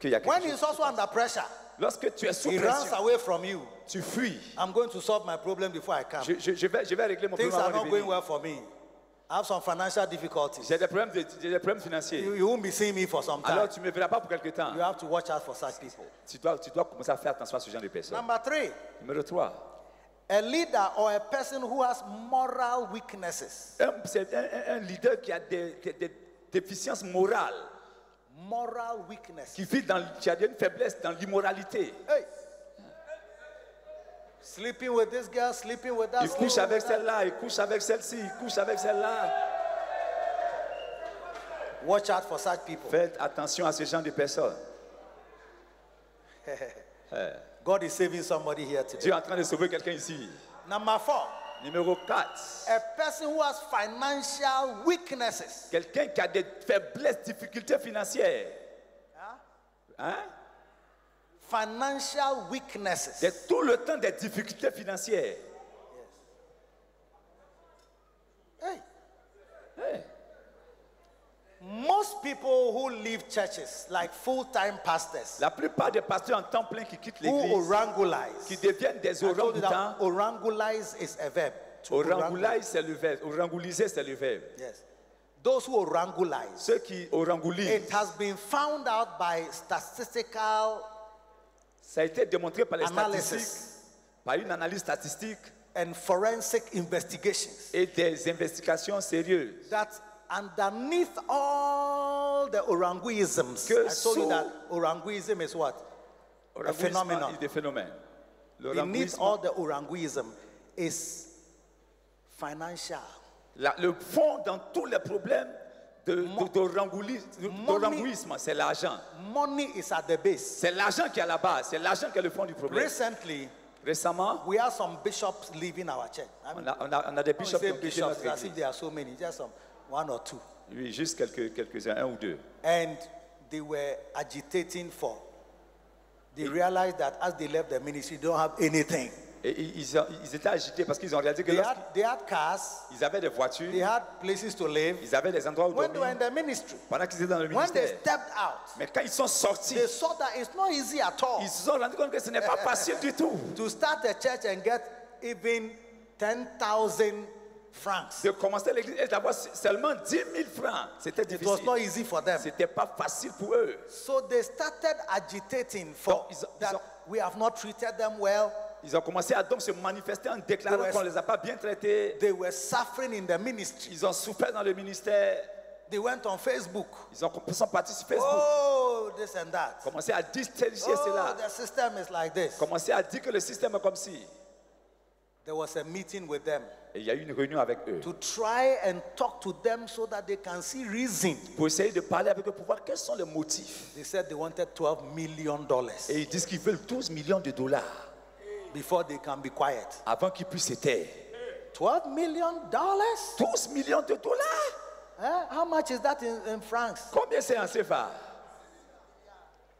Speaker 3: qu'il y a quelque
Speaker 2: When
Speaker 3: chose.
Speaker 2: he's also under pressure,
Speaker 3: Lorsque tu es sous
Speaker 2: he runs
Speaker 3: pression,
Speaker 2: away from you.
Speaker 3: tu fuis.
Speaker 2: I'm going to solve my problem before I come.
Speaker 3: Je, je- je vais, je vais régler mon
Speaker 2: Things
Speaker 3: problème
Speaker 2: are
Speaker 3: avant
Speaker 2: not
Speaker 3: de
Speaker 2: going
Speaker 3: venir.
Speaker 2: well for me. I have some financial difficulties.
Speaker 3: J'ai des problèmes, de- j'ai des problèmes financiers.
Speaker 2: You, you won't be seeing me for some time.
Speaker 3: Alors, tu ne me verras pas pour quelque temps.
Speaker 2: You have to watch out for such people.
Speaker 3: Tu dois, tu dois commencer à faire attention à ce genre de personnes.
Speaker 2: Number three,
Speaker 3: Numéro 3.
Speaker 2: a leader or a person who has moral weaknesses.
Speaker 3: Un- C'est un, un- un leader qui a des, des- des déficiences morales,
Speaker 2: Moral weakness.
Speaker 3: qui vit dans, qui a une faiblesse dans l'immoralité.
Speaker 2: Hey. Sleeping with this girl, sleeping with that.
Speaker 3: Il couche
Speaker 2: sleeping
Speaker 3: avec
Speaker 2: with that.
Speaker 3: celle-là, il couche avec celle-ci, il couche avec celle-là.
Speaker 2: Watch out for such people.
Speaker 3: Faites attention à ce genre de personnes.
Speaker 2: God is saving somebody here today.
Speaker 3: Dieu est en train de sauver quelqu'un ici.
Speaker 2: Number four,
Speaker 3: Numéro 4.
Speaker 2: a person who has financial weaknesses.
Speaker 3: Quelqu'un qui a des faiblesses, difficultés financières. Hein?
Speaker 2: Financial weaknesses.
Speaker 3: C'est tout le temps des difficultés financières.
Speaker 2: Hey.
Speaker 3: Hey.
Speaker 2: Most people who leave churches, like full-time pastors,
Speaker 3: La plupart des pasteurs en temps plein qui quittent
Speaker 2: who
Speaker 3: l'église, qui
Speaker 2: orangulize.
Speaker 3: deviennent des
Speaker 2: I told you that
Speaker 3: orang-outans,
Speaker 2: Orangulize is a verb. To
Speaker 3: Orangoulaï, c'est le verbe. Orangouliser, c'est le verbe.
Speaker 2: Yes. Those who orangulize.
Speaker 3: Ceux qui orangoulisent,
Speaker 2: It has been found out by statistical
Speaker 3: ça a été démontré par les statistiques,
Speaker 2: analysis
Speaker 3: par une analyse statistique
Speaker 2: and forensic investigations
Speaker 3: et des investigations sérieuses.
Speaker 2: that underneath all the oranguisms,
Speaker 3: Que
Speaker 2: I told you
Speaker 3: sous-
Speaker 2: that oranguism is what?
Speaker 3: Orangoulisme
Speaker 2: phénomène.
Speaker 3: est des phénomènes.
Speaker 2: Beneath
Speaker 3: L'orangoulisme,
Speaker 2: all the oranguism is financial.
Speaker 3: la- le fond dans tous les problèmes de- de- d'orangoulisme, d'orangouisme, c'est l'argent.
Speaker 2: Money is at the base.
Speaker 3: C'est l'argent qui est à la base, c'est l'argent qui est le fond du problème.
Speaker 2: Recently,
Speaker 3: Récemment,
Speaker 2: we have some bishops leaving our church. I mean,
Speaker 3: on a, on a- on a des
Speaker 2: we
Speaker 3: bishops qui
Speaker 2: say
Speaker 3: ont quitté
Speaker 2: Oh, bishops
Speaker 3: notre
Speaker 2: as if
Speaker 3: église.
Speaker 2: there are so many, just some one or two.
Speaker 3: Oui, juste quelques- quelques-uns, un ou deux.
Speaker 2: And they were agitating for. They realized that as they left the ministry, they don't have anything.
Speaker 3: Et ils, ils- ils étaient agités parce qu'ils ont réalisé que
Speaker 2: They had,
Speaker 3: lorsqu'ils
Speaker 2: they had cars,
Speaker 3: ils avaient des
Speaker 2: they
Speaker 3: voitures,
Speaker 2: had places to live.
Speaker 3: ils avaient des endroits où
Speaker 2: When they were
Speaker 3: dormir
Speaker 2: in the ministry,
Speaker 3: pendant qu'ils étaient dans le
Speaker 2: when they
Speaker 3: ministère.
Speaker 2: stepped out,
Speaker 3: Mais quand ils sont sortis,
Speaker 2: they saw that it's not easy at all
Speaker 3: ils se sont rendus compte que ce n'est pas facile du tout
Speaker 2: to start a church and get even 10,000 francs.
Speaker 3: de commencer l'église et d'avoir seulement 10 000 francs. C'était
Speaker 2: It was
Speaker 3: difficile.
Speaker 2: not easy for them.
Speaker 3: C'était pas facile pour eux.
Speaker 2: So they started agitating for
Speaker 3: Donc, ils ont- ils
Speaker 2: that
Speaker 3: ont-
Speaker 2: we have not treated them well.
Speaker 3: Ils ont commencé à donc se manifester en déclarant
Speaker 2: Ouais.
Speaker 3: qu'on ne les a pas bien traités.
Speaker 2: They were suffering in the ministry.
Speaker 3: Ils ont souffert dans le ministère.
Speaker 2: They went on Facebook.
Speaker 3: Ils ont ils sont partis sur Facebook.
Speaker 2: Oh, this and that.
Speaker 3: Commencé à distérifier
Speaker 2: Oh,
Speaker 3: cela.
Speaker 2: the system is like this.
Speaker 3: Commencé à dire que le système est comme si.
Speaker 2: There was a meeting with them
Speaker 3: Et il y a eu une réunion avec eux
Speaker 2: to try and talk to them so that they can see reason.
Speaker 3: pour essayer de parler avec eux pour voir quels sont les motifs.
Speaker 2: They said they wanted 12 million dollars
Speaker 3: Et ils disent qu'ils veulent 12 millions de dollars
Speaker 2: before they can be quiet.
Speaker 3: avant qu'ils puissent se taire.
Speaker 2: 12 million dollars?
Speaker 3: 12 millions de dollars
Speaker 2: Eh, How much is that in, in francs?
Speaker 3: Combien c'est en CFA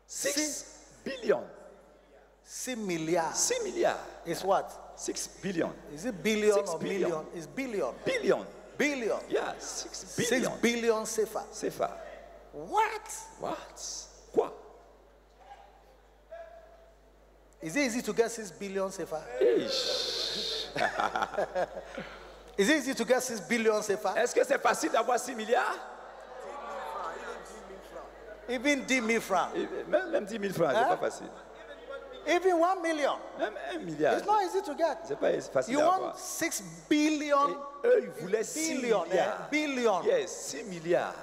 Speaker 3: 6 billions.
Speaker 2: Six milliards.
Speaker 3: 6 milliards.
Speaker 2: Is what?
Speaker 3: 6 billions.
Speaker 2: Is it billion
Speaker 3: Six
Speaker 2: or
Speaker 3: billion.
Speaker 2: million? It's billion.
Speaker 3: Billions.
Speaker 2: Billion.
Speaker 3: Yeah, 6
Speaker 2: Six
Speaker 3: billions.
Speaker 2: billion safer.
Speaker 3: CFA.
Speaker 2: What?
Speaker 3: What Quoi
Speaker 2: Is it easy to get six billion safer?
Speaker 3: Eesh.
Speaker 2: Is it easy to get six billion safer?
Speaker 3: Est-ce que c'est facile d'avoir 6 milliards
Speaker 2: Even D me franc.
Speaker 3: Et même, même 10 000 francs, c'est
Speaker 2: Hein?
Speaker 3: pas facile.
Speaker 2: Even one million.
Speaker 3: Même 1 milliard.
Speaker 2: It's not easy to get.
Speaker 3: C'est pas facile
Speaker 2: You
Speaker 3: d'avoir.
Speaker 2: want six billion,
Speaker 3: Et eux, ils voulaient 6
Speaker 2: billion, eh,
Speaker 3: milliards.
Speaker 2: billion.
Speaker 3: Yes, 6 milliards.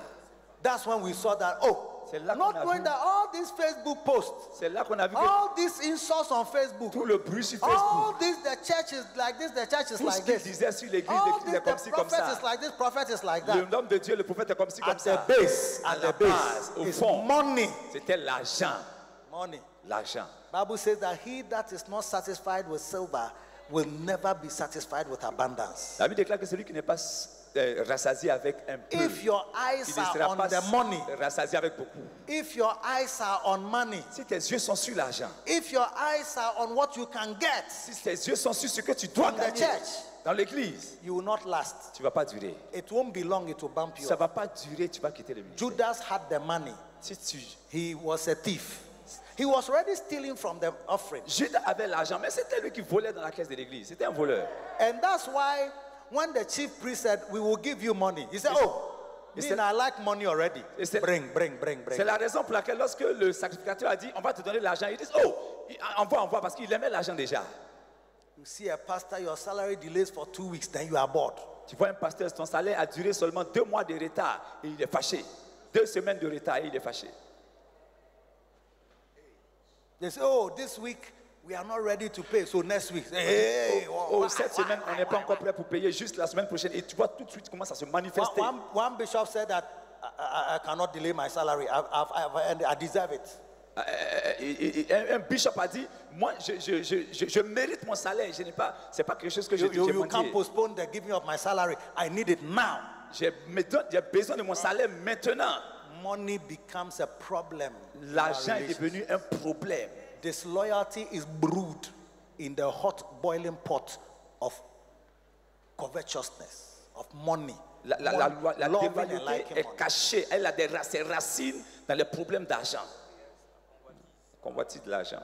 Speaker 2: That's when we saw that. Oh,
Speaker 3: C'est là qu'on
Speaker 2: not
Speaker 3: a
Speaker 2: knowing
Speaker 3: vu.
Speaker 2: that all these Facebook posts,
Speaker 3: C'est là qu'on a vu que
Speaker 2: all these insults on Facebook,
Speaker 3: tout le bruit sur Facebook,
Speaker 2: all this the church is like this, the church is
Speaker 3: tout ce
Speaker 2: like
Speaker 3: qu'ils
Speaker 2: this.
Speaker 3: disaient sur l'église,
Speaker 2: All
Speaker 3: l'église
Speaker 2: this
Speaker 3: est comme
Speaker 2: the
Speaker 3: ci, comme
Speaker 2: prophet
Speaker 3: ça.
Speaker 2: is like this, prophet is like
Speaker 3: Le
Speaker 2: that.
Speaker 3: homme de Dieu, le prophète est comme ci, comme
Speaker 2: At the
Speaker 3: ça.
Speaker 2: base,
Speaker 3: À
Speaker 2: at
Speaker 3: la
Speaker 2: the base,
Speaker 3: base, au
Speaker 2: is
Speaker 3: fond.
Speaker 2: money.
Speaker 3: C'était l'argent.
Speaker 2: Money.
Speaker 3: L'argent.
Speaker 2: Bible says that he that is not satisfied with silver will never be satisfied with abundance.
Speaker 3: La Bible déclare que celui qui n'est pas euh, rassasié avec un peu,
Speaker 2: If your
Speaker 3: il ne
Speaker 2: eyes are
Speaker 3: sera
Speaker 2: on
Speaker 3: pas
Speaker 2: the money,
Speaker 3: rassasié avec beaucoup.
Speaker 2: if your eyes are on money,
Speaker 3: Si tes yeux sont sur l'argent,
Speaker 2: if your eyes are on what you can get,
Speaker 3: si tes yeux sont sur ce que tu dois
Speaker 2: On the
Speaker 3: gagner
Speaker 2: church.
Speaker 3: dans l'église,
Speaker 2: you will not last.
Speaker 3: tu ne vas pas durer.
Speaker 2: It won't be long, it will bump you.
Speaker 3: Ça
Speaker 2: Up.
Speaker 3: ne va pas durer, tu vas quitter le ministère.
Speaker 2: Judas had the money.
Speaker 3: Si tu
Speaker 2: He was a thief. He was already stealing from the offering.
Speaker 3: Judas avait l'argent, mais c'était lui qui volait dans la caisse de l'église. C'était un voleur.
Speaker 2: And that's why when the chief priest said, We will give you money, he said, Oh,
Speaker 3: He
Speaker 2: me
Speaker 3: said-
Speaker 2: I like money already.
Speaker 3: He said-
Speaker 2: Bring, bring, bring,
Speaker 3: C'est
Speaker 2: bring.
Speaker 3: la raison pour laquelle lorsque le sacrificateur a dit on va te donner l'argent, ils disent oh il- envoie envoie parce qu'il aimait l'argent déjà.
Speaker 2: You see a pastor, your salary delays for two weeks, then you are bored.
Speaker 3: Tu vois un pasteur, son salaire a duré seulement deux mois de retard et il est fâché. Deux semaines de retard et il est fâché.
Speaker 2: They say, Oh, this week we are not ready to pay, so next week. Hey,
Speaker 3: Oh,
Speaker 2: wha-
Speaker 3: cette semaine on n'est pas encore prêt pour payer juste la semaine prochaine et tu vois tout de suite comment ça se
Speaker 2: One,
Speaker 3: manifeste.
Speaker 2: one, one bishop said that I, I, I cannot delay my salary. I've, I've, I've earned it. I deserve it.
Speaker 3: Euh, euh, et- et- et un, un bishop a dit moi je, je- je- je- je mérite mon salaire, je n'ai pas, c'est pas quelque chose que je
Speaker 2: You, you,
Speaker 3: j'ai
Speaker 2: you can't
Speaker 3: mendié.
Speaker 2: postpone the giving of my salary. I need it now.
Speaker 3: J'ai me donne- j'ai besoin de mon salaire maintenant.
Speaker 2: Money becomes a problem. in our
Speaker 3: L'argent est
Speaker 2: relationship.
Speaker 3: devenu un problème.
Speaker 2: Disloyalty is brewed in the hot boiling pot of covetousness, of money.
Speaker 3: La, la, la,
Speaker 2: Money,
Speaker 3: loi- la
Speaker 2: loving
Speaker 3: déloyauté
Speaker 2: and liking
Speaker 3: est
Speaker 2: money.
Speaker 3: cachée, elle a des ra- ses racines dans les problèmes d'argent. Convoitise de l'argent.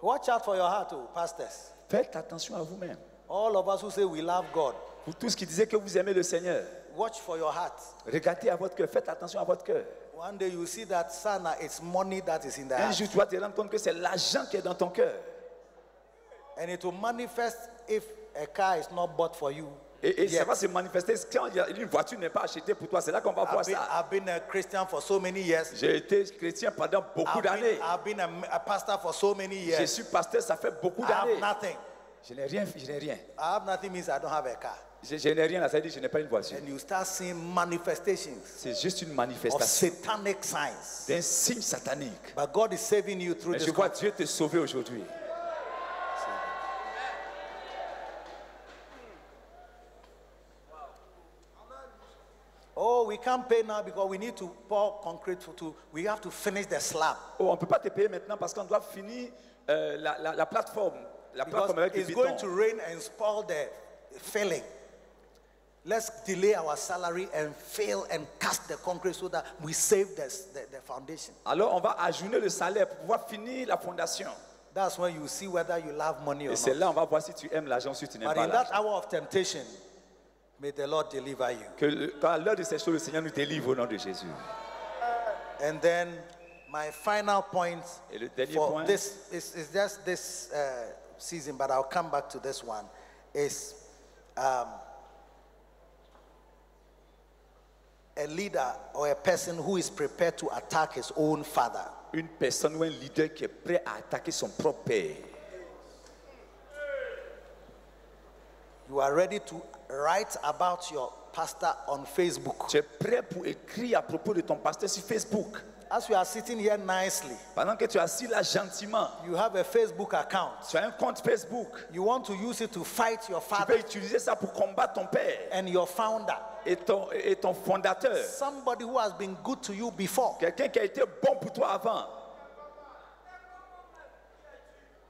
Speaker 2: Watch out for your heart, oh, pastors.
Speaker 3: Faites attention à vous-même.
Speaker 2: All of us who say we love God,
Speaker 3: Vous tous qui disiez que vous aimez le Seigneur,
Speaker 2: watch for your heart.
Speaker 3: regardez à votre cœur, faites attention à votre cœur.
Speaker 2: One day you see that sana, it's money that is in the
Speaker 3: Un
Speaker 2: heart.
Speaker 3: jour, tu vas te rendre compte que c'est l'argent qui est dans ton cœur.
Speaker 2: And it will manifest if a car is not bought for you.
Speaker 3: Et, et ça
Speaker 2: yet.
Speaker 3: va se manifester quand il y a- une voiture n'est pas achetée pour toi. C'est là qu'on va voir
Speaker 2: I've been,
Speaker 3: ça.
Speaker 2: I've been a Christian for so many years.
Speaker 3: J'ai été chrétien pendant beaucoup
Speaker 2: I've been,
Speaker 3: d'années.
Speaker 2: I've been a, a pastor for so many
Speaker 3: Je
Speaker 2: years.
Speaker 3: suis pasteur, ça fait beaucoup
Speaker 2: I have
Speaker 3: d'années.
Speaker 2: nothing.
Speaker 3: Je n'ai rien, je n'ai rien.
Speaker 2: I have nothing means I don't have a car.
Speaker 3: Je, je n'ai rien, là, ça veut dire que je n'ai pas une voiture.
Speaker 2: And you start seeing manifestations
Speaker 3: C'est juste une
Speaker 2: of
Speaker 3: manifestation
Speaker 2: satanic signs.
Speaker 3: d'un signe satanique.
Speaker 2: But God is saving you through
Speaker 3: Mais
Speaker 2: this.
Speaker 3: je vois
Speaker 2: con-
Speaker 3: Dieu te sauver aujourd'hui.
Speaker 2: Oh, we can't pay now because we need to pour concrete for to, we have to finish the slab.
Speaker 3: Oh, on ne peut pas te payer maintenant parce qu'on doit finir euh, la, la- la plateforme. La
Speaker 2: Because
Speaker 3: plateforme avec du
Speaker 2: it's going
Speaker 3: béton.
Speaker 2: to rain and spoil the filling. Let's delay our salary and fail and cast the concrete so that we save the, the, the foundation.
Speaker 3: Alors on va ajouter le salaire pour pouvoir finir la fondation.
Speaker 2: That's when you see whether you love money or
Speaker 3: Et c'est
Speaker 2: not.
Speaker 3: là on va voir si tu aimes l'argent, si tu n'aimes
Speaker 2: But
Speaker 3: pas
Speaker 2: in that
Speaker 3: l'argent.
Speaker 2: hour of temptation, may the Lord deliver you.
Speaker 3: Que le- qu'à l'heure de ces choses, le Seigneur nous délivre au nom de Jésus.
Speaker 2: And then my final point
Speaker 3: Et le dernier
Speaker 2: for
Speaker 3: point.
Speaker 2: this is, is just this uh, season, but I'll come back to this one. Is um, a leader or a person who is prepared to attack his own father.
Speaker 3: Une personne ou un leader qui est prêt à attaquer son propre père.
Speaker 2: You are ready to write about your pastor on Facebook.
Speaker 3: Tu es prêt pour écrire à propos de ton pasteur sur Facebook.
Speaker 2: As you are sitting here nicely,
Speaker 3: Pendant que tu es assis là gentiment,
Speaker 2: you have a Facebook account.
Speaker 3: tu as un compte Facebook.
Speaker 2: You want to use it to fight your
Speaker 3: Tu peux
Speaker 2: father
Speaker 3: utiliser ça pour combattre ton père
Speaker 2: and your founder.
Speaker 3: et ton, et ton fondateur.
Speaker 2: Somebody who has been good to you before.
Speaker 3: Quelqu'un qui a été bon pour toi avant.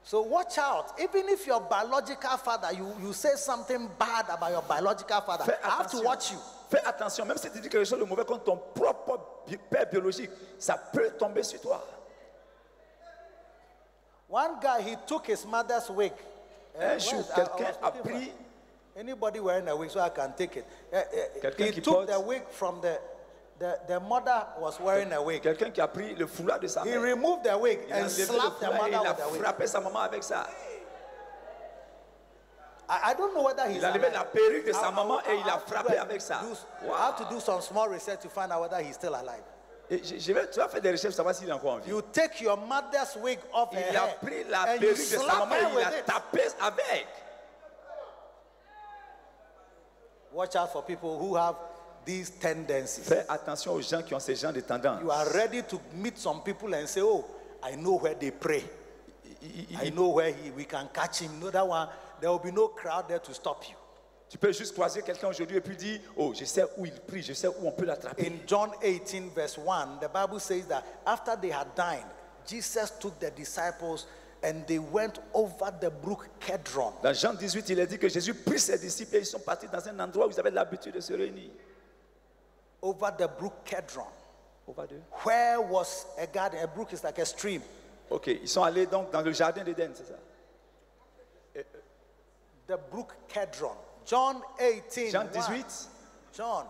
Speaker 2: So watch out. Even if your biological father, you, you say something bad about your biological father,
Speaker 3: Fais
Speaker 2: I have to
Speaker 3: attention.
Speaker 2: watch you.
Speaker 3: Fais attention, même si tu dis quelque chose de mauvais contre ton propre bi- père biologique, ça peut tomber sur toi.
Speaker 2: One guy, he took his mother's wig.
Speaker 3: Un
Speaker 2: Eh, where's- I-
Speaker 3: jour,
Speaker 2: I was
Speaker 3: quelqu'un
Speaker 2: looking
Speaker 3: a
Speaker 2: for it.
Speaker 3: pris,
Speaker 2: Anybody wearing a wig, so I can take it. Eh, eh,
Speaker 3: Quelqu'un
Speaker 2: he
Speaker 3: qui
Speaker 2: took
Speaker 3: porte-
Speaker 2: the wig from the, the, the mother was wearing a wig.
Speaker 3: quelqu'un qui a pris le foulard de sa
Speaker 2: He
Speaker 3: mère.
Speaker 2: removed the wig
Speaker 3: Il a
Speaker 2: and
Speaker 3: enlevé le
Speaker 2: slapped the
Speaker 3: foulard et
Speaker 2: mother
Speaker 3: il a
Speaker 2: with the wig.
Speaker 3: frappé sa maman avec ça.
Speaker 2: I, I don't know whether he's
Speaker 3: Il a enlevé
Speaker 2: alive.
Speaker 3: la perruque de
Speaker 2: I-
Speaker 3: sa e
Speaker 2: I-
Speaker 3: maman
Speaker 2: I-
Speaker 3: et il
Speaker 2: I
Speaker 3: a
Speaker 2: have to go
Speaker 3: frappé
Speaker 2: and
Speaker 3: avec ça.
Speaker 2: do- I
Speaker 3: Wow.
Speaker 2: have to do some small research to find out whether he's still alive.
Speaker 3: Et je, je vais, tu vas faire des recherches pour savoir s'il est encore en vie.
Speaker 2: You take your mother's wig off her
Speaker 3: Il a
Speaker 2: head
Speaker 3: pris la
Speaker 2: Eh, and you
Speaker 3: perruque de sa e
Speaker 2: slap
Speaker 3: maman et
Speaker 2: her
Speaker 3: il
Speaker 2: with
Speaker 3: a
Speaker 2: it.
Speaker 3: tapé avec.
Speaker 2: Watch out for people who have these tendencies.
Speaker 3: Fais attention aux gens qui ont ces genres de tendance.
Speaker 2: You are ready to meet some people and say, "Oh, I know where they pray.
Speaker 3: Il- il-
Speaker 2: I know where he, we can catch him." No, that one. There will be no crowd there to stop you.
Speaker 3: Tu peux juste croiser quelqu'un aujourd'hui et puis dire, oh, je sais où il prie, je sais où on peut l'attraper.
Speaker 2: In John 18, verse 1, the Bible says that after they had dined, Jesus took the disciples and they went over the brook Kedron.
Speaker 3: Dans Jean 18, il est dit que Jésus prit ses disciples et ils sont partis dans un endroit où ils avaient l'habitude de se réunir.
Speaker 2: Over the brook Kedron.
Speaker 3: Au bas d'eux.
Speaker 2: Where was a garden? A brook is like a stream.
Speaker 3: Ok, ils sont allés donc dans le jardin d'Éden, c'est ça
Speaker 2: The brook Kedron. John 18.
Speaker 3: Jean
Speaker 2: 1.
Speaker 3: 18,
Speaker 2: John.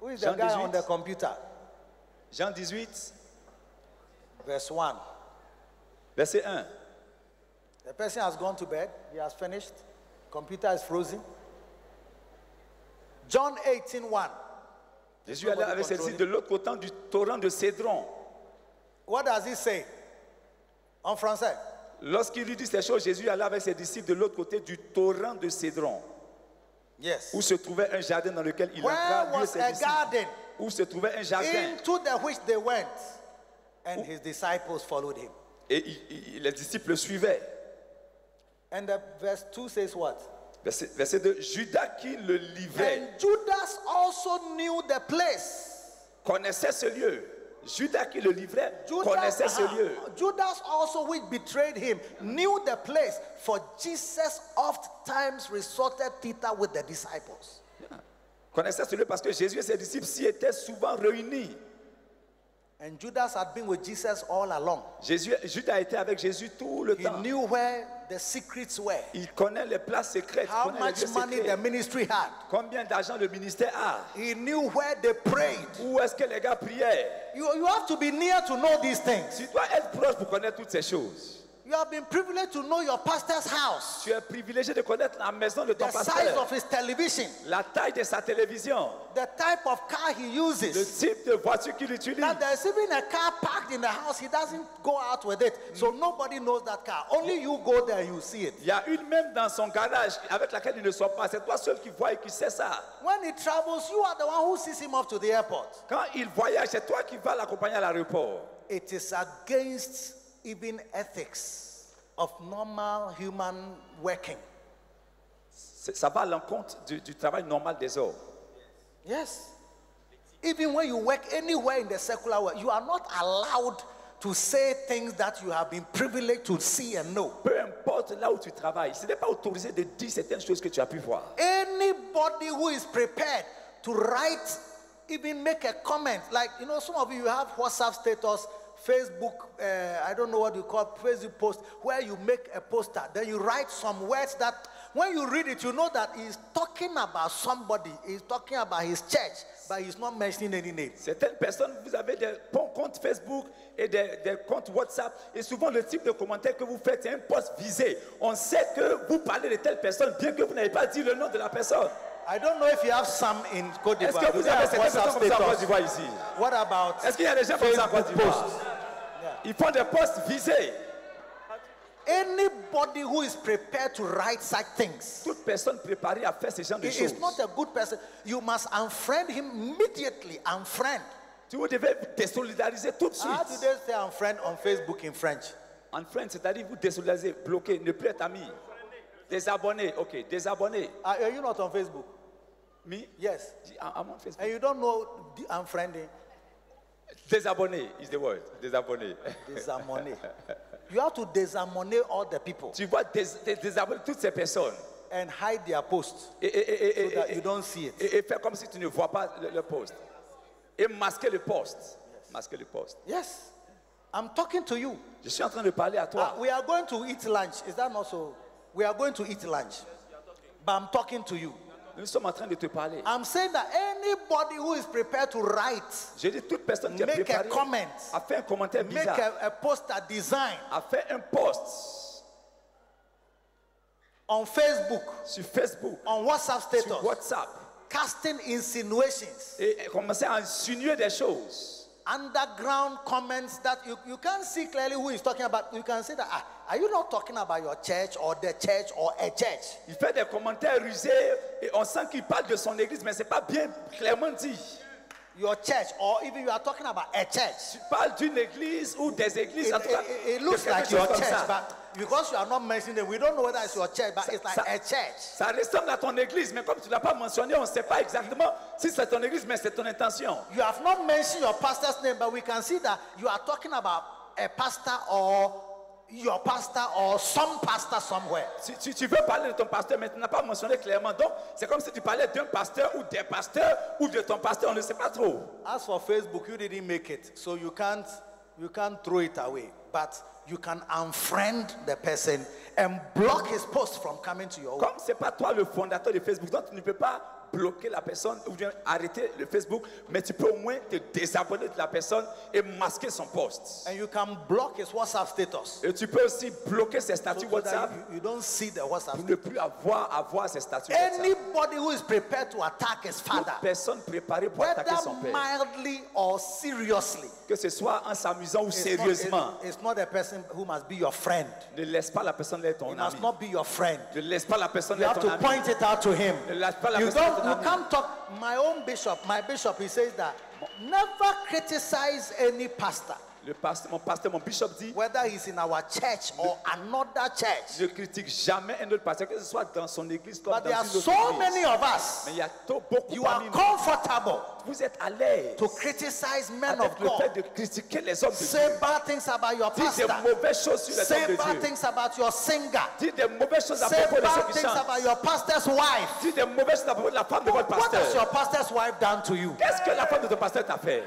Speaker 2: Who is the
Speaker 3: Jean
Speaker 2: guy
Speaker 3: 18?
Speaker 2: on the computer?
Speaker 3: Jean 18,
Speaker 2: Verse 1.
Speaker 3: verset 1.
Speaker 2: The person has gone to bed. He has finished. Computer is frozen. John 18 1.
Speaker 3: Jésus allait avec ses disciples de l'autre côté du torrent de Cédron.
Speaker 2: What does he say? En français.
Speaker 3: Lorsqu'il lui dit ces choses, Jésus allait avec ses disciples de l'autre côté du torrent de Cédron,
Speaker 2: Yes.
Speaker 3: où se trouvait un jardin dans lequel il
Speaker 2: Where
Speaker 3: entra, lui et
Speaker 2: was
Speaker 3: ses
Speaker 2: a
Speaker 3: disciples.
Speaker 2: garden
Speaker 3: Où se trouvait un jardin.
Speaker 2: into the which they went, and his disciples followed him.
Speaker 3: Et il- il- les disciples le suivaient.
Speaker 2: And the verse 2 says what?
Speaker 3: Verset, verset 2, Judas qui le livrait
Speaker 2: And Judas also knew the place.
Speaker 3: connaissait ce lieu. Judas qui le livrait
Speaker 2: Judas,
Speaker 3: connaissait ce
Speaker 2: uh-huh.
Speaker 3: lieu.
Speaker 2: Judas also, which betrayed him, knew the place, for Jesus oft times resorted thither with the disciples.
Speaker 3: Connaissait ce lieu parce que Jésus et ses disciples s'y étaient souvent réunis.
Speaker 2: And Judas had been with Jesus all along.
Speaker 3: Jésus, Judas était avec Jésus tout le
Speaker 2: He
Speaker 3: temps.
Speaker 2: knew where the secrets were,
Speaker 3: Il connaît les places secrètes.
Speaker 2: how
Speaker 3: connaît les
Speaker 2: much
Speaker 3: lieux
Speaker 2: money
Speaker 3: secrets.
Speaker 2: the ministry had.
Speaker 3: Combien d'argent le ministère a
Speaker 2: He knew where they prayed.
Speaker 3: Où est-ce que les gars priaient
Speaker 2: You, you have to be near to know these things.
Speaker 3: Tu dois être proche pour connaître toutes ces choses.
Speaker 2: You have been privileged to know your pastor's house,
Speaker 3: Tu es privilégié de connaître la maison de ton
Speaker 2: the size
Speaker 3: pasteur,
Speaker 2: of his television,
Speaker 3: la taille de sa télévision,
Speaker 2: the type of car he uses.
Speaker 3: le type de voiture qu'il utilise.
Speaker 2: Now there's even a car parked in the house. He doesn't go out with it. So nobody knows that car. Only you go there, you see it.
Speaker 3: Il y a une même dans son garage avec laquelle il ne sort pas. C'est toi seul qui vois et qui sais ça.
Speaker 2: When he travels, you are the one who sees him off to the airport.
Speaker 3: Quand il voyage, c'est toi qui vas l'accompagner à l'aéroport.
Speaker 2: It is against even ethics of normal human working.
Speaker 3: C'est- Ça va à l'encontre du, du travail normal des hommes.
Speaker 2: Yes. Even when you work anywhere in the secular world, you are not allowed to say things that you have been privileged to see and know.
Speaker 3: Peu importe là où tu travailles, ce n'est pas autorisé de dire certaines choses que tu as pu voir.
Speaker 2: Anybody who is prepared to write, even make a comment, like you know, some of you have WhatsApp status, Facebook, uh, I don't know what you call Facebook post, where you make a poster, then you write some words that when you read it, you know that he's talking about somebody, he's talking about his church, but he's not mentioning any name.
Speaker 3: Certaines personnes, vous avez des bons comptes Facebook et des, des comptes WhatsApp. Et souvent, le type de commentaire que vous faites, c'est un poste visé. On sait que vous parlez de telle personne, bien que vous n'avez pas dit le nom de la personne.
Speaker 2: I don't know if you have some in Cote
Speaker 3: Est-ce
Speaker 2: d'Ivoire.
Speaker 3: que
Speaker 2: Do
Speaker 3: vous
Speaker 2: they
Speaker 3: avez
Speaker 2: have
Speaker 3: certaines personnes
Speaker 2: WhatsApp
Speaker 3: comme ça en Côte
Speaker 2: status?
Speaker 3: d'Ivoire ici
Speaker 2: What about
Speaker 3: Est-ce qu'il y a des gens comme ça en Côte d'Ivoire Ils font des postes visés.
Speaker 2: anybody who is prepared to write such things?
Speaker 3: Toute personne préparée à faire ce genre de
Speaker 2: He is
Speaker 3: choses.
Speaker 2: not a good person. You must unfriend him immediately. Unfriend.
Speaker 3: Tu vous devez vous désolidariser tout de
Speaker 2: How do
Speaker 3: suite.
Speaker 2: they say unfriend on Facebook in French?
Speaker 3: En friend, c'est-à-dire vous désolidariser, bloquer, ne plus être ami. Désabonner, ok, désabonner.
Speaker 2: Are, Uh, are you not on Facebook?
Speaker 3: Me?
Speaker 2: Yes.
Speaker 3: I'm on Facebook.
Speaker 2: And you don't know the unfriending
Speaker 3: Désabonner is the word. Désabonner.
Speaker 2: desamone. you have to desamone all the people
Speaker 3: Tu vas dés- dés- désabonner toutes ces personnes
Speaker 2: and hide their posts
Speaker 3: et, et- et- et-
Speaker 2: so that
Speaker 3: et-
Speaker 2: you don't see it.
Speaker 3: et- et faire comme si tu ne vois pas le, le poste. Et masquer le poste. Masquer le poste.
Speaker 2: Yes. I'm talking to you.
Speaker 3: Je suis en train de parler à
Speaker 2: Ah,
Speaker 3: toi.
Speaker 2: we are going to eat lunch. Is that not so? We are going to eat lunch. But I'm talking to you.
Speaker 3: Nous sommes en train de te parler.
Speaker 2: I'm saying that anybody who is prepared to write
Speaker 3: Je dis toute personne qui est
Speaker 2: Make a
Speaker 3: préparée
Speaker 2: comment.
Speaker 3: à faire un commentaire
Speaker 2: make
Speaker 3: bizarre,
Speaker 2: a, a poster design
Speaker 3: à faire un post
Speaker 2: on Facebook,
Speaker 3: sur Facebook,
Speaker 2: on WhatsApp status,
Speaker 3: sur WhatsApp
Speaker 2: casting insinuations,
Speaker 3: et, et commencer à insinuer des choses.
Speaker 2: underground comments that you, you can't see clearly who is talking about. You can say that, ah, are you not talking about your church or the church or a church?
Speaker 3: Il fait des commentaires rusés et on sent qu'il parle de son église, mais c'est pas bien clairement dit.
Speaker 2: Your church, or even you are talking about a church.
Speaker 3: Tu parles d'une église ou des églises.
Speaker 2: It,
Speaker 3: en tout cas,
Speaker 2: it- it looks
Speaker 3: de quelque
Speaker 2: like
Speaker 3: chose
Speaker 2: your
Speaker 3: comme
Speaker 2: church,
Speaker 3: ça.
Speaker 2: but because you are not mentioning it, we don't know whether it's your church, but it's like
Speaker 3: ça-
Speaker 2: a church.
Speaker 3: Ça ressemble à ton église, mais comme tu ne l'as pas mentionné, on ne sait pas exactement si c'est ton église, mais c'est ton intention.
Speaker 2: You have not mentioned your pastor's name, but we can see that you are talking about a pastor or your pastor or some pastor somewhere.
Speaker 3: Tu, tu- tu veux parler de ton pasteur, mais tu n'as pas mentionné clairement. Donc, c'est comme si tu parlais d'un pasteur ou des pasteurs ou de ton pasteur, on ne sait pas trop.
Speaker 2: As for Facebook, you didn't make it, so you can't you can't throw it away, but you can unfriend the person and block his post from coming to your home.
Speaker 3: Comme ce n'est pas toi le fondateur de Facebook, donc tu ne peux pas bloquer la personne ou bien arrêter le Facebook, mais tu peux au moins te désabonner de la personne et masquer son poste.
Speaker 2: And you can block his WhatsApp status.
Speaker 3: Et tu peux aussi bloquer ses
Speaker 2: So,
Speaker 3: statuts
Speaker 2: so
Speaker 3: WhatsApp
Speaker 2: that you, you don't see the WhatsApp.
Speaker 3: pour ne plus avoir à voir ses statuts WhatsApp.
Speaker 2: Anybody who is prepared to attack his father,
Speaker 3: Toute personne préparée pour attaquer son
Speaker 2: whether
Speaker 3: père,
Speaker 2: mildly or seriously,
Speaker 3: que ce soit en s'amusant ou
Speaker 2: It's not-
Speaker 3: sérieusement,
Speaker 2: it's- It's not a person who must be your friend.
Speaker 3: ne laisse pas la personne être
Speaker 2: He
Speaker 3: ton ami.
Speaker 2: must not be your friend.
Speaker 3: Ne laisse pas la personne
Speaker 2: You have
Speaker 3: être ton
Speaker 2: to
Speaker 3: ami.
Speaker 2: point it out to him.
Speaker 3: Ne laisse pas la
Speaker 2: You
Speaker 3: personne
Speaker 2: don't.
Speaker 3: être ton
Speaker 2: You
Speaker 3: ami.
Speaker 2: can't talk. My own bishop, my bishop, he says that never criticize any pastor,
Speaker 3: Le pasteur, mon pasteur, mon bishop dit,
Speaker 2: whether he's in our church or another church.
Speaker 3: je critique jamais un autre pasteur, que ce soit dans son église comme
Speaker 2: But
Speaker 3: dans une
Speaker 2: there are
Speaker 3: autre
Speaker 2: so
Speaker 3: église.
Speaker 2: many of us.
Speaker 3: Mais il y a tôt- beaucoup
Speaker 2: You are
Speaker 3: parmi nous.
Speaker 2: comfortable
Speaker 3: Vous êtes à l'aise
Speaker 2: to criticize men of
Speaker 3: avec le fait
Speaker 2: God.
Speaker 3: de critiquer les hommes de
Speaker 2: Say
Speaker 3: Dieu.
Speaker 2: bad things about your
Speaker 3: Dites des
Speaker 2: pastor.
Speaker 3: mauvaises choses sur les
Speaker 2: Say
Speaker 3: hommes
Speaker 2: bad
Speaker 3: de Dieu.
Speaker 2: things about your singer.
Speaker 3: Dites des mauvaises choses à
Speaker 2: Say
Speaker 3: propos de ceux
Speaker 2: bad
Speaker 3: qui
Speaker 2: things about
Speaker 3: chantent.
Speaker 2: your pastor's wife.
Speaker 3: Dites des mauvaises choses à propos de la femme de votre
Speaker 2: What has
Speaker 3: pasteur.
Speaker 2: your pastor's wife done to you?
Speaker 3: Qu'est-ce que la femme de ton pasteur t'a fait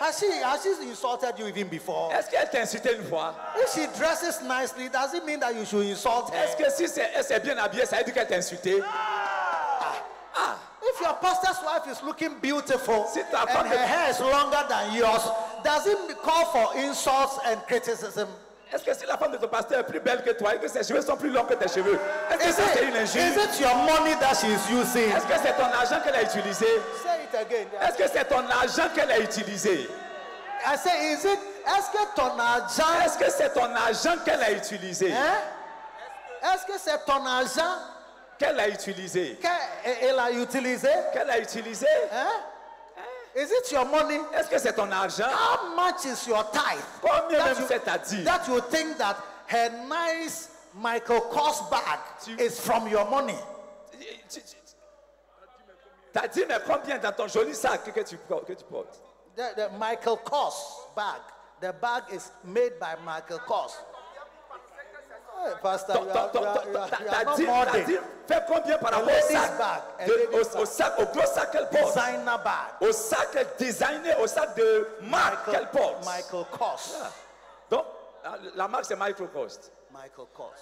Speaker 2: Has she has she insulted you even before?
Speaker 3: Est-ce qu'elle t'a insulté une fois
Speaker 2: If she dresses nicely, does it mean that you should insult her?
Speaker 3: Est-ce que si c'est- elle s'est bien habillée, ça veut dire qu'elle t'a insulté
Speaker 2: If your pastor's wife is looking beautiful
Speaker 3: Si ta femme
Speaker 2: and her
Speaker 3: est-
Speaker 2: hair is longer than yours, does it call for insults and criticism?
Speaker 3: Est-ce que si la femme de ton pasteur est plus belle que toi et que ses cheveux sont plus longs que tes cheveux Est-ce que
Speaker 2: Is
Speaker 3: ça
Speaker 2: it,
Speaker 3: c'est une
Speaker 2: is
Speaker 3: injure
Speaker 2: it your money that she is using?
Speaker 3: Est-ce que c'est ton argent qu'elle a utilisé
Speaker 2: Say it again.
Speaker 3: Est-ce que c'est ton argent qu'elle a utilisé
Speaker 2: I say, is it est-ce que ton argent
Speaker 3: Est-ce que c'est ton argent qu'elle a utilisé
Speaker 2: hein? Est-ce que c'est ton argent
Speaker 3: Qu'elle a utilisé
Speaker 2: qu'elle a utilisé?
Speaker 3: Qu'elle a utilisé
Speaker 2: Hein? Is it your money?
Speaker 3: Est-ce que c'est ton argent
Speaker 2: How much is your tithe?
Speaker 3: Combien
Speaker 2: that
Speaker 3: même
Speaker 2: you-
Speaker 3: c'est-à-dire?
Speaker 2: That you think that her nice Michael Kors bag
Speaker 3: Tu-
Speaker 2: is from your money.
Speaker 3: Tu- tu- tu- T'as dit, mais combien dans ton joli sac que tu, que tu portes
Speaker 2: The, the Michael Kors bag. The bag is made by Michael Kors. Hey, Pastor,
Speaker 3: Ton-
Speaker 2: you
Speaker 3: ton-
Speaker 2: are,
Speaker 3: ton-
Speaker 2: you are,
Speaker 3: ton-
Speaker 2: you are,
Speaker 3: ta-
Speaker 2: you
Speaker 3: ta
Speaker 2: are not
Speaker 3: dîme- ta
Speaker 2: modern.
Speaker 3: dîme fait combien par rapport au
Speaker 2: ladies
Speaker 3: sac,
Speaker 2: bag, a
Speaker 3: de-
Speaker 2: ladies
Speaker 3: au, au sac, au gros sac qu'elle porte,
Speaker 2: Designer bag.
Speaker 3: au sac designé, au sac de marque qu'elle porte.
Speaker 2: Michael Kors.
Speaker 3: Donc, la- la marque c'est Microcost,
Speaker 2: Michael Kors.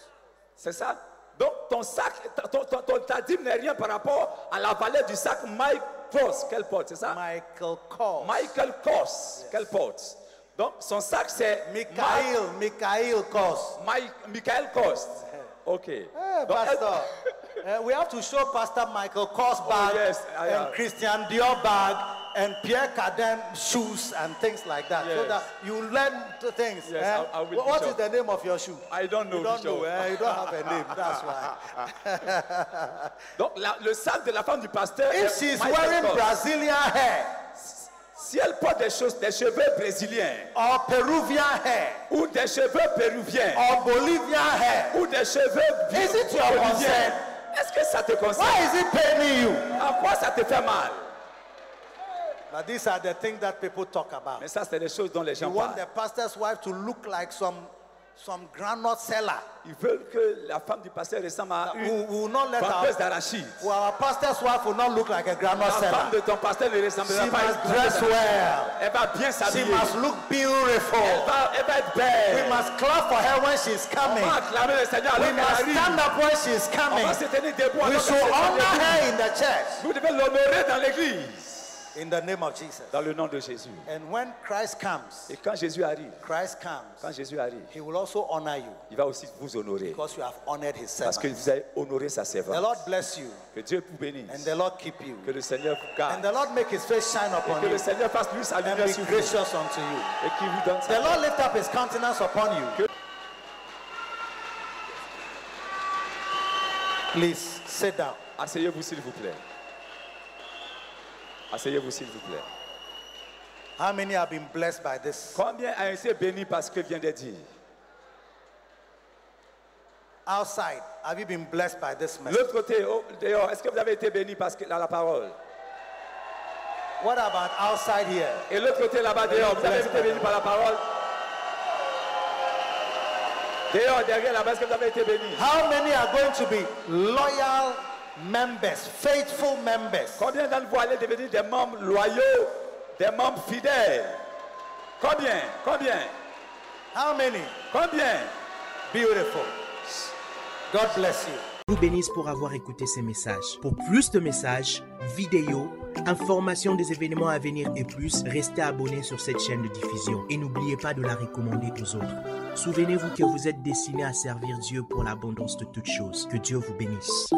Speaker 3: c'est ça. Donc, ton sac, ta- ton, ton, ton- ta dîme n'est rien par rapport à la valeur du sac Microcost qu'elle porte, c'est ça.
Speaker 2: Michael Kors.
Speaker 3: Michael Kors qu'elle porte. Donc, son sac c'est Mike-
Speaker 2: Michael, Michael Kors.
Speaker 3: Mike, Michael Cost. Ok.
Speaker 2: Hey,
Speaker 3: Donc, elle-
Speaker 2: Pastor, eh, we have to show Pastor Michael Kors bag
Speaker 3: Oh, yes, I-
Speaker 2: and
Speaker 3: I-
Speaker 2: Christian Dior bag and Pierre Cardin shoes and things like that, so
Speaker 3: Yes.
Speaker 2: that you learn the things.
Speaker 3: Yes,
Speaker 2: eh?
Speaker 3: I- I will,
Speaker 2: Wha- what is
Speaker 3: Bishop.
Speaker 2: the name of your shoe?
Speaker 3: I don't know,
Speaker 2: You don't
Speaker 3: Bishop.
Speaker 2: know. eh? You don't have a name. That's why.
Speaker 3: Donc la- le sac de la femme du pasteur.
Speaker 2: If
Speaker 3: est
Speaker 2: she's
Speaker 3: Michael
Speaker 2: wearing
Speaker 3: Kors.
Speaker 2: Brazilian hair
Speaker 3: Si elle porte des choses, des cheveux brésiliens
Speaker 2: or Peruvian hair
Speaker 3: ou des cheveux péruviens
Speaker 2: or Bolivian hair,
Speaker 3: ou des cheveux bi-
Speaker 2: Oh. Is it your concern?
Speaker 3: Est-ce que ça te concerne?
Speaker 2: why is it paining you?
Speaker 3: En quoi ça te fait mal?
Speaker 2: Now these are the things that people talk about.
Speaker 3: Mais ça c'est des choses dont les
Speaker 2: You
Speaker 3: gens
Speaker 2: want
Speaker 3: parlent.
Speaker 2: the pastor's wife to look like some some granite seller.
Speaker 3: Ils veulent que la femme du pasteur ressemble à
Speaker 2: We,
Speaker 3: une
Speaker 2: we will not let our
Speaker 3: vendeuse d'arachide.
Speaker 2: Well, our pastor's wife will not look like a
Speaker 3: La
Speaker 2: grandma
Speaker 3: femme
Speaker 2: seller.
Speaker 3: de ton pasteur ne ressemblera
Speaker 2: She
Speaker 3: pas à
Speaker 2: must
Speaker 3: une vendeuse
Speaker 2: dress
Speaker 3: d'arachide.
Speaker 2: well.
Speaker 3: Elle va bien
Speaker 2: She
Speaker 3: s'habiller.
Speaker 2: must look
Speaker 3: Elle
Speaker 2: beautiful.
Speaker 3: va, elle va être
Speaker 2: We
Speaker 3: belle.
Speaker 2: must clap for her when she's
Speaker 3: On
Speaker 2: coming.
Speaker 3: va acclamer le Seigneur
Speaker 2: We
Speaker 3: avec
Speaker 2: must stand up when she's
Speaker 3: On
Speaker 2: coming.
Speaker 3: va se tenir
Speaker 2: We
Speaker 3: debout. alors que
Speaker 2: should
Speaker 3: c'est dans
Speaker 2: honor
Speaker 3: l'église.
Speaker 2: her in the church.
Speaker 3: Vous devez l'honorer dans l'église.
Speaker 2: In the name of Jesus.
Speaker 3: Dans le nom de Jésus.
Speaker 2: And when Christ comes,
Speaker 3: Et quand Jésus arrive,
Speaker 2: Christ comes,
Speaker 3: quand Jésus arrive,
Speaker 2: he will also honor you
Speaker 3: il va aussi vous honorer.
Speaker 2: because you have honored his
Speaker 3: Parce que
Speaker 2: servant.
Speaker 3: vous avez honoré sa
Speaker 2: The
Speaker 3: servante.
Speaker 2: Lord bless you
Speaker 3: Que Dieu vous
Speaker 2: and
Speaker 3: bénisse.
Speaker 2: the Lord keep you.
Speaker 3: Que le Seigneur vous
Speaker 2: And
Speaker 3: garde.
Speaker 2: the Lord make his face shine
Speaker 3: Et
Speaker 2: upon
Speaker 3: que
Speaker 2: you
Speaker 3: le Seigneur fasse plus sa
Speaker 2: and
Speaker 3: lumière
Speaker 2: be
Speaker 3: sur vous. Et
Speaker 2: gracious unto you.
Speaker 3: qu'il vous donne
Speaker 2: The
Speaker 3: sa
Speaker 2: Lord lift up his countenance upon you. Please sit down.
Speaker 3: Asseyez-vous s'il vous plaît. Asseyez-vous s'il vous plaît.
Speaker 2: How many have been blessed by this?
Speaker 3: Combien a été béni parce que vient de dire
Speaker 2: Outside, have you been blessed by this message?
Speaker 3: L'autre côté, au- dehors, est-ce que vous avez été béni parce que, dans la parole
Speaker 2: What about outside here?
Speaker 3: Et l'autre côté là-bas dehors, vous avez été béni par la parole. Dehors, derrière là-bas, est-ce que vous avez été béni
Speaker 2: How many are going to be loyal members, faithful members?
Speaker 3: Combien d'entre vous allez devenir des membres loyaux, des membres fidèles Combien Combien
Speaker 2: How many?
Speaker 3: Combien
Speaker 2: Beautiful. God bless you.
Speaker 1: vous bénisse pour avoir écouté ces messages. Pour plus de messages, vidéos, informations des événements à venir et plus, restez abonné sur cette chaîne de diffusion et n'oubliez pas de la recommander aux autres. Souvenez-vous que vous êtes destiné à servir Dieu pour l'abondance de toutes choses. Que Dieu vous bénisse.